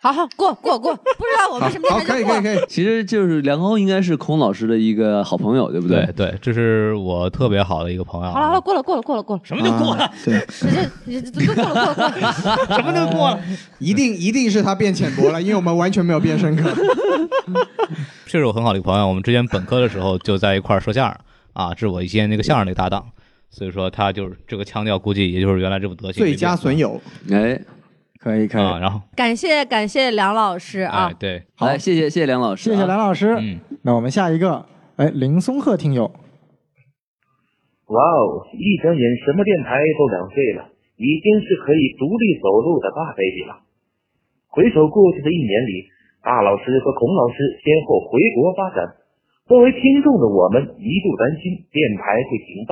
Speaker 12: 好好过过过，不知道我们什么电台就过。
Speaker 11: 以。其实就是梁欧应该是孔老师的一个好朋友，对不对？
Speaker 10: 对，这是我特别好的一个朋友。啊
Speaker 12: 好了好了，过了过了过了过了。
Speaker 10: 什
Speaker 4: 么就过
Speaker 10: 了？
Speaker 4: 对，
Speaker 12: 这这这过了过了过了。
Speaker 4: *laughs* 什么都过了，一定一定是他变浅薄了，因为我们完全没有变深刻。
Speaker 10: 这是我很好的一个朋友，我们之前本科的时候就在一块儿说相声啊，这是我以前那个相声那个搭档，所以说他就是这个腔调，估计也就是原来这副德行。
Speaker 4: 最佳损友，
Speaker 11: 哎，
Speaker 5: 可以可以。
Speaker 15: 啊
Speaker 10: 然后，
Speaker 12: 感谢感谢梁老师啊
Speaker 10: *laughs* 哎，，对，
Speaker 11: 好，谢谢谢谢梁老师，
Speaker 5: 谢
Speaker 15: 啊
Speaker 5: 谢梁老师。
Speaker 15: 嗯
Speaker 5: 那我们下一个，哎，林松鹤听友，
Speaker 21: 哇哦，一转眼什么电台都两岁了，已经是可以独立走路的大 baby 了。回首过去的一年里，大老师和孔老师先后回国发展，作为听众的我们一度担心电台会停办，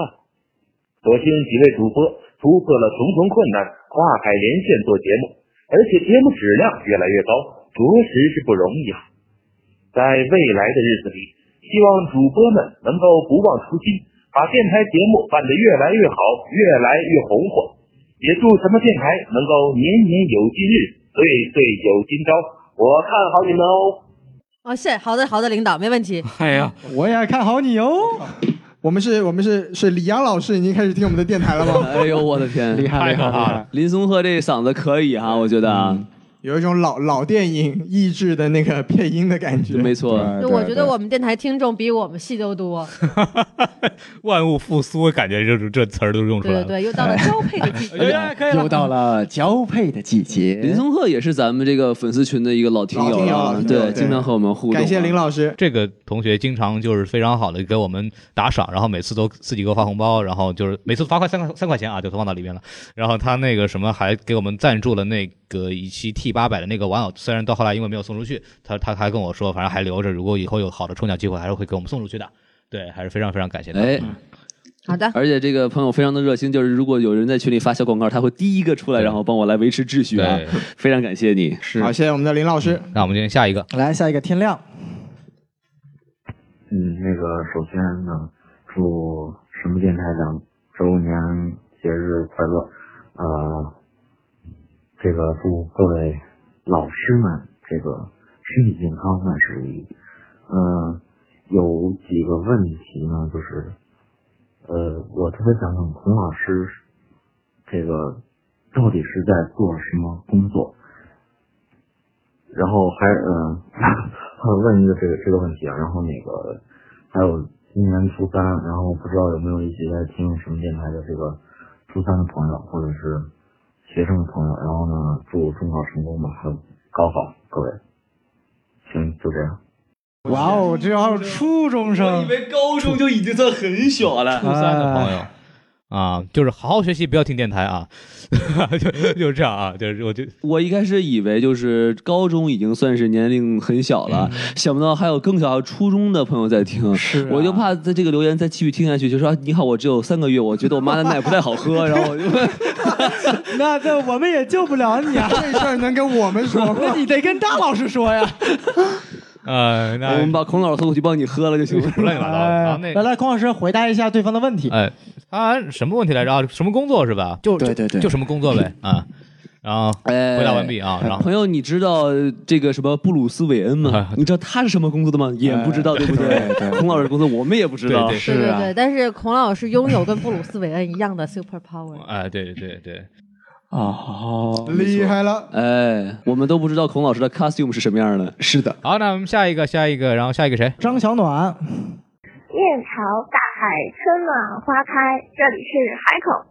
Speaker 21: 所幸几位主播突破了重重困难，跨海连线做节目，而且节目质量越来越高，着实是不容易啊。在未来的日子里，希望主播们能够不忘初心，把电台节目办得越来越好，越来越红火。也祝咱们电台能够年年有今日，岁岁有今朝。我看好你们哦。
Speaker 12: 哦谢，好的好的，领导没问题。
Speaker 4: 哎呀，
Speaker 5: 我也看好你哦。
Speaker 4: 我们是，我们是，是李阳老师已经开始听我们的电台了吗？
Speaker 11: *laughs* 哎呦，我的天，
Speaker 5: 厉害
Speaker 4: 厉害太可怕了厉！
Speaker 11: 林松鹤这嗓子可以哈，我觉得啊，
Speaker 4: 有一种老老电影译制的那个配音的感觉。
Speaker 11: 没错，
Speaker 12: 嗯就我觉得我们电台听众比我们戏都多。
Speaker 10: *laughs* 万物复苏，感觉就是这词儿都用出
Speaker 12: 对
Speaker 10: 来
Speaker 12: 对
Speaker 10: 了。哎
Speaker 12: 对，又到了交配的
Speaker 11: *laughs* 啊
Speaker 12: 季节。
Speaker 11: 可以哎了，又
Speaker 5: 到了
Speaker 15: 呃
Speaker 5: 交配的季节。
Speaker 11: 林松鹤也是咱们这个粉丝群的一个老听友
Speaker 4: 老听友
Speaker 11: 了
Speaker 4: 老，听友
Speaker 11: 对，
Speaker 4: 对
Speaker 11: 经常和我们互动。啊
Speaker 4: 感谢林老师，
Speaker 10: 这个同学经常就是非常好的给我们打赏，然后每次都自己给我发红包，然后就是每次发块三块三块钱啊，就都放到里面了。然后他那个什么还给我们赞助了那个一期 T 八百的那个玩偶，虽然到后来因为没有送出去，他他还跟我说，反正还留着，如果以后有好的抽奖机会，还是会给我们送出去的。对，还是非常非常感谢他。
Speaker 11: 哎，
Speaker 12: 好的，
Speaker 11: 而且这个朋友非常的热心，就是如果有人在群里发小广告，他会第一个出来，然后帮我来维持秩序啊
Speaker 10: 对，
Speaker 11: 非常感谢你。
Speaker 10: 是
Speaker 4: 好，谢谢我们的林老师。
Speaker 10: 那我们今天下一个， *laughs*
Speaker 5: 来下一个天亮，
Speaker 22: 嗯，那个首先呢，祝什么电台两周年节日快乐，呃，这个祝各位老师们这个身体健康万事如意。嗯，有几个问题呢，就是呃，我特别想问孔老师，这个到底是在做什么工作？然后还嗯， *laughs* 还有问一个这个这个问题啊，然后那个还有今年初三，然后不知道有没有一起在听什么电台的这个初三的朋友或者是学生的朋友，然后呢祝中考成功吧，还有高考各位，行就这样。
Speaker 5: 哇哦，这要是初中生，以
Speaker 11: 为高中就已经算很小了，
Speaker 10: 初三的朋友。啊，就是好好学习，不要听电台啊，就就是这样啊，就是我就
Speaker 11: 我一开始以为就是高中已经算是年龄很小了，
Speaker 10: 嗯
Speaker 11: 想不到还有更小还有初中的朋友在听，
Speaker 5: 是、
Speaker 10: 啊
Speaker 11: 我就怕在这个留言再继续听下去，就说、啊你好，我只有三个月，我觉得我妈的奶不太好喝，然后我就
Speaker 5: 哎 *laughs* 那这我们也救不了 *laughs* 你啊！
Speaker 4: 这事儿能跟我们说吗？
Speaker 5: 那你得跟大老师
Speaker 11: *laughs*
Speaker 5: 说呀。
Speaker 10: *laughs* 呃，那
Speaker 11: 我们把孔老师送过去帮你喝了就行了，
Speaker 10: 乱七八糟的。然后那
Speaker 5: 哎来来，孔老师回答一下对方的问 *laughs* 题。
Speaker 10: 哎，啊，什么问题来着？啊什么工作是吧？就
Speaker 5: 对对对
Speaker 10: 就，就什么工作呗啊。然后
Speaker 11: 哎
Speaker 10: 回答完毕啊，然后
Speaker 11: 朋友，你知道这个什么布鲁斯·韦恩吗？你知道他是什么工作的吗？也不知
Speaker 5: 哎
Speaker 11: 道，对不对？孔老师工作我们也不知道，
Speaker 10: 对对
Speaker 12: 对对对，但是孔老师拥有跟布鲁斯韦恩一样的 super power。
Speaker 10: 哎，对对对对，
Speaker 5: 啊、
Speaker 11: 哦
Speaker 4: 厉害了！
Speaker 11: 哎，我们都不知道孔老师的 costume 是什么样的。
Speaker 4: 是的，
Speaker 10: 好，那我们下一个，下一个，然后下一个谁？
Speaker 5: 张小暖，
Speaker 16: 面朝大海，春暖花开。这里是海口，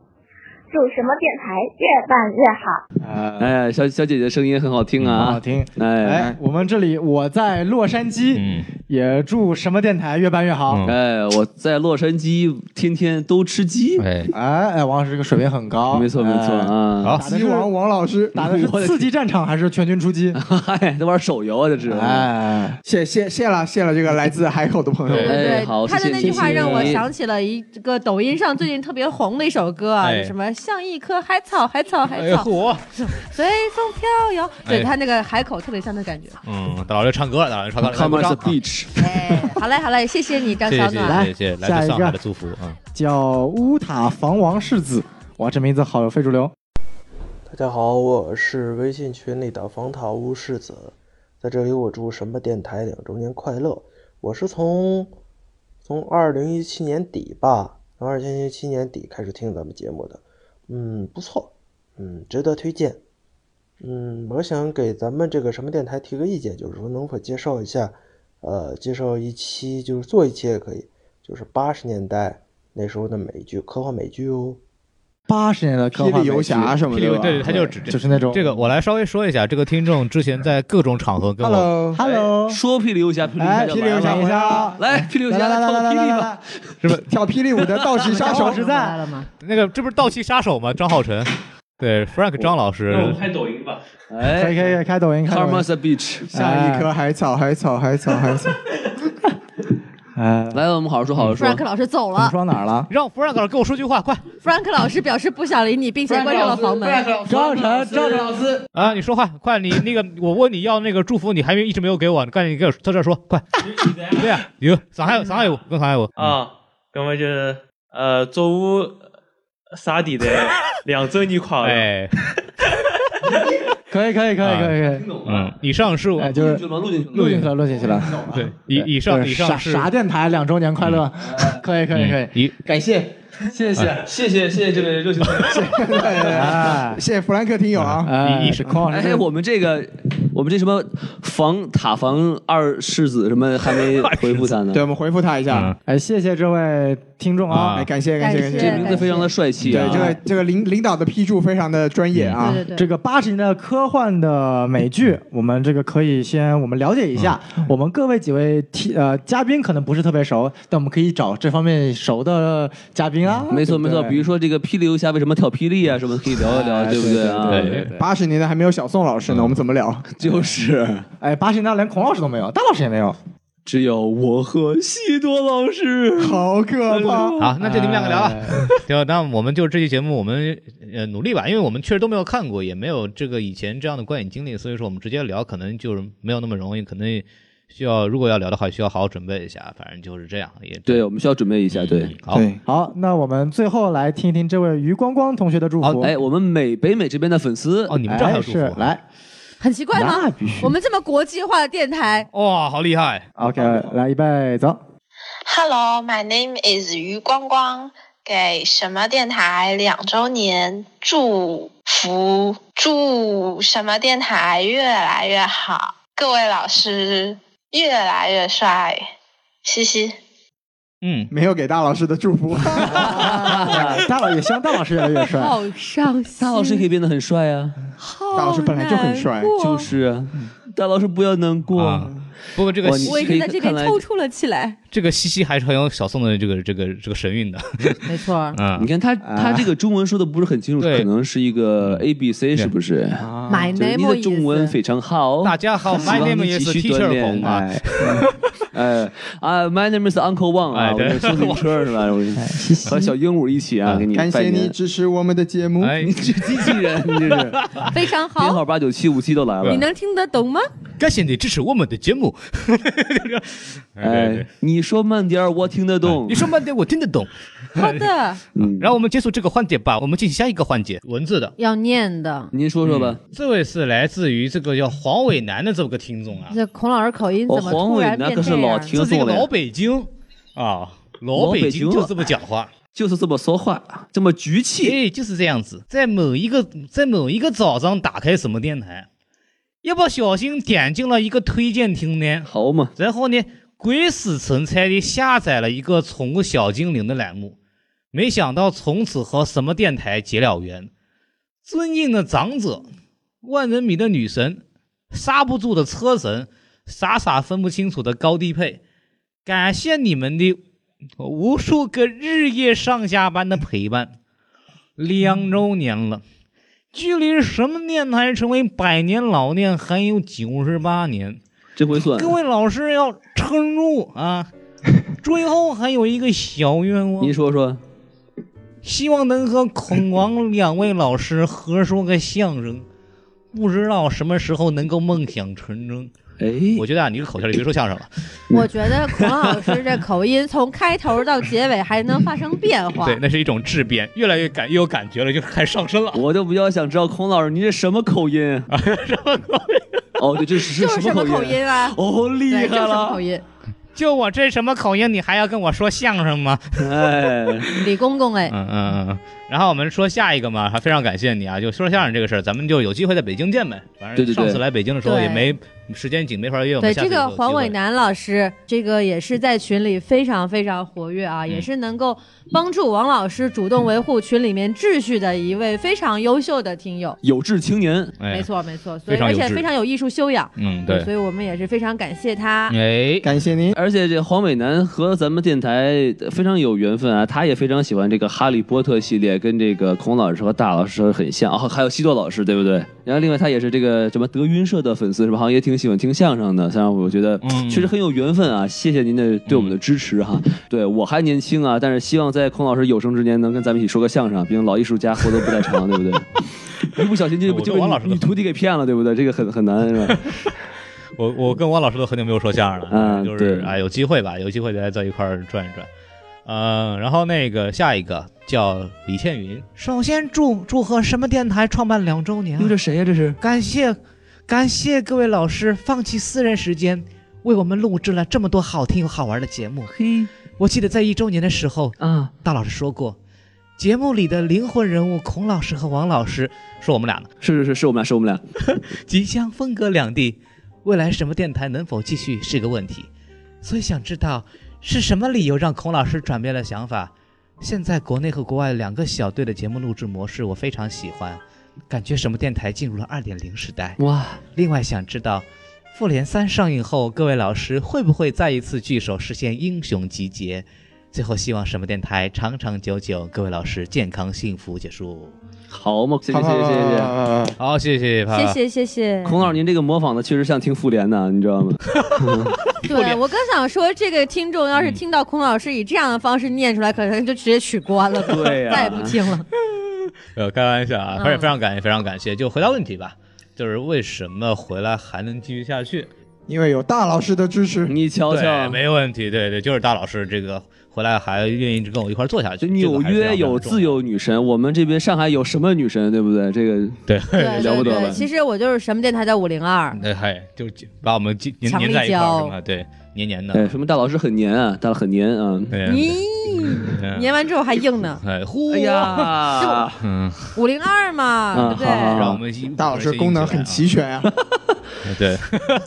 Speaker 16: 祝什么电台越办越好。
Speaker 11: 哎，小小姐姐声音很好听啊，
Speaker 5: 嗯好听。
Speaker 11: 哎
Speaker 5: 哎，，我们这里我在洛杉矶，
Speaker 10: 嗯
Speaker 5: 也祝什么电台越办越好。
Speaker 11: 哎，我在洛杉矶天天 *laughs* 都吃鸡。
Speaker 10: 哎，
Speaker 5: 哎哎，王老师这个水平很高，
Speaker 11: 没错没错
Speaker 5: 哎
Speaker 11: 啊
Speaker 5: 打的是
Speaker 4: 王王老师
Speaker 11: *laughs*
Speaker 5: 打的是刺激战场还是全军出击？
Speaker 11: 嗨， *laughs* 都玩手游啊，这是。
Speaker 5: 哎，
Speaker 4: 谢谢谢了谢了这个来自海口的朋友，
Speaker 11: 哎
Speaker 12: 对
Speaker 11: 好，
Speaker 12: 他的
Speaker 11: 谢谢
Speaker 12: 那句话
Speaker 11: 谢谢
Speaker 12: 让我
Speaker 11: 你
Speaker 12: 想起了一个抖音上最近特别红的一首歌啊，
Speaker 11: 哎
Speaker 12: 什么像一棵海草，海草，海
Speaker 10: 哎
Speaker 12: 草，
Speaker 10: 嚯
Speaker 12: 随风飘摇。对
Speaker 10: 哎
Speaker 12: 他那个海口特别像的感觉。
Speaker 10: 嗯，大老师唱歌了，大老师唱歌了。
Speaker 11: Come on
Speaker 10: 来
Speaker 11: the
Speaker 10: 鼓掌
Speaker 11: beach，
Speaker 12: 好嘞，好嘞，谢谢你，张
Speaker 10: 谢谢
Speaker 12: 小
Speaker 10: 谢
Speaker 12: 暖。
Speaker 10: 谢谢谢，
Speaker 5: 下
Speaker 10: 来
Speaker 5: 一
Speaker 10: 自
Speaker 5: 个
Speaker 10: 上海的祝福啊。
Speaker 5: 叫乌塔房王世子，哇，这名字好非主
Speaker 10: 啊
Speaker 5: 流。
Speaker 23: 大家好，我是微信群里的房塔屋世子，在这里我祝什么电台两周年快乐。我是从从二零一七年底吧，从二零一七年底开始听咱们节目的，嗯，不错，嗯，值得推荐。嗯，我想给咱们这个什么电台提个意见，就是说能否介绍一下，呃，介绍一期，就是做一期也可以，就是八十年代那时候的美剧，科幻美剧哦。
Speaker 5: 八十年的科
Speaker 4: 霹
Speaker 5: 幻
Speaker 4: 雳游侠什么
Speaker 10: 霹
Speaker 4: 的
Speaker 10: 雳
Speaker 4: 吧，
Speaker 10: 游对，他就是指
Speaker 5: 就是那种
Speaker 10: 这个。我来稍微说一下，这个听众之前在各种场合跟我
Speaker 5: Hello，Hello，
Speaker 11: 说霹雳游侠，霹雳游侠
Speaker 5: 哎
Speaker 11: 就
Speaker 5: 霹雳游侠
Speaker 11: 来了
Speaker 5: 回家
Speaker 11: 来霹雳游侠
Speaker 5: 来来
Speaker 11: 跳
Speaker 5: 来
Speaker 11: 霹
Speaker 5: 来
Speaker 11: 雳
Speaker 5: 来
Speaker 11: 吧
Speaker 5: 来，
Speaker 10: 是吧？
Speaker 4: 跳霹雳舞的道奇杀手
Speaker 5: 实在了
Speaker 12: 吗？
Speaker 10: *laughs* 那个这不是盗窃杀手吗？张浩晨，对 Frank 张老师，
Speaker 11: 抖音吧。
Speaker 5: 可以
Speaker 11: 哎
Speaker 5: 可以可以开抖音，开抖
Speaker 11: c a r m
Speaker 5: 音
Speaker 11: a。the beach，哎
Speaker 4: 像一棵海草，海草，海草，
Speaker 11: *laughs*
Speaker 4: 海草。
Speaker 5: 哎，
Speaker 11: 来，我们好好说，好好说。
Speaker 12: Frank 老师走了
Speaker 5: 说到哪儿了？
Speaker 10: 让 Frank 老师跟我说句话，快！
Speaker 12: Frank 老师表示不想理你，并且关上了房门。
Speaker 5: 张晨，张晨
Speaker 11: 老师，
Speaker 10: 啊，你说话快，你那个我问你要那个祝福，你还没一直没有给我，赶紧给我在这儿说，快！对呀，有上海上海话，跟上海话。
Speaker 8: 啊，那么就是呃，作为沙地的两周年快
Speaker 10: 乐。
Speaker 5: 可以可以可以可以可以。
Speaker 10: 嗯，以上是我
Speaker 5: 哎就是
Speaker 11: 录进去
Speaker 5: 录进去了，录进去了。
Speaker 10: 对，以以上
Speaker 5: 对
Speaker 10: 以
Speaker 5: 啥
Speaker 10: 上是嗯
Speaker 5: 啥电台两周年快乐， *laughs* 可以可以可以，
Speaker 10: 以
Speaker 11: 感谢，
Speaker 5: 谢谢
Speaker 11: 谢谢，谢谢这位热情的朋友。
Speaker 5: 哎
Speaker 4: 谢谢弗兰克听友啊，
Speaker 5: 哎是孔老师
Speaker 11: 哎，我们这个，我们这什么房塔房二世子什么还没回复他呢？
Speaker 4: 对，我们回复他一下。
Speaker 5: 哎，谢谢这位听众啊，
Speaker 4: 哎，感谢感谢感谢，
Speaker 11: 这名字非常的帅气啊！嗯
Speaker 4: 对，这个这个领领导的批注非常的专业啊。
Speaker 5: 这个八十年代科幻的美剧，我们这个可以先我们了解一下。
Speaker 11: 嗯
Speaker 5: 我们各位几位替呃嘉宾可能不是特别熟，但我们可以找这方面熟的嘉宾啊。
Speaker 11: 嗯没错
Speaker 5: 对不
Speaker 11: 没
Speaker 5: 对
Speaker 11: 错，比如说这个霹雳游侠为什么跳霹雳啊，什么可以聊一
Speaker 10: 哎
Speaker 11: 聊，对不对啊？
Speaker 4: 八十年代还没有小宋老师呢，我们怎么聊？
Speaker 11: *laughs* 就是，
Speaker 5: 哎，八十年代连孔老师都没有，大老师也没有。
Speaker 11: 只有我和西多老师，
Speaker 4: 好可怕！
Speaker 10: 好，那就你们两个聊吧。对，那我们就这期节目，我们呃努力吧，因为我们确实都没有看过，也没有这个以前这样的观影经历，所以说我们直接聊可能就是没有那么容易，可能需要如果要聊的话，需要好好准备一下。反正就是这样，也
Speaker 11: 对，我们需要准备一下，对，
Speaker 10: 好。
Speaker 5: 好，那我们最后来听一听这位余光光同学的祝福。
Speaker 11: 哎，我们美北美这边的粉丝哦，
Speaker 10: 你
Speaker 5: 们这还有哎祝福是来，
Speaker 12: 很奇怪吗
Speaker 5: 那必须？
Speaker 12: 我们这么国际化的电台，
Speaker 10: 哇，好厉害
Speaker 5: ，OK，来预备走。
Speaker 24: Hello, my name is 于光光。给什么电台两周年祝福？祝什么电台越来越好？各位老师越来越帅，嘻嘻。
Speaker 10: 嗯，
Speaker 4: 没有给大老师的
Speaker 11: *laughs*
Speaker 4: 祝福。
Speaker 5: 大老也希望大老师越来越帅。
Speaker 12: 伤心
Speaker 11: 大老师可以变得很帅啊，
Speaker 4: 大老师本来就很帅，
Speaker 11: 就是啊，大老师不要难过。
Speaker 10: 不过这个
Speaker 12: 我已经在这边抽搐了起来。
Speaker 10: 这个西西还是很有小宋的这个这个这个神
Speaker 5: *laughs*
Speaker 10: 韵的。
Speaker 12: 没错，
Speaker 10: 嗯，
Speaker 11: 你看他他这个中文说的不是很清楚，可能是一个呃
Speaker 10: 嗯
Speaker 11: A B C 是不是？
Speaker 12: My
Speaker 11: 就是你
Speaker 12: name
Speaker 11: 的
Speaker 12: is
Speaker 11: 中文非常好。大
Speaker 10: 啊家好，My name is Teacher 红啊
Speaker 11: 哎， *laughs* 哎啊，My name is Uncle Wang 啊，
Speaker 10: 哎
Speaker 11: 我
Speaker 10: 对嗯
Speaker 11: 们自行车是
Speaker 10: *laughs*
Speaker 11: 吧？我
Speaker 12: 哎
Speaker 11: 和小鹦鹉一起啊，给你
Speaker 4: 感
Speaker 11: 拜
Speaker 4: 谢你
Speaker 11: 年。
Speaker 4: 支持我们的节目。
Speaker 11: 哎，你这机器人，你这是
Speaker 12: 非常
Speaker 11: 编
Speaker 12: 啊好，
Speaker 11: 号 *laughs* 八九七五七都来
Speaker 12: 你
Speaker 11: 了。
Speaker 12: 能听得懂吗？
Speaker 10: 感谢你支持我们的
Speaker 11: *laughs*
Speaker 10: 节目。 *laughs*
Speaker 11: 哎，你说慢点儿，我听得懂。嗯
Speaker 10: 哎你说慢点，我听得懂。
Speaker 12: *laughs* 好的，
Speaker 10: 然后我们结束这个环节吧，我们进行下一个环节，文字的。
Speaker 12: 要念的。
Speaker 11: 您说说吧。
Speaker 10: 这位是来自于这个叫黄伟南的这么个听众啊，
Speaker 12: 这孔老师口音怎么突然变这样？
Speaker 10: 这是一个老北京啊，老
Speaker 11: 老北
Speaker 10: 北
Speaker 11: 京啊
Speaker 10: 京就这么讲话。
Speaker 11: *laughs* 就是这么说话，这么局气。
Speaker 10: 哎，就是这样子。在某一个在某一个早上打开什么电台，一不小心点进了一个推荐听呢，
Speaker 11: 好嘛，
Speaker 10: 然后呢，鬼使神差的下载了一个宠物小精灵的栏目，没想到从此和什么电台结了缘。尊敬的长者，万人迷的女神，刹不住的车神，傻傻分不清楚的高低配，感谢你们的无数个日夜上下班的陪伴，两周年了，距离什么电台成为百年老店还有九十八年，
Speaker 11: 这回算
Speaker 10: 各位老师要撑住啊！ *laughs* 最后还有一个小愿望，
Speaker 11: 您说说，
Speaker 10: 希望能和孔王两位老师合说个相声，不知道什么时候能够梦想成真。
Speaker 11: 哎，
Speaker 10: 我觉得啊，你是口腔里别说相声了。
Speaker 12: 我觉得孔老师这口音从开头到结尾还能发生变化
Speaker 10: 对，。那是一种质变，越来越感越有感觉了，就开始上升了。
Speaker 11: 我就比较想知道孔老师您这什么口音？什
Speaker 10: *laughs*
Speaker 11: 么口音？哦，对，这是
Speaker 12: 就是
Speaker 11: 什么
Speaker 12: 么口音啊？
Speaker 11: 哦，厉
Speaker 12: 对就
Speaker 11: 害
Speaker 12: 是什么
Speaker 11: 了
Speaker 12: 口！音？
Speaker 10: *laughs* 就我这什么口音，你还要跟我说相声吗？
Speaker 11: 哎，
Speaker 12: 李公公哎，
Speaker 10: 嗯嗯嗯。然后我们说下一个嘛，还非常感谢你啊！就说相声这个事儿，咱们就有机会在北京见呗。反
Speaker 11: 对对
Speaker 10: 正
Speaker 11: 对
Speaker 10: 上次来北京的时候也
Speaker 12: 对
Speaker 10: 没时间紧，没法约。我们
Speaker 12: 对
Speaker 10: 下次
Speaker 12: 这
Speaker 10: 有
Speaker 12: 个
Speaker 10: 机
Speaker 12: 黄
Speaker 10: 会
Speaker 12: 伟南老师，这个也是在群里非常非常活跃啊，也是能够帮助王老师主动维护群里面秩序的一位非常优秀的听友。
Speaker 11: 有志青年，
Speaker 12: 没错没错，所
Speaker 11: 哎非
Speaker 12: 以
Speaker 11: 常
Speaker 12: 而
Speaker 11: 有
Speaker 12: 且
Speaker 11: 志
Speaker 12: 非常有艺术修养。
Speaker 10: 哎嗯
Speaker 12: 所以我们也是非常感谢他。
Speaker 10: 哎，
Speaker 11: 感
Speaker 4: 谢您。
Speaker 11: 而且这黄美男和咱们电台非常有缘分啊，他也非常喜欢这个《哈利波特》系列，跟这个孔老师和大老师很像，哦，还有西多老师，对不对？然后另外他也是这个什么德云社的粉丝，是吧？好像也挺喜欢听相声的，像我觉得
Speaker 10: 嗯
Speaker 11: 确实很有缘分啊，谢谢您的对我们的支持哈。对我还年轻啊，但是希望在孔老师有生之年能跟咱们一起说个相声啊，毕竟老艺术家活得不太长，
Speaker 10: *laughs*
Speaker 11: 对不对？一不小心就
Speaker 10: 我跟
Speaker 11: 就被
Speaker 10: 王老师
Speaker 11: 女女徒弟给骗了，对不对？这个很很难是吧？
Speaker 10: 我我跟汪老师都很久没有说相声了，
Speaker 11: 嗯
Speaker 10: 就是
Speaker 11: 对
Speaker 10: 啊，有机会吧，有机会再在一块儿转一转。嗯，然后那个下一个叫李倩云，首先祝祝贺什么电台创办两周年、
Speaker 11: 这谁呀、这是
Speaker 10: 感谢感谢各位老师放弃私人时间，为我们录制了这么多好听又好玩的节目。
Speaker 11: 嘿，
Speaker 10: 我记得在一周年的时候，
Speaker 11: 啊，
Speaker 10: 大老师说过，节目里的灵魂人物孔老师和王老师，说我们俩呢，
Speaker 11: 是是是，是我们俩，是我们俩。
Speaker 10: *laughs* 即将分隔两地，未来什么电台能否继续是个问题，所以想知道是什么理由让孔老师转变了想法。现在国内和国外两个小队的节目录制模式我非常喜欢，感觉什么电台进入了二点零时代。
Speaker 11: 哇！
Speaker 10: 另外想知道，《复联三》上映后，各位老师会不会再一次聚首实现英雄集结？最后希望什么电台长长久久，各位老师健康幸福。结束。
Speaker 11: 好嘛，谢谢谢
Speaker 10: 好
Speaker 11: 谢谢
Speaker 10: 好
Speaker 11: 谢，
Speaker 10: 好谢谢
Speaker 11: 嗯
Speaker 12: 谢谢谢谢，
Speaker 11: 孔老师，您这个模仿的确实像听复联的，你知道
Speaker 10: *laughs*
Speaker 11: 吗？
Speaker 12: 对我刚想说，这个听众要是听到孔老师以这样的方式念出来，可能就直接取关了，
Speaker 10: 对呀
Speaker 12: 再也不听了。
Speaker 10: 呃，开玩笑啊，
Speaker 12: 嗯
Speaker 10: 反正非常感谢，非常感谢。就回答问题吧，就是为什么回来还能继续下去？
Speaker 4: 因为有大老师的支持，
Speaker 11: 你瞧
Speaker 10: 对，没问题，对对，就是大老师这个回来还愿意跟我一块儿做下去。
Speaker 11: 纽约有自由女神，我们这边上海有什么女神，对不对？这个
Speaker 10: 对
Speaker 12: *laughs* 对
Speaker 11: 了
Speaker 12: 对
Speaker 11: 不得
Speaker 12: 对，
Speaker 11: 了。
Speaker 12: 其实我就是什么电台的五零二，
Speaker 10: 对，嗨，就把我们黏
Speaker 12: 强
Speaker 10: 黏在
Speaker 12: 力
Speaker 10: 一块儿
Speaker 12: 胶
Speaker 10: 是吗？对，黏黏
Speaker 11: 哎，
Speaker 10: 的。
Speaker 11: 什么大老师很黏啊，大佬很黏啊。
Speaker 12: 咦，
Speaker 10: 嗯
Speaker 12: 粘完之后还硬
Speaker 11: *laughs*
Speaker 12: 呢。
Speaker 10: 哎，
Speaker 12: 哎 *laughs* 呀，
Speaker 10: 嗯，
Speaker 12: 五零二嘛，对不对？
Speaker 11: 啊
Speaker 10: 让我们
Speaker 4: 大老师功能很齐全啊，
Speaker 10: 对，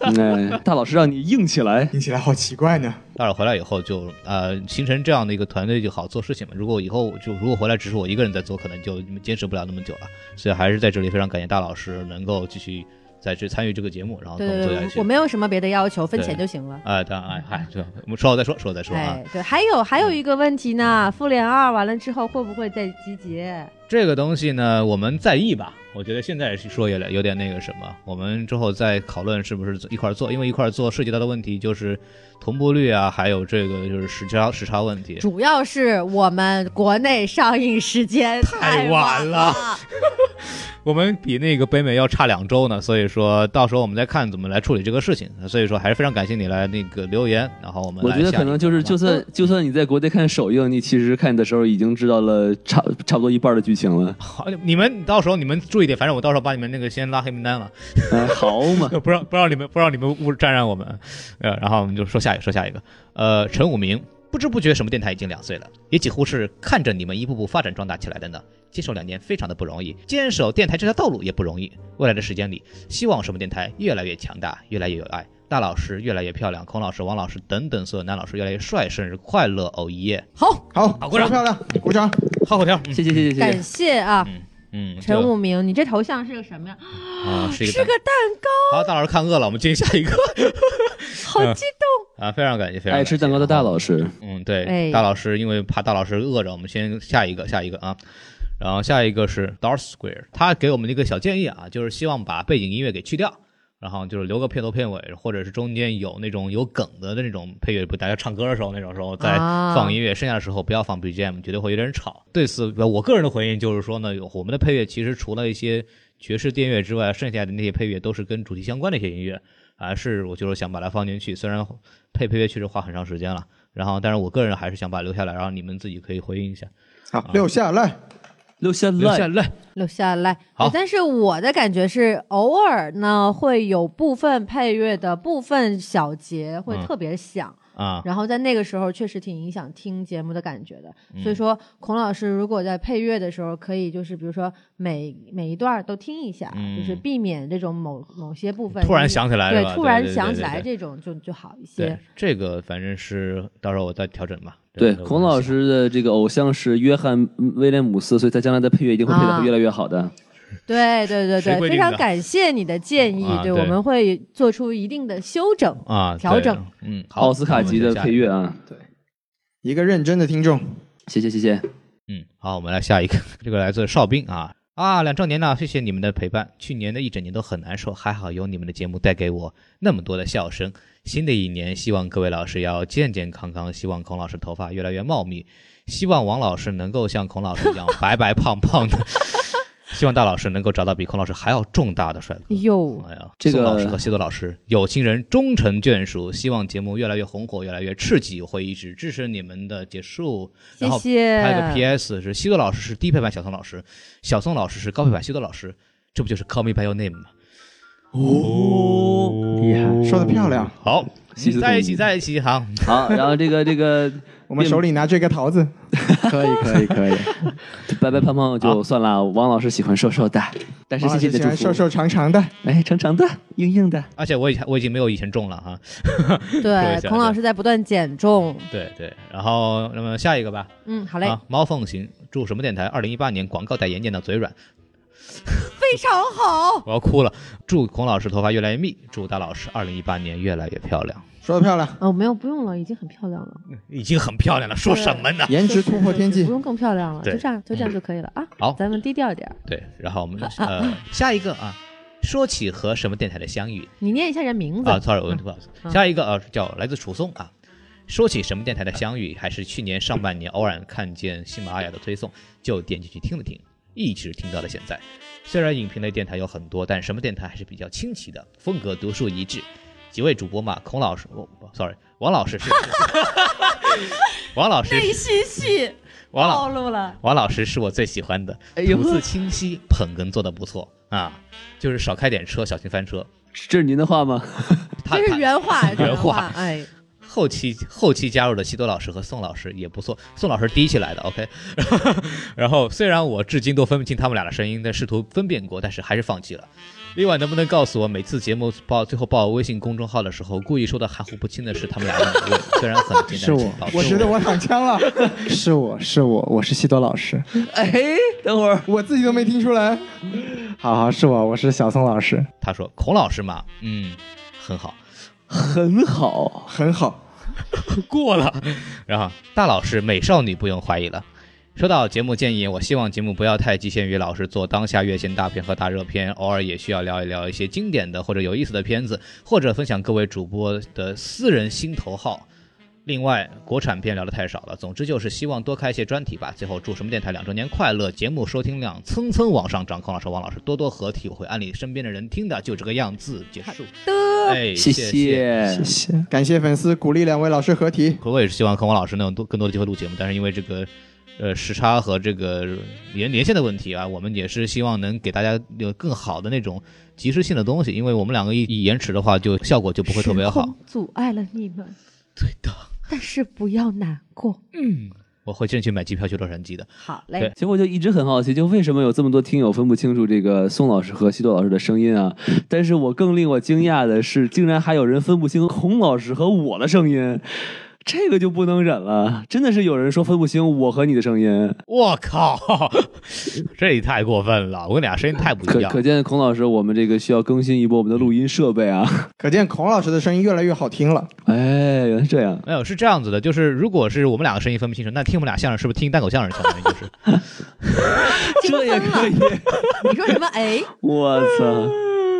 Speaker 11: *laughs* 哎，大老师让你硬起来，
Speaker 4: 听起来好奇怪呢。
Speaker 10: 大老师回来以后就呃形成这样的一个团队就好做事情嘛。如果以后就如果回来只是我一个人在做，可能就坚持不了那么久了。所以还是在这里非常感谢大老师能够继续在这参与这个节目，然后
Speaker 12: 对
Speaker 10: 跟我
Speaker 12: 对
Speaker 10: 们做下
Speaker 12: 对，
Speaker 10: 去。
Speaker 12: 我没有什么别的要求，分
Speaker 10: 对
Speaker 12: 钱就行了。
Speaker 10: 哎，当然哎嗨，这我们稍后再说，稍后再说啊
Speaker 12: 哎。，对，还有还有一个问题呢，复联二完了之后会不会再集结？
Speaker 10: 这个东西呢，我们在意吧。我觉得现在是说有点有点那个什么，我们之后再讨论是不是一块儿做，因为一块儿做涉及到的问题就是同步率啊，还有这个就是时差时差问题。
Speaker 12: 主要是我们国内上映时间太晚了，
Speaker 10: 我们比那个北美要差两周呢，所以说到时候我们再看怎么来处理这个事情。所以说还是非常感谢你来那个留言，然后我们
Speaker 11: 我觉得可能就是，就算就算你在国内看首映，你其实看的时候已经知道了差差不多一半的剧情
Speaker 10: *laughs*
Speaker 11: 了。
Speaker 10: 好，你们到时候你们注意点，反正我到时候把你们那个先拉黑名单了，
Speaker 11: 哎，好嘛，
Speaker 10: *laughs* 不让不让你们不让你们误沾染我们，呃，然后我们就说下一个说下一个，呃，陈武明不知不觉，什么电台已经两岁了，也几乎是看着你们一步步发展壮大起来的呢。坚守两年非常的不容易，坚守电台这条道路也不容易。未来的时间里，希望什么电台越来越强大，越来越有爱，大老师越来越漂亮，孔老师、王老师等等所有男老师越来越帅，生日快乐！哦耶！
Speaker 12: 好，
Speaker 10: 好，好，鼓掌，
Speaker 4: 漂亮，鼓掌，
Speaker 10: 好口嗯条，谢谢，谢谢，
Speaker 12: 感谢啊，
Speaker 10: 嗯，
Speaker 12: 陈武明，你这头像是个什么呀？
Speaker 10: 啊，是一个
Speaker 12: 是个蛋糕，
Speaker 10: 好，大老师看饿了，我们进下一个。 *laughs*
Speaker 12: 好激动！
Speaker 10: 啊，非常感谢，非常啊
Speaker 11: 爱吃蛋糕的大老师，
Speaker 10: 嗯，对，
Speaker 12: 哎
Speaker 10: 大老师，因为怕大老师饿着，我们先下一个，下一个啊。然后下一个是 Dark Square，他给我们的一个小建议啊，就是希望把背景音乐给去掉，然后就是留个片头片尾，或者是中间有那种有梗的那种配乐，不大家唱歌的时候那种时候再
Speaker 11: 啊
Speaker 10: 放音乐，剩下的时候不要放 BGM，绝对会有点吵。对此，呃我个人的回应就是说呢，我们的配乐其实除了一些爵士电乐之外，剩下的那些配乐都是跟主题相关的一些音乐，啊，是我就是想把它放进去，虽然配配乐确实花很长时间了，然后但是我个人还是想把它留下来，然后你们自己可以回应一下。
Speaker 4: 好，留下来，
Speaker 10: 留下
Speaker 12: 来
Speaker 10: 留下嗯来。
Speaker 12: 留下来。
Speaker 10: 好
Speaker 12: 呃但是我的感觉是，偶尔呢会有部分配乐的部分小节会
Speaker 10: 嗯
Speaker 12: 特别响。
Speaker 10: 啊
Speaker 12: 然后在那个时候确实挺影响听节目的感觉的，
Speaker 10: 嗯
Speaker 12: 所以说孔老师如果在配乐的时候，可以就是比如说每每一段都听一下，
Speaker 10: 嗯
Speaker 12: 就是避免这种某某些部分
Speaker 10: 突然想起来是
Speaker 12: 对
Speaker 10: 吧，
Speaker 12: 突
Speaker 10: 对
Speaker 12: 然
Speaker 10: 对对
Speaker 12: 想
Speaker 10: 对
Speaker 12: 起来这
Speaker 10: 对
Speaker 12: 种就就好一
Speaker 10: 对
Speaker 12: 些。，
Speaker 10: 这个反正是到时候我再调整吧。
Speaker 11: 对，孔老师的这个偶像是约翰威廉姆斯，所以他将来的配乐一定会配
Speaker 12: 啊
Speaker 11: 的越来越好的。
Speaker 12: 对对对
Speaker 11: 谁
Speaker 12: 对，
Speaker 11: 规
Speaker 12: 非
Speaker 11: 定
Speaker 12: 常
Speaker 11: 的
Speaker 12: 感谢你的建议，
Speaker 11: 啊
Speaker 12: 对
Speaker 11: 对
Speaker 12: 我们会做出一定的修整
Speaker 10: 啊
Speaker 12: 调整。
Speaker 10: 嗯，
Speaker 4: 好
Speaker 11: 奥斯卡级的配乐啊，
Speaker 4: 对，一个认真的听众，
Speaker 11: 谢谢谢谢。
Speaker 10: 嗯，好，我们来下一个， *laughs* 这个来自哨兵啊啊，两周年了，谢谢你们的陪伴。去年的一整年都很难受，还好有你们的节目带给我那么多的笑声。新的一年，希望各位老师要健健康康，希望孔老师头发越来越茂密，希望王老师能够像孔老师一样白白胖胖的， *laughs* 希望大老师能够找到比孔老师还要重大的帅哥。
Speaker 12: 哟，
Speaker 10: 哎呀，
Speaker 11: 这个
Speaker 10: 宋老师和西多老师，有情人终成眷属，希望节目越来越红火，越来越刺激，会一直支持你们的。结束，
Speaker 12: 谢谢
Speaker 10: 然后还有个 PS 是西多老师是低配版小宋老师，小宋老师是高配版西多老师，这不就是 Call Me by Your Name 吗？
Speaker 4: 哦，厉害，说的漂亮，
Speaker 10: 嗯好，
Speaker 11: 西斯同
Speaker 10: 在一起，在一起，好，
Speaker 11: 好，然后这个这个，
Speaker 4: 我
Speaker 11: *laughs*
Speaker 4: 们手里拿这个桃子，
Speaker 11: 可以可以
Speaker 4: *laughs*
Speaker 11: 可以，白白胖胖就算了。王老师喜欢瘦瘦的，但是谢谢你的祝
Speaker 4: 王
Speaker 11: 福，
Speaker 4: 老师喜欢瘦瘦长长的，
Speaker 11: 哎，长长的，硬硬
Speaker 10: *laughs*
Speaker 11: 的。
Speaker 10: 而且我已经我已经没有以前重了哈。 *laughs* 说一
Speaker 12: 对，
Speaker 10: 下
Speaker 12: 孔老师在不断减重。
Speaker 10: 对对，然后那么下一个吧。
Speaker 12: 嗯，好嘞，
Speaker 10: 啊，猫凤行，祝什么电台二零一八年广告代言念到嘴软，
Speaker 12: 非常好。
Speaker 10: 我要哭了。祝孔老师头发越来越密，祝大老师二零一八年越来越漂亮。
Speaker 4: 说的漂亮，
Speaker 12: 哦，没有，不用了，已经很漂亮了。
Speaker 10: 已经很漂亮了， *laughs* 说什么呢？
Speaker 12: 是是是不用更漂亮了，
Speaker 10: 对
Speaker 12: 就这样，就这样就可以了啊。
Speaker 10: 好
Speaker 12: 咱们低调一点儿。
Speaker 10: 对，然后我
Speaker 12: 啊
Speaker 10: 们
Speaker 12: *laughs*
Speaker 10: 呃下一个啊，说起和什么电台的相遇
Speaker 12: 你念一下人名字
Speaker 10: 啊，sorry，我不好意思，
Speaker 12: 嗯
Speaker 10: 下一个啊叫来自楚松啊。说起什么电台的相遇，还是去年上半年偶然看见喜马拉雅的推送，就点进去听了听，一直听到了现在。虽然影评类电台有很多，但什么电台还是比较清奇的，风格独树一帜。几位主播嘛，孔老师，哦不，sorry，王老
Speaker 12: *laughs*
Speaker 10: 师是，王老师是
Speaker 12: 内心戏
Speaker 10: 王老
Speaker 12: 暴露了。
Speaker 10: 王老师是我最喜欢的，
Speaker 11: 哎呦
Speaker 10: 吐字清晰，捧哏做的不错啊，就是少开点车，小心翻车。
Speaker 11: 这是您的话吗？
Speaker 12: 这是原话，这是
Speaker 10: *laughs* 原话
Speaker 12: 哎，
Speaker 10: 后期后期加入的西多老师和宋老师也不错，宋老师第一期来的，OK。然后虽然我至今都分不清他们俩的声音，但试图分辨过，但是还是放弃了。另外，能不能告诉我，每次节目报最后报微信公众号的时候，故意说的含糊不清的是他们俩的哪位？虽然很简单，
Speaker 4: 是我
Speaker 10: 请保，持
Speaker 4: 我觉得我躺枪了，
Speaker 5: 是我是我，我是西多老师。
Speaker 11: *laughs* 哎，等会儿
Speaker 4: 我自己都没听出来，
Speaker 5: *laughs* 好好，是我，我是小宋老师。
Speaker 10: 他说孔老师嘛，嗯，很好，
Speaker 11: 很好，啊
Speaker 4: 很好，
Speaker 10: 过了。然后大老师美少女不用怀疑了。说到节目建议，我希望节目不要太局限于老师做当下院线大片和大热片，偶尔也需要聊一聊一些经典的或者有意思的片子，或者分享各位主播的私人心头好。另外，国产片聊得太少了。总之就是希望多开一些专题吧。最后，祝什么电台两周年快乐，节目收听量蹭蹭往上涨。孔老师、王老师多多和体会，安利身边的人听的就这个样子。结束。哎，谢
Speaker 5: 谢
Speaker 10: *laughs*
Speaker 5: 谢。
Speaker 4: 感谢粉丝鼓励两位老师合体，
Speaker 10: 我也是希望和王老师能有多更多的机会录节目，但是因为这个呃时差和这个连连线的问题啊，我们也是希望能给大家有更好的那种及时性的东西，因为我们两个一一延迟的话，就效果就不会特别好。
Speaker 12: 阻碍了你们。但是不要难过。嗯，
Speaker 10: 我会争取买机票去洛杉矶的。
Speaker 12: 好
Speaker 10: 对
Speaker 12: 嘞。
Speaker 11: 其实我就一直很好奇，就为什么有这么多听友分不清楚这个宋老师和西多老师的声音啊？但是我更令我惊讶的是，竟然还有人分不清孔老师和我的声音，这个就不能忍了。真的是有人说分不清我和你的声音，
Speaker 10: 我靠， *laughs* 这也太过分了！我们俩声音太不一
Speaker 11: 可
Speaker 10: 样。
Speaker 11: 可见孔老师，我们这个需要更新一波我们的录音设备啊。 *laughs*
Speaker 4: 可见孔老师的声音越来越好听了。
Speaker 11: 哎，原来这样。
Speaker 10: 没有，是这样子的，就是如果是我们两个声音分不清楚，那听我们俩相声是不是听单口相声相当于就是？
Speaker 12: 这也可以。你说什么？哎，
Speaker 11: 我
Speaker 10: *laughs*
Speaker 11: 操！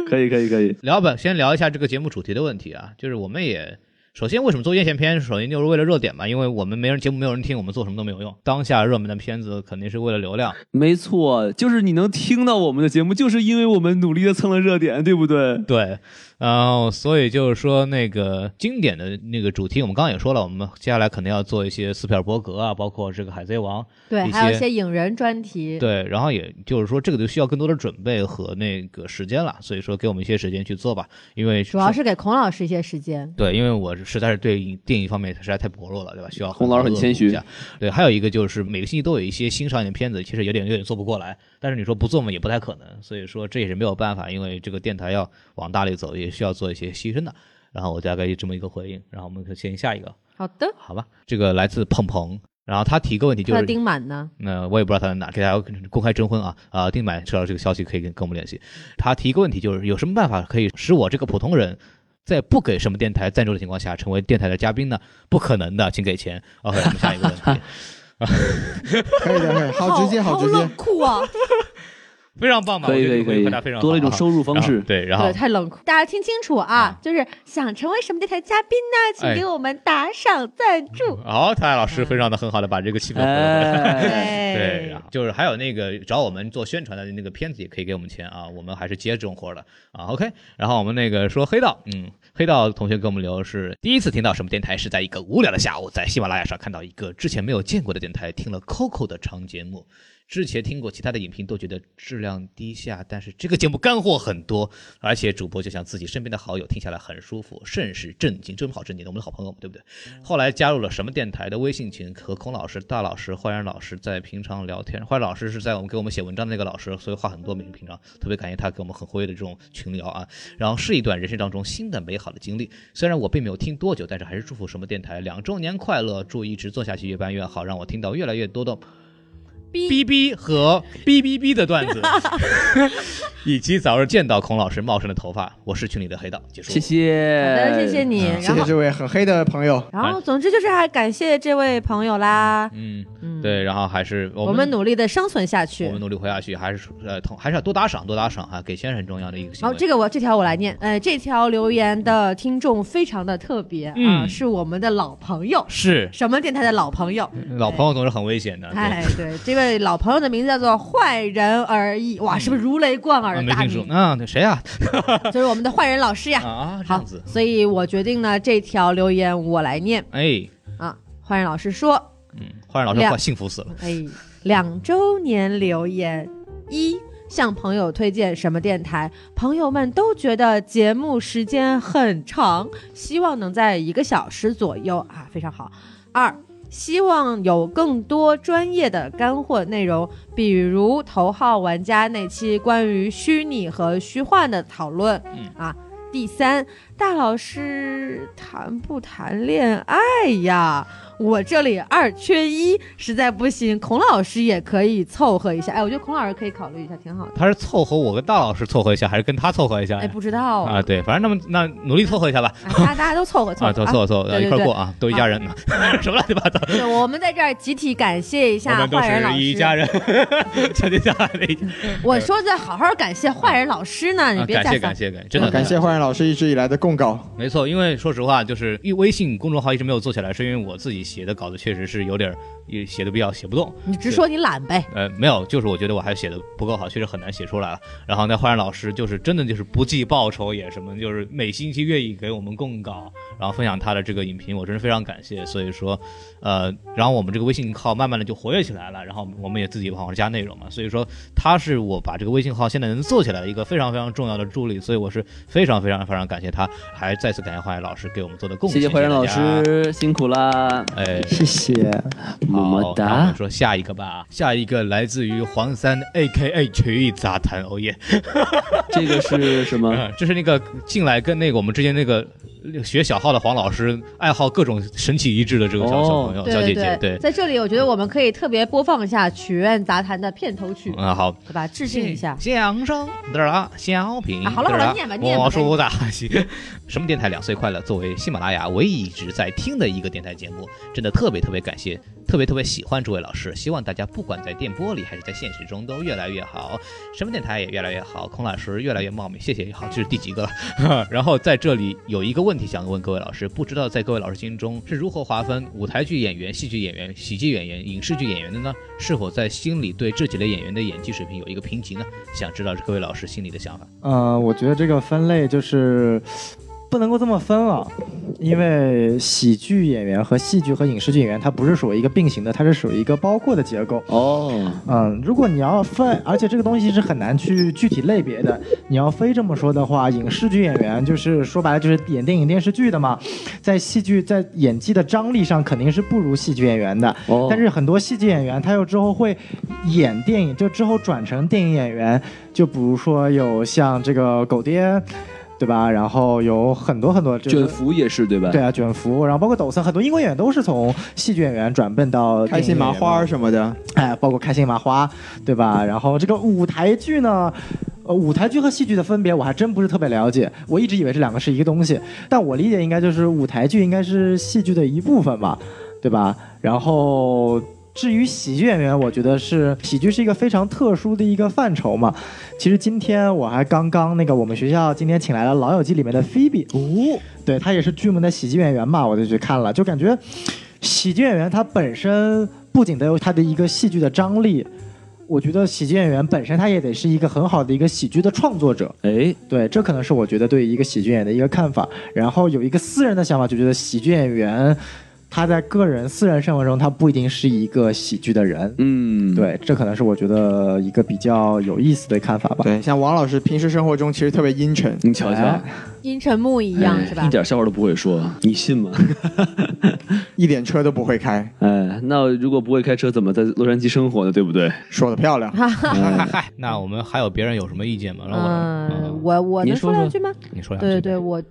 Speaker 11: 可以可以可以，
Speaker 10: 聊吧，先聊一下这个节目主题的问题啊，就是我们也。首先，为什么做院线片？首先就是为了热点嘛，因为我们没人节目没有人听，我们做什么都没有用。当下热门的片子肯定是为了流量，
Speaker 11: 没错，就是你能听到我们的节目，就是因为我们努力的蹭了热点，对不对？
Speaker 10: 对，然后所以就是说，那个经典的那个主题，我们刚刚也说了，我们接下来肯定要做一些斯皮尔伯格啊，包括这个海贼王，
Speaker 12: 对，
Speaker 10: 一
Speaker 12: 还有一些
Speaker 10: 些
Speaker 12: 影人专题。，
Speaker 10: 对，然后也就是说，这个就需要更多的准备和那个时间了，所以说给我们一些时间去做吧，因为
Speaker 12: 主要是给孔老师一些时间。
Speaker 10: 对，因为我实在是对电影方面实在太薄弱了，对吧？需要
Speaker 11: 孔老师很谦虚
Speaker 10: 好地恶补一下。对，还有一个就是每个星期都有一些新上映的片子，其实有点有点做不过来，但是你说不做嘛也不太可能，所以说这也是没有办法，因为这个电台要往大里走，也需要做一些牺牲的。然后我大概就这么一个回应，然后我们可以先下一个，
Speaker 12: 好的。
Speaker 10: 好吧？这个来自鹏鹏，然后他提一个问题就
Speaker 12: 他的
Speaker 10: 是
Speaker 12: 丁满呢？
Speaker 10: 那我也不知道他在哪，给大家公开征婚啊啊、丁满知道这个消息可以跟跟我们联系。他提一个问题，就是有什么办法可以使我这个普通人，在不给什么电台赞助的情况下，成为电台的嘉宾呢？不可能的，请给钱。OK，我们下一个
Speaker 11: *laughs*
Speaker 10: 问题。
Speaker 4: 可以的，可以，好直接，好直接。
Speaker 12: 酷啊！
Speaker 10: 非常棒吧？
Speaker 11: 可以
Speaker 10: *laughs* 我觉
Speaker 11: 可以
Speaker 10: 得这个
Speaker 11: 可以
Speaker 10: 回答非常好
Speaker 11: 多了一种收入方式
Speaker 10: 然后啊对，然后
Speaker 11: *laughs*
Speaker 12: 对，太冷酷。大家听清楚啊，就是想成为什么电台嘉宾呢？请
Speaker 10: 哎嗯
Speaker 12: 给我们打赏赞助。
Speaker 10: 好，蔡老师非常的很好的把这个气氛活跃回
Speaker 12: 哎
Speaker 10: 来。对，然后就是还有那个找我们做宣传的那个片子也可以给我们钱啊，我们还是接这种活儿的啊。OK，然后我们那个说黑道，嗯，黑道同学给我们留是第一次听到什么电台是在一个无聊的下午，在喜马拉雅上看到一个之前没有见过的电台，听了 Coco 的长节目。之前听过其他的影评，都觉得质量低下，但是这个节目干货很多，而且主播就像自己身边的好友，听下来很舒服，甚是震惊，这么好震惊的，我们的好朋友嘛，对不对？后来加入了什么电台的微信群，和孔老师、大老师、坏人老师在平常聊天。坏人老师是在我们给我们写文章的那个老师，所以话很多，每天平常特别感谢他给我们很活跃的这种群聊啊。然后是一段人生当中新的美好的经历。虽然我并没有听多久，但是还是祝福什么电台两周年快乐，祝一直做下去越办越好，让我听到越来越多的哔哔 *laughs* 和哔哔哔的段
Speaker 11: *laughs*
Speaker 10: 子，以及早日见到孔老师茂盛的头发。我是群里的黑道，结束。嗯
Speaker 11: 谢谢，
Speaker 12: 好的，谢谢你。
Speaker 4: 谢
Speaker 12: 然
Speaker 4: 谢
Speaker 12: 后，
Speaker 4: 这位很黑的朋友。
Speaker 12: 然后，总之就是还感谢这位朋友啦。
Speaker 10: 嗯，对，然后还是我
Speaker 12: 我们努力的生存下去
Speaker 10: 我。们努力活下去，还是呃，同还是要多打赏，多打赏哈、给钱是很重要的一个行
Speaker 12: 好，
Speaker 10: 为。
Speaker 12: 这个我这条我来念。呃，这条留言的听众非常的特别啊、
Speaker 10: 嗯
Speaker 12: 是我们的老朋友，
Speaker 10: 是
Speaker 12: 什么电台的老朋友？
Speaker 10: 老朋友总是很危险的，
Speaker 12: 哎
Speaker 10: 对，，嗯
Speaker 12: 对，这位老朋友的名字叫做坏人而已，哇，是不是如雷贯耳
Speaker 10: 啊
Speaker 12: 的
Speaker 10: 没
Speaker 12: 大 *laughs*
Speaker 10: 听说
Speaker 12: 名？
Speaker 10: 啊，那谁呀、
Speaker 12: 就是我们的坏人老师呀。
Speaker 10: 啊，这
Speaker 12: 好
Speaker 10: 样子，，
Speaker 12: 所以我决定呢，这条留言我来念
Speaker 10: 哎，
Speaker 12: 啊。坏人老师说，
Speaker 10: 花儿老师
Speaker 12: 两
Speaker 10: 快幸福死了，
Speaker 12: 哎，两周年留言一。向朋友推荐什么电台，朋友们都觉得节目时间很长，希望能在一个小时左右啊，非常好。二，希望有更多专业的干货内容，比如头号玩家那期关于虚拟和虚幻的讨论、啊。第三，大老师谈不谈恋爱呀？我这里二缺一，实在不行，孔老师也可以凑合一下。哎，我觉得孔老师可以考虑一下，挺好的。
Speaker 10: 他是凑合我跟大老师凑合一下，还是跟他凑合一下
Speaker 12: 哎，
Speaker 10: 呀？
Speaker 12: 不知道
Speaker 10: 啊，对，反正那么那努力凑合一下吧，
Speaker 12: 大家大家都凑合凑合
Speaker 10: 啊，凑合凑合凑合
Speaker 12: 对对
Speaker 10: 一块儿
Speaker 12: 对
Speaker 10: 过啊，都一家人呢，什么乱七八糟，
Speaker 12: *laughs* 对，我们在这儿集体感谢一
Speaker 10: 我
Speaker 12: 下
Speaker 10: 们都
Speaker 12: 坏人老
Speaker 10: 是
Speaker 12: 师。
Speaker 10: 一
Speaker 12: *laughs*
Speaker 10: 家人，小弟小孩的一家。
Speaker 12: 我说的好好感谢坏人老师呢，你别
Speaker 10: 啊感
Speaker 12: 再嗯
Speaker 10: 谢
Speaker 12: 烦
Speaker 10: 感谢感谢，哎真的
Speaker 4: 感谢
Speaker 10: 花
Speaker 4: 焕然老师一直以来的供稿。
Speaker 10: 没错，因为说实话，就是一微信公众号一直没有做起来，是因为我自己写的稿子确实是有点儿也写的比较写不动。
Speaker 12: 你直说你懒呗。
Speaker 11: 哎
Speaker 10: 呃，没有，就是我觉得我还写的不够好，确实很难写出来了。然后那花然老师就是真的就是不计报酬也什么，就是每星期愿意给我们供稿，然后分享他的这个影评，我真是非常感谢。所以说，呃，然后我们这个微信号慢慢的就活跃起来了，然后我们也自己往上加内容嘛。所以说，他是我把这个微信号现在能做起来的一个非常非常重要的助力，所以我是非常非常非常感谢他。还再次感谢华岩老师给我们做的贡
Speaker 11: 谢谢
Speaker 10: 献，
Speaker 11: 怀仁老
Speaker 10: 啊
Speaker 11: 师，辛苦啦！
Speaker 10: 哎，
Speaker 5: 谢谢，
Speaker 11: 么么
Speaker 10: 好，那我
Speaker 11: 哒
Speaker 10: 们！说下一个吧，下一个来自于黄三 A K A 曲艺杂谈，哦耶，
Speaker 11: *laughs*
Speaker 10: 嗯
Speaker 11: 这个是什
Speaker 10: *laughs*
Speaker 11: 么？
Speaker 10: 这是那个进来跟那个我们之前那个学小号的黄老师，爱好各种神奇一致的这个小
Speaker 11: 哦
Speaker 10: 小朋友、
Speaker 12: 对
Speaker 10: 小姐
Speaker 12: 哦对
Speaker 10: 姐，
Speaker 12: 对，在这里我觉得我们可以特别播放一下《曲苑杂谈》的片头曲，
Speaker 10: 啊好，
Speaker 12: 对吧？致敬一下。
Speaker 10: 相声得啦，小品
Speaker 12: 啊好了好了念吧念吧
Speaker 10: 我说大戏，什么电台两岁快乐作为喜马拉雅唯一一直在听的一个电台节目，真的特别特别感谢，特别特别喜欢诸位老师，希望大家不管在电波里还是在现实中都越来越好，什么电台也越来越好，孔老师越来越貌美，谢谢，好，这是第几个 *laughs* 了？然后在这里有一个问题想问各位老师，不知道在各位老师心中是如何划分舞台剧演员、戏剧演员、喜剧演员、影视剧演员的呢？是否在心里对这几类演员的演技水平有一个评级呢？想知道各位老师心里的想法。
Speaker 5: 呃，我觉得这个分类就是不能够这么分了，因为喜剧演员和戏剧和影视剧演员它不是属于一个并行的，它是属于一个包括的结构。
Speaker 11: 哦，
Speaker 5: 嗯，如果你要分，而且这个东西是很难去具体类别的。你要非这么说的话，影视剧演员就是说白了就是演电影电视剧的嘛，在戏剧在演技的张力上肯定是不如戏剧演员的。
Speaker 11: 哦
Speaker 5: 但是很多戏剧演员他又之后会演电影，就之后转成电影演员，就比如说有像这个狗爹。对吧？然后有很多很多这个
Speaker 11: 卷福也是对吧？
Speaker 5: 对啊，卷福，然后包括抖森，很多英国演员都是从戏剧演员转变到
Speaker 4: 开心麻花
Speaker 5: 什么的，啊哎，包括开心麻花，对吧？然后这个舞台剧呢？呃，舞台剧和戏剧的分别我还真不是特别了解，我一直以为这两个是一个东西，但我理解应该就是舞台剧应该是戏剧的一部分吧，对吧？然后至于喜剧演员，我觉得是喜剧是一个非常特殊的一个范畴嘛。其实今天我还刚刚那个我们学校今天请来了《老友记》里面的菲比，哦，对她也是剧目的喜剧演员嘛，我就去看了，就感觉喜剧演员他本身不仅得有他的一个戏剧的张力。我觉得喜剧演员本身他也得是一个很好的一个喜剧的创作者，
Speaker 11: 哎，
Speaker 5: 对，这可能是我觉得对于一个喜剧演员的一个看法。然后有一个私人的想法，就觉得喜剧演员他在个人私人生活中，他不一定是一个喜剧的人。
Speaker 11: 嗯，
Speaker 5: 对，这可能是我觉得一个比较有意思的看法吧。
Speaker 4: 对，像王老师平时生活中其实特别阴沉，
Speaker 11: 你瞧瞧
Speaker 4: 哎
Speaker 12: 阴沉木一
Speaker 10: 哎
Speaker 12: 样是吧
Speaker 11: 一？点笑话都不会说，你信吗？
Speaker 4: 一点车都不会开，
Speaker 11: 哎，那如果不会开车，怎么在洛杉矶生活呢？对不对？哎
Speaker 4: 说的漂亮。
Speaker 10: 嗨，那我们还有别人有什么意见吗？让我、啊
Speaker 12: 嗯，我我能
Speaker 10: 您说
Speaker 12: 两
Speaker 10: 说
Speaker 12: 句吗？
Speaker 10: 你说两
Speaker 12: 对对
Speaker 10: 句
Speaker 12: 对，我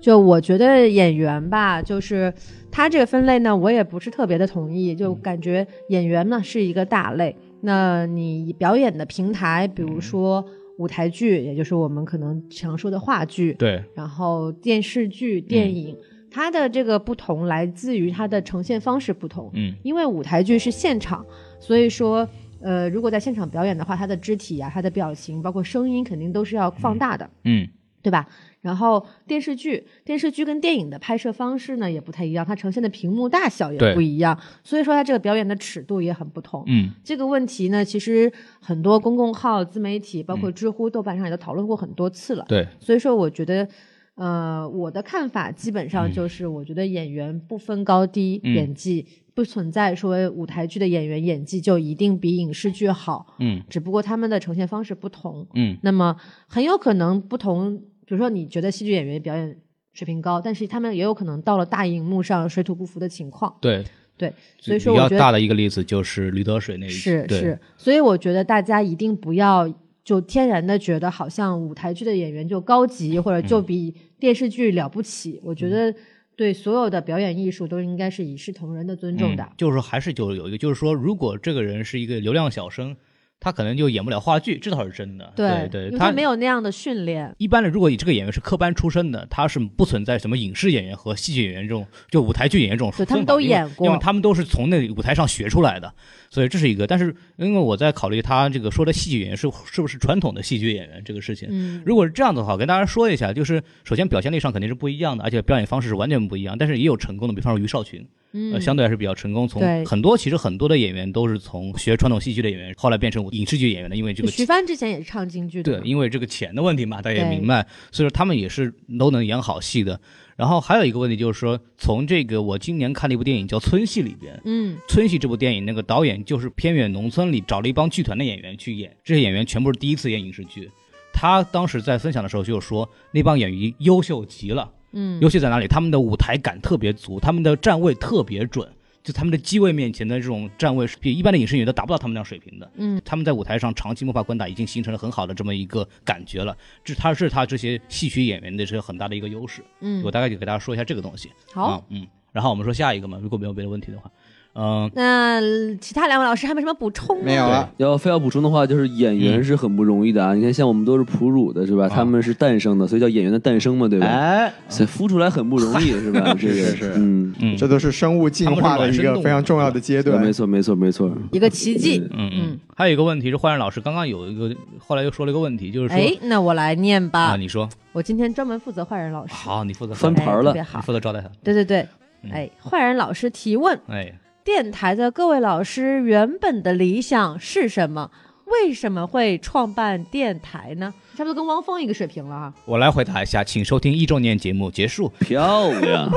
Speaker 12: 就我觉得演员吧，就是他这个分类呢，我也不是特别的同意，
Speaker 10: 嗯
Speaker 12: 就感觉演员呢是一个大类。那你表演的平台，比
Speaker 10: 嗯
Speaker 12: 如说舞台剧，也就是我们可能常说的话剧，
Speaker 10: 对，嗯
Speaker 12: 然后电视剧、电影，它的这个不同来自于它的呈现方式不同。
Speaker 10: 嗯
Speaker 12: 因为舞台剧是现场，所以说，呃，如果在现场表演的话，他的肢体呀、啊他的表情，包括声音，肯定都是要放大的，
Speaker 10: 嗯，
Speaker 12: 对吧？然后电视剧，电视剧跟电影的拍摄方式呢也不太一样，它呈现的屏幕大小
Speaker 10: 对
Speaker 12: 也不一样，所以说它这个表演的尺度也很不同。
Speaker 10: 嗯
Speaker 12: 这个问题呢，其实很多公共号、自媒体，包括知乎、豆瓣上也都讨论过很多次了。
Speaker 10: 嗯对
Speaker 12: 所以说我觉得，呃，我的看法基本上就是，我觉得演员不分高低，
Speaker 10: 嗯
Speaker 12: 演技不存在说舞台剧的演员演技就一定比影视剧好，
Speaker 10: 嗯
Speaker 12: 只不过他们的呈现方式不同。
Speaker 10: 嗯
Speaker 12: 那么很有可能不同，比如说你觉得戏剧演员表演水平高，但是他们也有可能到了大荧幕上水土不服的情况。
Speaker 10: 对，
Speaker 12: 对，所
Speaker 10: 比
Speaker 12: 以说
Speaker 10: 较
Speaker 12: 我觉
Speaker 10: 大
Speaker 12: 得
Speaker 10: 的一个例子就是驴得水那一集
Speaker 12: 是
Speaker 10: 对
Speaker 12: 是，所以我觉得大家一定不要就天然的觉得好像舞台剧的演员就高级或者就
Speaker 10: 嗯
Speaker 12: 比电视剧了不起。我觉得对所有的表演艺术都应该是一视同仁的尊重的。
Speaker 10: 嗯就是说还是就有一个，就是说，如果这个人是一个流量小生，他可能就演不了话剧，这倒是真的。对
Speaker 12: 因为
Speaker 10: 他
Speaker 12: 他没有那样的训练。
Speaker 10: 一般的，如果你这个演员是科班出身的，他是不存在什么影视演员和戏剧演员这种，就舞台剧演员这种
Speaker 12: 对
Speaker 10: 分法，
Speaker 12: 他们都
Speaker 10: 因为
Speaker 12: 演过
Speaker 10: 因为他们都是从那个舞台上学出来的，所以这是一个。但是因为我在考虑他这个说的戏剧演员是是不是传统的戏剧演员这个事情，
Speaker 12: 嗯
Speaker 10: 如果是这样的话，我跟大家说一下，就是首先表现力上肯定是不一样的，而且表演方式是完全不一样，但是也有成功的，比方说于少群，
Speaker 12: 嗯
Speaker 10: 呃，相对还是比较成功，从
Speaker 12: 对
Speaker 10: 很多其实很多的演员都是从学传统戏剧的演员，后来变成影视剧演员的，因为这个
Speaker 12: 徐帆之前也是唱京剧的
Speaker 10: 对，
Speaker 12: 嘛，
Speaker 10: 因为这个钱的问题嘛，大家也
Speaker 12: 对
Speaker 10: 明白，所以说他们也是都能演好戏的。然后还有一个问题就是说，从这个我今年看了一部电影叫《村戏》里边，
Speaker 12: 嗯，
Speaker 10: 《村戏》这部电影那个导演就是偏远农村里找了一帮剧团的演员去演，这些演员全部是第一次演影视剧。他当时在分享的时候就说，那帮演员优秀极了，
Speaker 25: 嗯
Speaker 10: 优秀在哪里？他们的舞台感特别足，他们的站位特别准，就他们的机位面前的这种站位是比一般的影视演员都达不到他们那样水平的。
Speaker 25: 嗯
Speaker 10: 他们在舞台上长期摸爬滚打，已经形成了很好的这么一个感觉了。这他是他这些戏曲演员的这个很大的一个优势。
Speaker 12: 嗯
Speaker 10: 我大概就给大家说一下这个东西。
Speaker 12: 好
Speaker 10: 啊嗯，然后我们说下一个嘛，如果没有别的问题的话，嗯、
Speaker 12: 那其他两位老师还没什么补充吗？。
Speaker 11: 对。要非要补充的话，就是演员是很不容易的啊！你看，像我们都是哺乳的，是吧？他们是诞生的，所以叫演员的诞生嘛，对吧？
Speaker 26: 哎，
Speaker 11: 所以孵出来很不容易，是吧？这个
Speaker 4: 是是
Speaker 11: 嗯
Speaker 10: 嗯，
Speaker 4: 这都是生物进化的一个非常重要的阶段。
Speaker 11: 没错，嗯没错，没错。
Speaker 12: 一个奇迹。
Speaker 10: 嗯嗯，还有一个问题是，焕然老师刚刚有一个，后来又说了一个问题，就是说，
Speaker 12: 哎，那我来念吧。
Speaker 10: 啊，你说
Speaker 12: 我今天专门负责坏人老师。
Speaker 10: 好，你负责
Speaker 12: 翻盘了哎特别好
Speaker 10: 你负责招待他。
Speaker 12: 对对对，哎，坏人老师提问：
Speaker 10: 哎，
Speaker 12: 电台的各位老师原本的理想是什么？为什么会创办电台呢？差不多跟汪峰一个水平了哈。
Speaker 10: 我来回答一下，请收听一周年节目结束，
Speaker 11: 漂
Speaker 10: *laughs*
Speaker 11: 亮，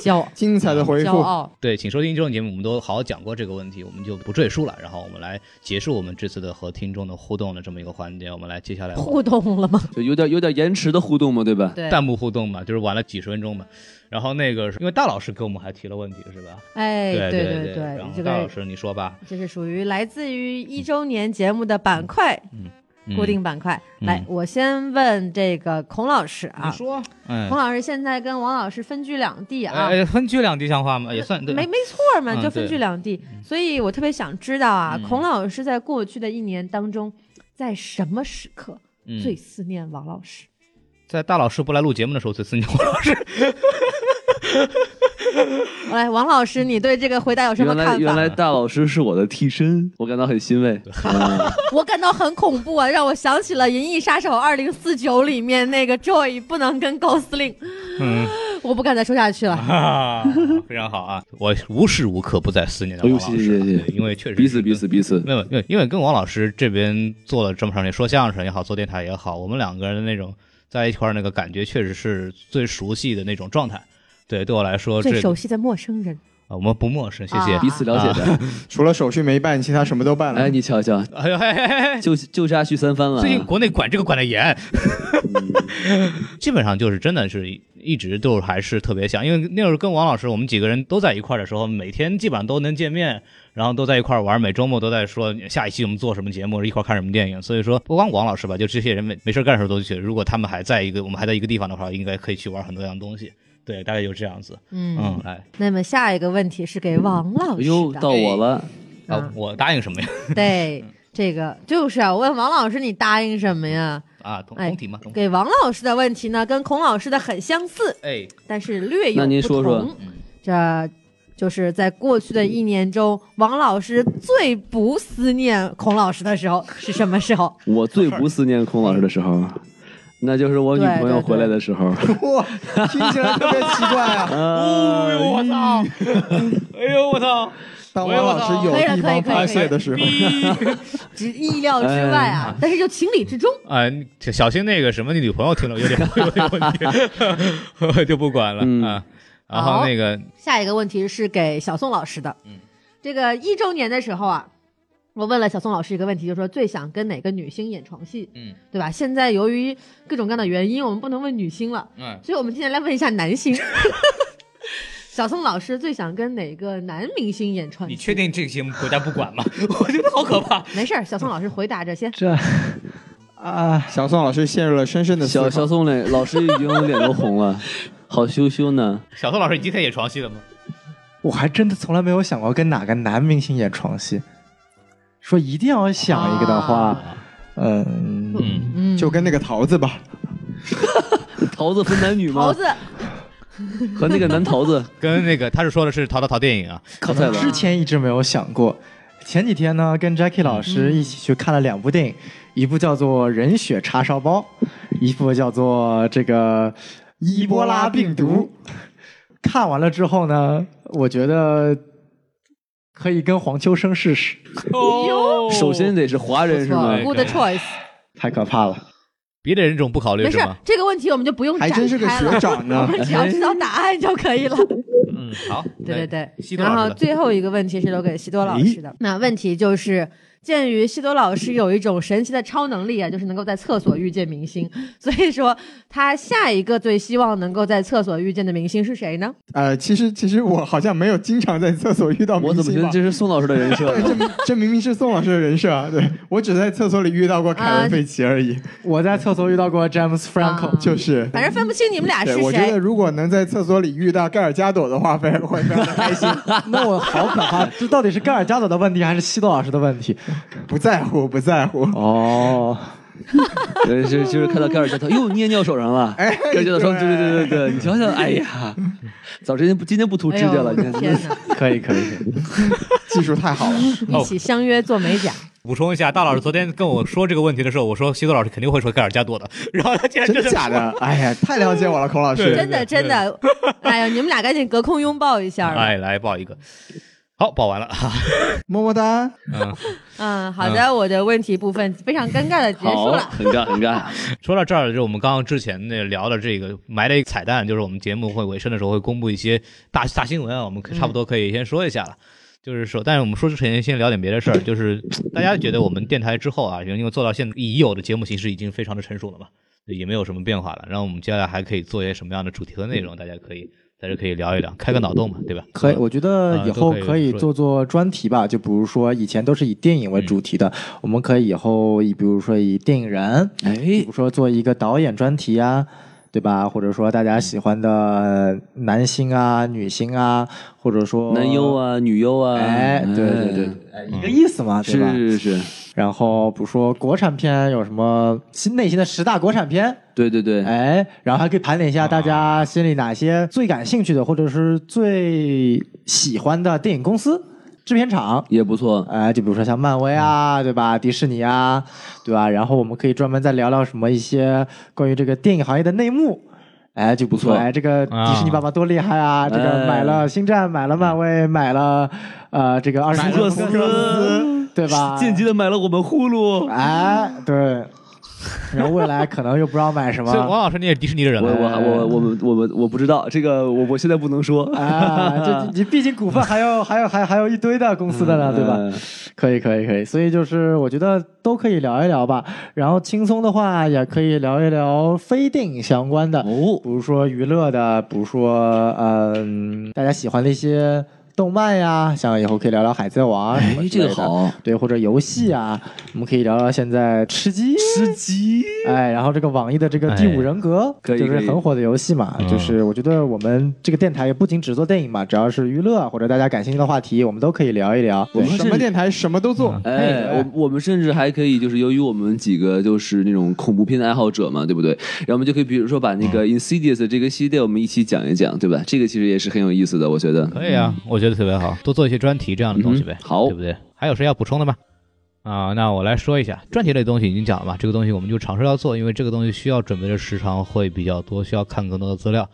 Speaker 12: 骄
Speaker 4: 精彩的回
Speaker 12: 骄傲。
Speaker 10: 对，请收听一周年节目，我们都好好讲过这个问题，我们就不赘述了。然后我们来结束我们这次的和听众的互动的这么一个环节，我们来接下来
Speaker 12: 互动了吗？
Speaker 11: 就有点有点延迟的互动嘛，对吧？
Speaker 12: 对
Speaker 10: 弹幕互动嘛，就是玩了几十分钟嘛。然后那个是因为大老师给我们还提了问题是吧？
Speaker 12: 哎
Speaker 10: 对
Speaker 12: 对对
Speaker 10: 对
Speaker 12: 对
Speaker 10: 然后
Speaker 12: 这个
Speaker 10: 大老师你说吧，
Speaker 12: 这是属于来自于一周年节目的板块，
Speaker 10: 嗯
Speaker 12: 固定板块。
Speaker 10: 嗯
Speaker 12: 来，我先问这个孔老师啊，
Speaker 10: 你说嗯
Speaker 12: 孔老师现在跟王老师分居两地啊，
Speaker 10: 哎，哎分居两地像话吗？也算对，
Speaker 12: 没没错嘛，
Speaker 10: 嗯
Speaker 12: 就分居
Speaker 10: 对
Speaker 12: 两地。所以我特别想知道啊，
Speaker 10: 嗯
Speaker 12: 孔老师在过去的一年当中，在什么时刻
Speaker 10: 嗯
Speaker 12: 最思念王老师？
Speaker 10: 在大老师不来录节目的时候，最思念王老师。
Speaker 12: 来，哎王老师，你对这个回答有什么
Speaker 11: 原
Speaker 12: 看法？
Speaker 11: 来原来大老师是我的替身，我感到很欣
Speaker 10: *laughs*
Speaker 11: 慰。嗯
Speaker 12: 我感到很恐怖啊，让我想起了《银翼杀手二零四九》里面那个 Joy 不能跟 Gosling， *laughs*
Speaker 10: 嗯，
Speaker 12: 我不敢再说下去了。
Speaker 10: *laughs* 啊，非常好啊！我无时无刻不在思念的王老师啊，
Speaker 11: 哎呦谢谢谢谢
Speaker 10: 对因为确实
Speaker 11: 彼此彼此彼此，
Speaker 10: 没有，因为因为跟王老师这边做了这么长时间，说相声也好，做电台也好，我们两个人的那种在一块儿那个感觉，确实是最熟悉的那种状态。对，对我来说，这
Speaker 12: 最
Speaker 10: 个
Speaker 12: 熟悉的陌生人，
Speaker 10: 啊我们不陌生，谢谢，
Speaker 11: 彼此了解的
Speaker 10: 啊。
Speaker 4: 除了手续没办，其他什么都办了。
Speaker 11: 哎，你瞧瞧，
Speaker 10: 哎呦嘿嘿嘿嘿，
Speaker 11: 就就差去三番了。啊
Speaker 10: 最近国内管这个管得严，
Speaker 4: 嗯
Speaker 10: *laughs* 基本上就是真的是一直都还是特别像，因为那会儿跟王老师我们几个人都在一块儿的时候，每天基本上都能见面，然后都在一块儿玩，每周末都在说下一期我们做什么节目，一块儿看什么电影。所以
Speaker 4: 嗯
Speaker 10: 说不光王老师吧，就这些人没没事儿干的时候都去，如果他们还在一个我们还在一个地方的话，应该可以去玩很多样东西。对，大概就这样子。
Speaker 12: 嗯
Speaker 10: 嗯，哎，
Speaker 12: 那么下一个问题是给王老师
Speaker 10: 又
Speaker 12: 的，
Speaker 11: 了
Speaker 10: 啊！我答应什么呀？ *laughs*
Speaker 12: 对，
Speaker 10: 嗯
Speaker 12: 这个就是啊，我问王老师你答应什么呀？
Speaker 10: 啊，同
Speaker 12: 哎
Speaker 10: 同体嘛，同体
Speaker 12: 给王老师的问题呢，跟孔老师的很相似，
Speaker 10: 哎，嗯
Speaker 12: 但是略有
Speaker 11: 那您
Speaker 12: 不
Speaker 11: 说说
Speaker 12: 同，这就是在过去的一年中，王老师最不思念孔老师的时候是什么
Speaker 4: *laughs*
Speaker 12: 时候？
Speaker 11: 我最不思念孔老师的时候，那就是我女朋友回来的时候。
Speaker 4: 哇，听起来特别奇怪啊！
Speaker 10: 哎呦我操！哎呦我操！
Speaker 4: 当王老师有地方发泄
Speaker 12: 哎
Speaker 4: 的时候，
Speaker 12: 只意料之
Speaker 10: 哎
Speaker 12: 外啊，但是又情理之中。
Speaker 10: 啊、你小心那个什么，你女朋友听了有点有点问题，就 *laughs* 不管了、啊。然后那个嗯
Speaker 12: 下一个问题是给小宋老师的，这个一周年的时候啊，我问了小宋老师一个问题，就是说最想跟哪个女星演床戏，
Speaker 10: 嗯，
Speaker 12: 对吧？现在由于各种各样的原因，我们不能问女星了，
Speaker 10: 嗯
Speaker 12: 所以我们今天来问一下男星。 *laughs* 小宋老师最想跟哪个男明星演床戏？
Speaker 10: 你确定这个节目国家不管吗？我觉得好可怕。
Speaker 12: 没事儿，小宋老师回答着先。
Speaker 4: 这啊，小宋老师陷入了深深的思
Speaker 11: 小
Speaker 4: 考。
Speaker 11: 小宋嘞，老师已经脸都红
Speaker 4: *laughs*
Speaker 11: 了，好羞羞呢。
Speaker 10: 小宋老师，你今天也 *laughs* 床戏了吗？
Speaker 26: 我还真的从来没有想过跟哪个男明星演床戏。说一定要想一个的话，嗯
Speaker 4: 嗯，就跟那个桃子吧，
Speaker 11: 桃子分男女吗？
Speaker 12: 桃子，
Speaker 11: 和那个男桃子，
Speaker 10: *laughs* 跟那个他是说的是淘淘淘电影啊，
Speaker 26: 可能之前一直没有想过。前几天呢，跟 Jackie 老师一起去看了两部电影，一部叫做《人血叉烧包》，一部叫做这个《伊波拉病毒》。看完了之后呢，我觉得可以跟黄秋生试试，
Speaker 11: 哦，首先得是华人是吗？
Speaker 12: Good choice，
Speaker 26: 太可怕了。
Speaker 10: 别的人种不考虑
Speaker 12: 没
Speaker 10: 是
Speaker 12: 事儿
Speaker 10: 吗？，
Speaker 12: 这个问题我们就不用展
Speaker 10: 还真是个
Speaker 12: 开了
Speaker 10: 学长
Speaker 12: *laughs*
Speaker 10: 呢
Speaker 12: 我们只要知道答案就可以了。
Speaker 10: 嗯，好，
Speaker 12: 对对对
Speaker 10: 西，多
Speaker 12: 然
Speaker 10: 老
Speaker 12: 后
Speaker 10: 师的
Speaker 12: 最后一个问题是留给西多老师的。那问题就是，鉴于西多老师有一种神奇的超能力啊，就是能够在厕所遇见明星， *laughs* 所以说他下一个最希望能够在厕所遇见的明星是谁呢？
Speaker 4: 呃，其实其实我好像没有经常在厕所遇到明星吧。我
Speaker 11: 怎么觉得这是宋老师的人设
Speaker 4: *laughs* 对，这明这明明是宋老师的人设啊！对我只在厕所里遇到过凯文·费奇而已。
Speaker 5: 啊
Speaker 4: 啊
Speaker 5: 我在厕所遇到过詹姆斯·弗兰克，
Speaker 4: 就是。
Speaker 12: 反正分不清你们俩是
Speaker 4: 对，我觉得
Speaker 12: 谁。
Speaker 4: 如果能在厕所里遇到盖尔加朵的话，非常会
Speaker 5: *laughs*
Speaker 4: 非常的
Speaker 12: *laughs*
Speaker 4: 开心。
Speaker 5: 那我好可怕！啊这到底是盖尔加朵的问题还是西多老师的问题？
Speaker 4: 不在乎，不在乎。
Speaker 5: 哦，
Speaker 11: 对，就就是看到盖尔加朵，哟，捏尿手上了。
Speaker 4: 哎，
Speaker 11: 盖尔加朵说：“对对对对对，你瞧瞧，哎
Speaker 4: *laughs*
Speaker 11: 呀，早知道不今天不涂指甲
Speaker 12: 哎
Speaker 11: 了，你看。”
Speaker 5: 可以可以
Speaker 11: *laughs*
Speaker 5: 可以，
Speaker 4: 技术太好了。
Speaker 12: *laughs* 一起相约做美甲，
Speaker 10: 补充一下，大老师昨天跟我说这个问题的时候，我说西多老师肯定会说盖尔加朵的， *laughs* 然后他竟然真的
Speaker 4: 假的，哎呀，太了解我了，
Speaker 10: 哦
Speaker 4: 孔老师。
Speaker 12: 真的真的，哎呀，你们俩赶紧隔空拥抱一下吧。
Speaker 10: 哎，来抱一个，好，抱完了， *laughs* 哈哈
Speaker 4: 么么哒。
Speaker 10: 嗯，
Speaker 12: 嗯，好的，我的问题部分非常尴尬的结束
Speaker 10: 好，
Speaker 12: 了。
Speaker 10: 很尬，很尬。 *laughs* 说到这儿，就是我们刚刚之前那聊的这个埋了一个彩蛋，就是我们节目会尾声的时候会公布一些大 *laughs* 大新闻啊，我们可差不多可以先说一下 *laughs* 了。就是说，但是我们说之前先聊点别的事儿，就是大家觉得我们电台之后啊，因为做到现在已有的节目形式已经非常的成熟了嘛，也没有什么变化了。然后我们接下来还可以做一些什么样的主题和内容，大家可以在这可以聊一聊，开个脑洞嘛，对吧？
Speaker 5: 嗯
Speaker 10: 嗯啊
Speaker 5: 可以，我觉得以后可以做做专题吧，就比如说以前都是以电影为主题的，
Speaker 10: 嗯
Speaker 5: 我们可以以后以比如说以电影人，
Speaker 11: 哎，
Speaker 5: 比如说做一个导演专题啊，对吧？或者说大家喜欢的男星啊、女星啊，或者说
Speaker 11: 男优，啊，女优啊，嗯
Speaker 5: 哎，对对对，哎一个意思嘛，对吧？
Speaker 11: 是是是，
Speaker 5: 然后比如说国产片有什么新类型的十大国产片，
Speaker 11: 对对啊对，
Speaker 5: 哎，然后还可以盘点一下大家心里哪些最感兴趣的，或者是最喜欢的电影公司、制片厂。
Speaker 11: 也不错。嗯
Speaker 5: 哎，就比如说像漫威啊，对吧？迪士尼啊，对吧？然后我们可以专门再聊聊什么一些关于这个电影行业的内幕。哎，就不错。
Speaker 11: 不错
Speaker 5: 哎，这个迪士尼爸爸多厉害啊！这个买了星战，买了漫威，买了呃这个二十
Speaker 11: 福克斯
Speaker 5: 对吧？
Speaker 11: 间接的买了我们呼噜。
Speaker 5: 哎，对。然后未来可能又不知道买什
Speaker 11: *laughs*
Speaker 5: 么。
Speaker 10: 所以王老师你也是迪士尼的人啊
Speaker 11: 我
Speaker 10: 了，
Speaker 11: 我我我我我我不知道这个，我我现在不能说。
Speaker 5: *laughs* 啊，这你毕竟股份还有还有还有还有一堆的公司的
Speaker 11: 嗯
Speaker 5: 呢，对吧？ *laughs* 可以可以可以，所以就是我觉得都可以聊一聊吧。然后轻松的话，也可以聊一聊非电影相关的，
Speaker 11: 哦、
Speaker 5: 比如说娱乐的，比如说嗯、大家喜欢的一些。动漫呀，像以后可以聊聊《海贼王》什么之类的，
Speaker 11: 哎这个好
Speaker 5: 对，或者游戏啊，我们可以聊聊现在吃鸡，吃
Speaker 11: 鸡，哎
Speaker 5: 哎，然后这个网易的这个《第五人格》
Speaker 11: 可以
Speaker 5: 就是
Speaker 11: 可以
Speaker 5: 很火的游戏嘛，
Speaker 11: 嗯
Speaker 5: 就是我觉得我们这个电台也不仅只做电影嘛，只要是娱乐或者大家感兴趣的话题，我们都可以聊一聊。
Speaker 11: 我们
Speaker 5: 对
Speaker 11: 什么
Speaker 4: 电台什么都做。
Speaker 11: 哎，我我们甚至还可以，就是由于我们几个就是那种恐怖片的爱好者嘛，对不对？然后我们就可以，比如说把那个
Speaker 10: 嗯
Speaker 11: Insidious 这个系列，我们一起讲一讲，对吧？这个其实也是很有意思的，我觉得。
Speaker 10: 可以啊，我觉得特别好，多做一些专题这样的东西呗，嗯好，对不对？还有谁要补充的吗？啊，那我来说一下，专题类东西已经讲了嘛，这个东西我们就尝试要做，因为这个东西需要准备的时长会比较多，需要看更多的资料。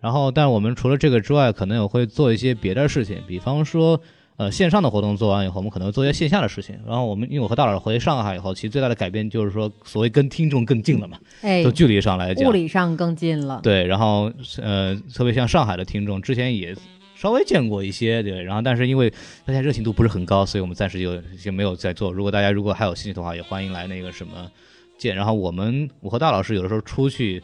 Speaker 10: 然后，但我们除了这个之外，可能也会做一些别的事情，比方说，呃，线上的活动做完以后，我们可能会做一些线下的事情。然后我们，因为我和大老师回上海以后，其实最大的改变就是说，所谓跟听众更近了嘛，
Speaker 12: 哎，
Speaker 10: 就距离上来讲，
Speaker 12: 物理上更近了。
Speaker 10: 对，然后呃，特别像上海的听众，之前也稍微见过一些，对，然后但是因为大家热情度不是很高，所以我们暂时就就没有在做。如果大家如果还有兴趣的话，也欢迎来那个什么见。然后我们我和大老师有的时候出去，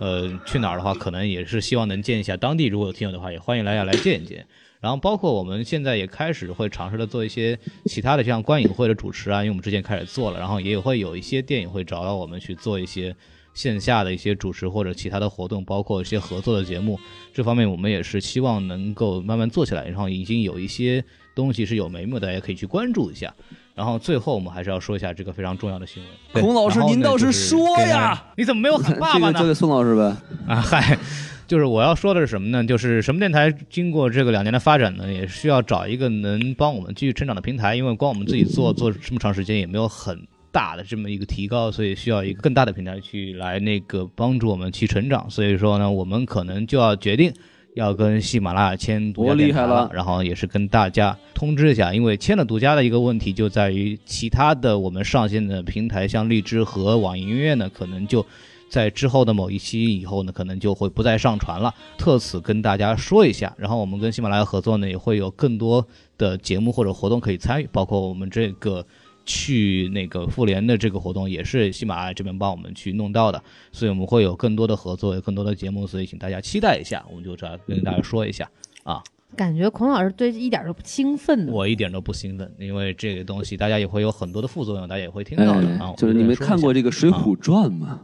Speaker 10: 呃，去哪儿的话，可能也是希望能见一下当地，如果有听友的话，也欢迎大家来见一见。然后包括我们现在也开始会尝试的做一些其他的，像观影会的主持啊，因为我们之前开始做了，然后也会有一些电影会找到我们去做一些线下的一些主持或者其他的活动，包括一些合作的节目，这方面我们也是希望能够慢慢做起来，然后已经有一些东西是有眉目的，大家可以去关注一下。然后最后我们还是要说一下这个非常重要的新闻。对
Speaker 11: 孔老师
Speaker 10: 然后呢
Speaker 11: 您倒是
Speaker 10: 就是
Speaker 11: 说
Speaker 10: 跟大
Speaker 11: 呀
Speaker 10: 家你怎么没有喊
Speaker 11: *laughs*
Speaker 10: 爸
Speaker 11: 这个
Speaker 10: 爸 *laughs* 呢？
Speaker 11: 交给宋老师呗。
Speaker 10: 啊，嗨，就是我要说的是什么呢？就是什么电台经过这个两年的发展呢，也需要找一个能帮我们继续成长的平台，因为光我们自己做做这么长时间也没有很大的这么一个提高，所以需要一个更大的平台去来那个帮助我们去成长。所以说呢，我们可能就要决定。要跟喜马拉雅签独家
Speaker 11: 多厉
Speaker 10: 电台
Speaker 11: 害了
Speaker 10: 了，然后也是跟大家通知一下，因为签了独家的一个问题就在于，其他的我们上线的平台，像荔枝和网易音乐呢，可能就在之后的某一期以后呢，可能就会不再上传了。特此跟大家说一下，然后我们跟喜马拉雅合作呢，也会有更多的节目或者活动可以参与，包括我们这个去那个妇联的这个活动，也是喜马拉雅这边帮我们去弄到的，所以我们会有更多的合作，有更多的节目，所以请大家期待一下，我们就这样跟大家说一下啊。
Speaker 12: 感觉孔老师对一点都不兴奋呢。
Speaker 10: 我一点都不兴奋，因为这个东西大家也会有很多的副作用，大家也会听到的
Speaker 11: 哎
Speaker 10: 啊。
Speaker 11: 就是你们看过这
Speaker 10: 个
Speaker 11: 个《水
Speaker 10: 啊
Speaker 11: 浒传》吗？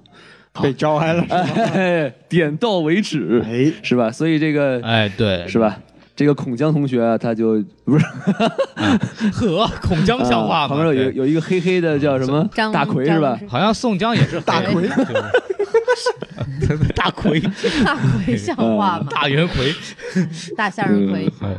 Speaker 10: 被招安了，
Speaker 11: 哎， *laughs* 点到为止，哎，是吧？所以这个，
Speaker 10: 哎，对，
Speaker 11: 是吧？这个孔江同学啊，他就不是
Speaker 10: 和
Speaker 11: *laughs*
Speaker 10: 孔 *laughs* 江像话
Speaker 11: 啊
Speaker 10: 吗？
Speaker 11: 旁边有有一个黑黑的叫什么
Speaker 12: 嗯张
Speaker 11: 大奎是吧？
Speaker 10: 好像宋江也是大奎，大奎，
Speaker 12: 大奎像话吗？
Speaker 10: *laughs* 大
Speaker 12: *laughs*
Speaker 10: 圆奎，
Speaker 12: 大向日葵。
Speaker 10: 嗯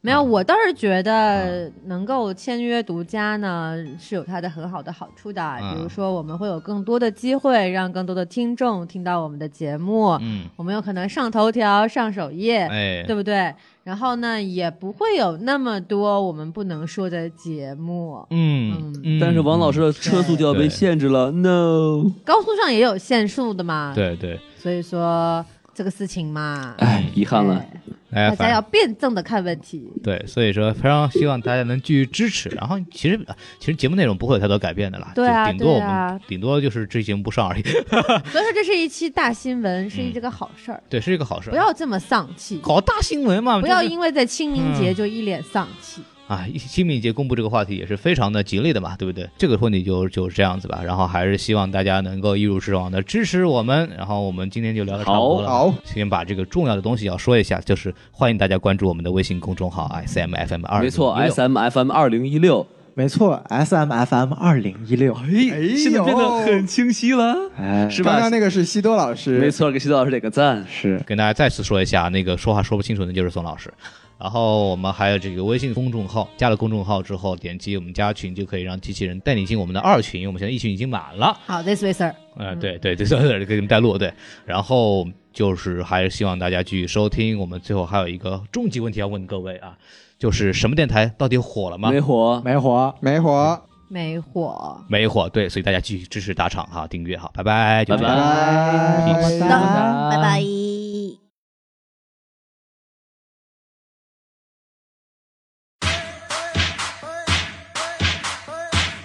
Speaker 12: 没有，我倒是觉得能够签约独家呢，是有它的很好的好处的。
Speaker 25: 嗯
Speaker 12: 比如说，我们会有更多的机会让更多的听众听到我们的节目，
Speaker 25: 嗯
Speaker 12: 我们有可能上头条、上首页，
Speaker 25: 哎
Speaker 12: 对不对？然后呢，也不会有那么多我们不能说的节目。
Speaker 10: *laughs* 嗯嗯
Speaker 11: 但是王老师的车速就要被限制了，no。
Speaker 12: 高速上也有限速的嘛，
Speaker 10: 对对，
Speaker 12: 所以说这个事情
Speaker 10: *laughs*
Speaker 12: 嘛，
Speaker 11: 哎，遗憾了，
Speaker 10: 哎，
Speaker 12: 大
Speaker 10: 反
Speaker 12: 家要辩证的看问
Speaker 10: *laughs*
Speaker 12: 题。
Speaker 10: 对，所以说非常希望大家能继续支持。然后其实其实节目内容不会有太多改变的啦，
Speaker 12: 对啊
Speaker 10: 就顶多我
Speaker 12: 对
Speaker 10: 们、
Speaker 12: 啊
Speaker 10: 顶多就是这节目不上而已。 *laughs* 啊
Speaker 12: 所以说这是一期大新闻，是一这个好事儿，
Speaker 10: 嗯对，是一个好事。
Speaker 12: 不要这么丧气。
Speaker 10: 搞大新闻嘛，
Speaker 12: 不要
Speaker 10: 就是
Speaker 12: 因为在清明节
Speaker 10: 嗯
Speaker 12: 就一脸丧气。
Speaker 10: 啊，清明节公布这个话题也是非常的吉利的嘛，对不对？这个婚礼就就是这样子吧。然后还是希望大家能够一如既往的支持我们。然后我们今天就聊的差不多了，
Speaker 15: 好好
Speaker 10: 先把这个重要的东西要说一下，就是欢迎大家关注我们的微信公众号啊 S M F M 二，
Speaker 11: 没错，S M F M 二零一六，
Speaker 26: 没错，S M F M 二零一六，
Speaker 11: 哎，现在变得很清晰了，
Speaker 26: 哎
Speaker 11: 是吧？
Speaker 26: 刚刚那
Speaker 4: 个是西多老师
Speaker 11: 没错，给西多老师点个赞。
Speaker 26: 是
Speaker 10: 跟大家再次说一下，那个说话说不清楚的就是宋老师。然后我们还有这个微信公众号，加了公众号之后，点击我们加群就可以让机器人带你进我们的二群，因为我们现在一群已经满了。
Speaker 12: 好，this way sir。
Speaker 10: 呃，对 *laughs* 对对，对对，给你们带路，对。然后就是还是希望大家继续收听。我们最后还有一个终极问题要问各位啊，就是什么电台到底火了吗？
Speaker 11: 没火，
Speaker 26: 没火，
Speaker 4: 没火，
Speaker 12: 没火，
Speaker 10: 没火。对，所以大家继续支持打赏哈，订阅哈，拜拜，就这样
Speaker 4: 拜拜
Speaker 10: Peace
Speaker 4: 拜拜。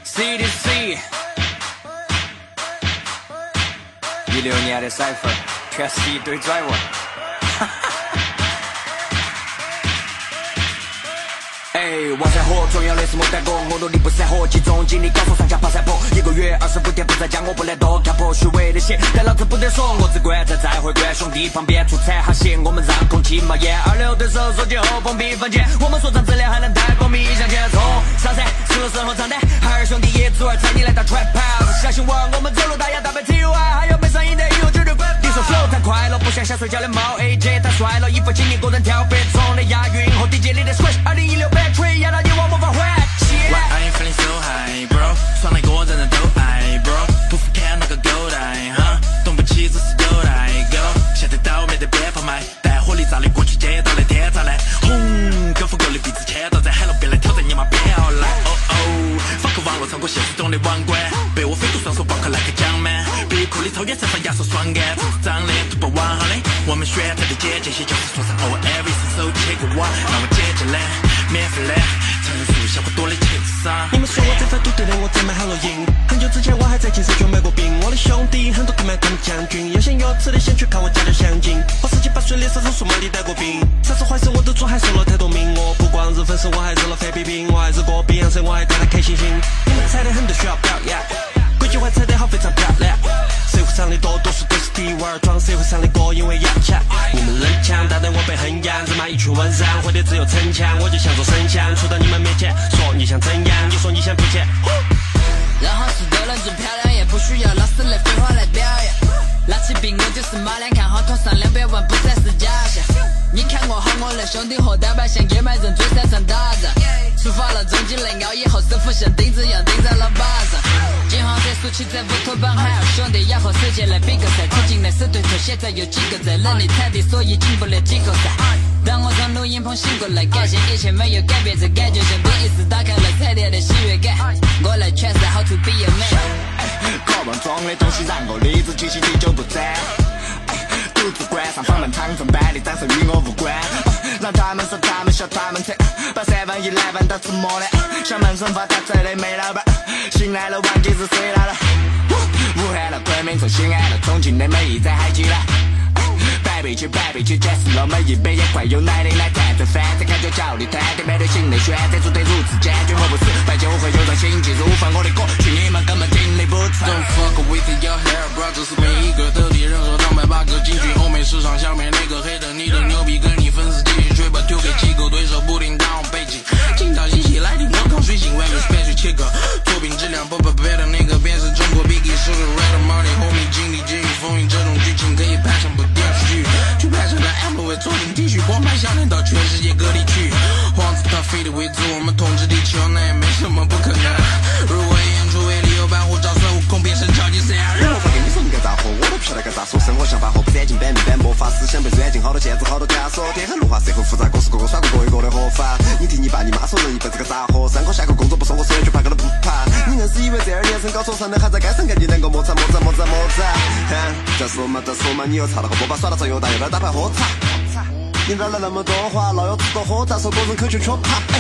Speaker 27: C to C，一六年的 cipher，全是一堆拽我。哎，往山火，重要的是没耽搁，我努力不闪火，集中精力搞出上下爬山坡。一个月二十五天不在家，我不懒惰，看破虚伪的些，但老子不得说，我只管在战会馆兄弟旁边出产哈鞋，我们让空气冒烟。二流对手说起后风平房间，我们说唱质量还能带过米向前冲。上山除了生活常态，海尔兄弟野猪儿带你来到 trap house，相信我，我们走路大摇大摆 TY，还有没上瘾的以后绝对分。你说 flow 太快了，不像下睡觉的猫 AJ 太帅了，衣服请你个人挑，别冲的押韵和 DJ 里的 swish，二零一六 Bad Tree 压到你我无法还。
Speaker 8: Why I ain't feeling so high, bro？算了，我真的都爱，bro。不服看那个狗带，哈，动不起只是狗带狗。现在倒霉的别跑卖，带火力炸的过去街道的天炸嘞，轰！跟风狗的鼻子牵到在，喊了别来挑战，你妈别要来。哦哦，发个网络穿过现实中的网关，被我飞度双手抱克来个奖man，鼻孔里抽烟散发压缩爽感，这是脏的都不往好的。我们选择的姐姐些就是说上偶尔 every 是手切个网，让我解解嘞，免费嘞，承认树下不多的情商。
Speaker 27: 你们说我这番赌对了，我怎么好了赢？很久之前我还在金色就买过冰，我的兄弟很多都买他们将军。要想要吃的，先去看我家的香精。我十七八岁的时候说梦里带过兵，啥子坏事我都做，还受了太多名。我不光是粉丝，我还是了范冰冰，我还是个碧昂森，我还带她开心心。
Speaker 10: 嗯
Speaker 27: 你们猜的很多需要表演，国际化猜的好非常漂亮。社会上的多多数都是低娃儿，装社会上的哥，因为要强。你们能抢，但等我被衡阳，日妈一群温山，活的只有逞强。我就想做神像，出到你们面前，说你想怎样，你说你想不见。
Speaker 28: 然后是都能最漂亮，也不需要老师来废话来表演。拿起笔我就是马良，看好头上两百万不再是假象。你看我好，我的兄弟伙打扮像野蛮人追山上打仗。出发了，中间来熬夜后，师傅像钉子一样钉在了靶上。金黄色竖起在乌托邦，还有兄弟要和世界来比个赛。曾经的死对头，现在有几个在那里踩地，所以进不了及格赛。当我从录音棚醒过来，感谢一切没有改变，这感觉像第一次打开了菜单的喜悦感。我来诠释 how to be a man。
Speaker 27: 渴望装的东西让我理智清醒，地久不沾。哎对数字关上访问躺成板栗，掌声与我无关。让他们说他们笑他们惨，把三文一来玩到出没了。想闷声发大财的煤老板，醒来了忘记是谁来了。武汉了，昆明从西安了，重庆的美意在海底了。百倍去百倍去解释了每一杯也快有奶的奶站着翻着感觉焦虑，摊的面对新的选择做得如此坚决，我不是败就会有种心急如焚，我的歌曲你们根本听力不懂。
Speaker 25: Don't fuck with your hair, bro，这是每一个特地任何两百八个进军欧美市场，下面那个黑的你的牛逼，跟你粉丝继续吹吧，丢给机构对手不停 down 背景，经常一起来听我口水醒外面 special 切割，作品质量不 b 别的那个便是中国 Biggie，是个 red money homie，经理监狱风云这种剧情可以拍成部电视剧，去拍成了 M V 做成 T 恤，光盘下链到全世界各地去，皇子他非得维持我们统治地球，那也没什么不可能，如果以演出为理由把护照孙悟空变成超级赛亚人
Speaker 27: 我。说给你送个杂货，我都不晓得该咋说。生活想法活不沾进版面版，魔法思想被软禁，好多限制，好多枷锁。天黑路滑，社会复杂，各式各样耍过各一个的活法。你听你爸你妈说，人一辈子个杂货，上课下课工作不送我说一句怕个都不怕。你硬是以为这二年身高说上的还在该上该你能够摩擦摩擦摩擦摩擦？哼，再说嘛再说嘛，你又差了个波把耍到这又大又来打牌喝茶。你哪来那么多话？老要吃多喝茶，说个人口诀缺怕。哎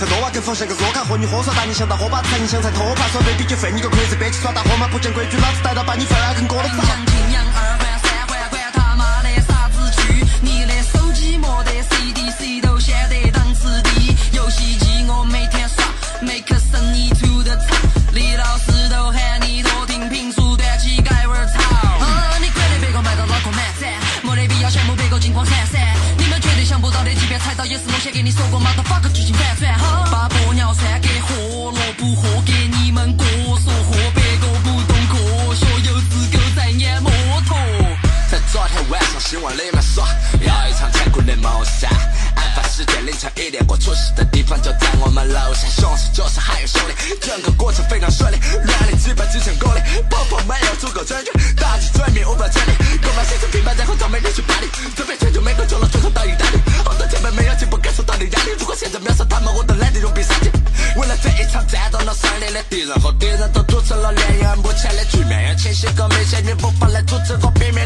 Speaker 27: 这多娃跟风像个弱咖，和你喝耍打你想打喝把菜，你想菜偷怕，耍被比就废，你个壳子背起耍大喝嘛，不讲规矩，老子逮到把你饭儿跟锅都砸。
Speaker 25: 阴阳二环三环，管他妈的啥子剧！你的手机没得 CDC 都显得档次低。游戏机我每天耍，每刻生意出的差。李老师都喊你多听评书，端起盖碗儿炒。啊，你管得别个卖到脑壳满噻，没得必要羡慕别个金光闪闪。你们绝对想不到的，即便踩到也是我先给你说过嘛，到法个剧情反转。哈，把鸵鸟酸给活萝卜喝给你们哥说喝，别个不懂科学，有资格在演摩托。
Speaker 27: 在昨天晚上新闻里面说，要一场残酷的谋杀。案发时间凌晨一点过，出事的地方就在我们楼下。凶手就是还有兄弟，整个过程非常顺利，乱了几百几千公里，爆破没有足够证据，打击罪名无法成立。公安形成平板，然后找没人去办理，这边全球美国救了最后到意大利，好多前辈没有进步感受到的压力。如果现在秒杀他们，我都懒得用必杀技。为了这一场战斗，那胜利的敌人和敌人都组成了联姻而目前的局面，要清晰和明显，你无法来阻止我拼命。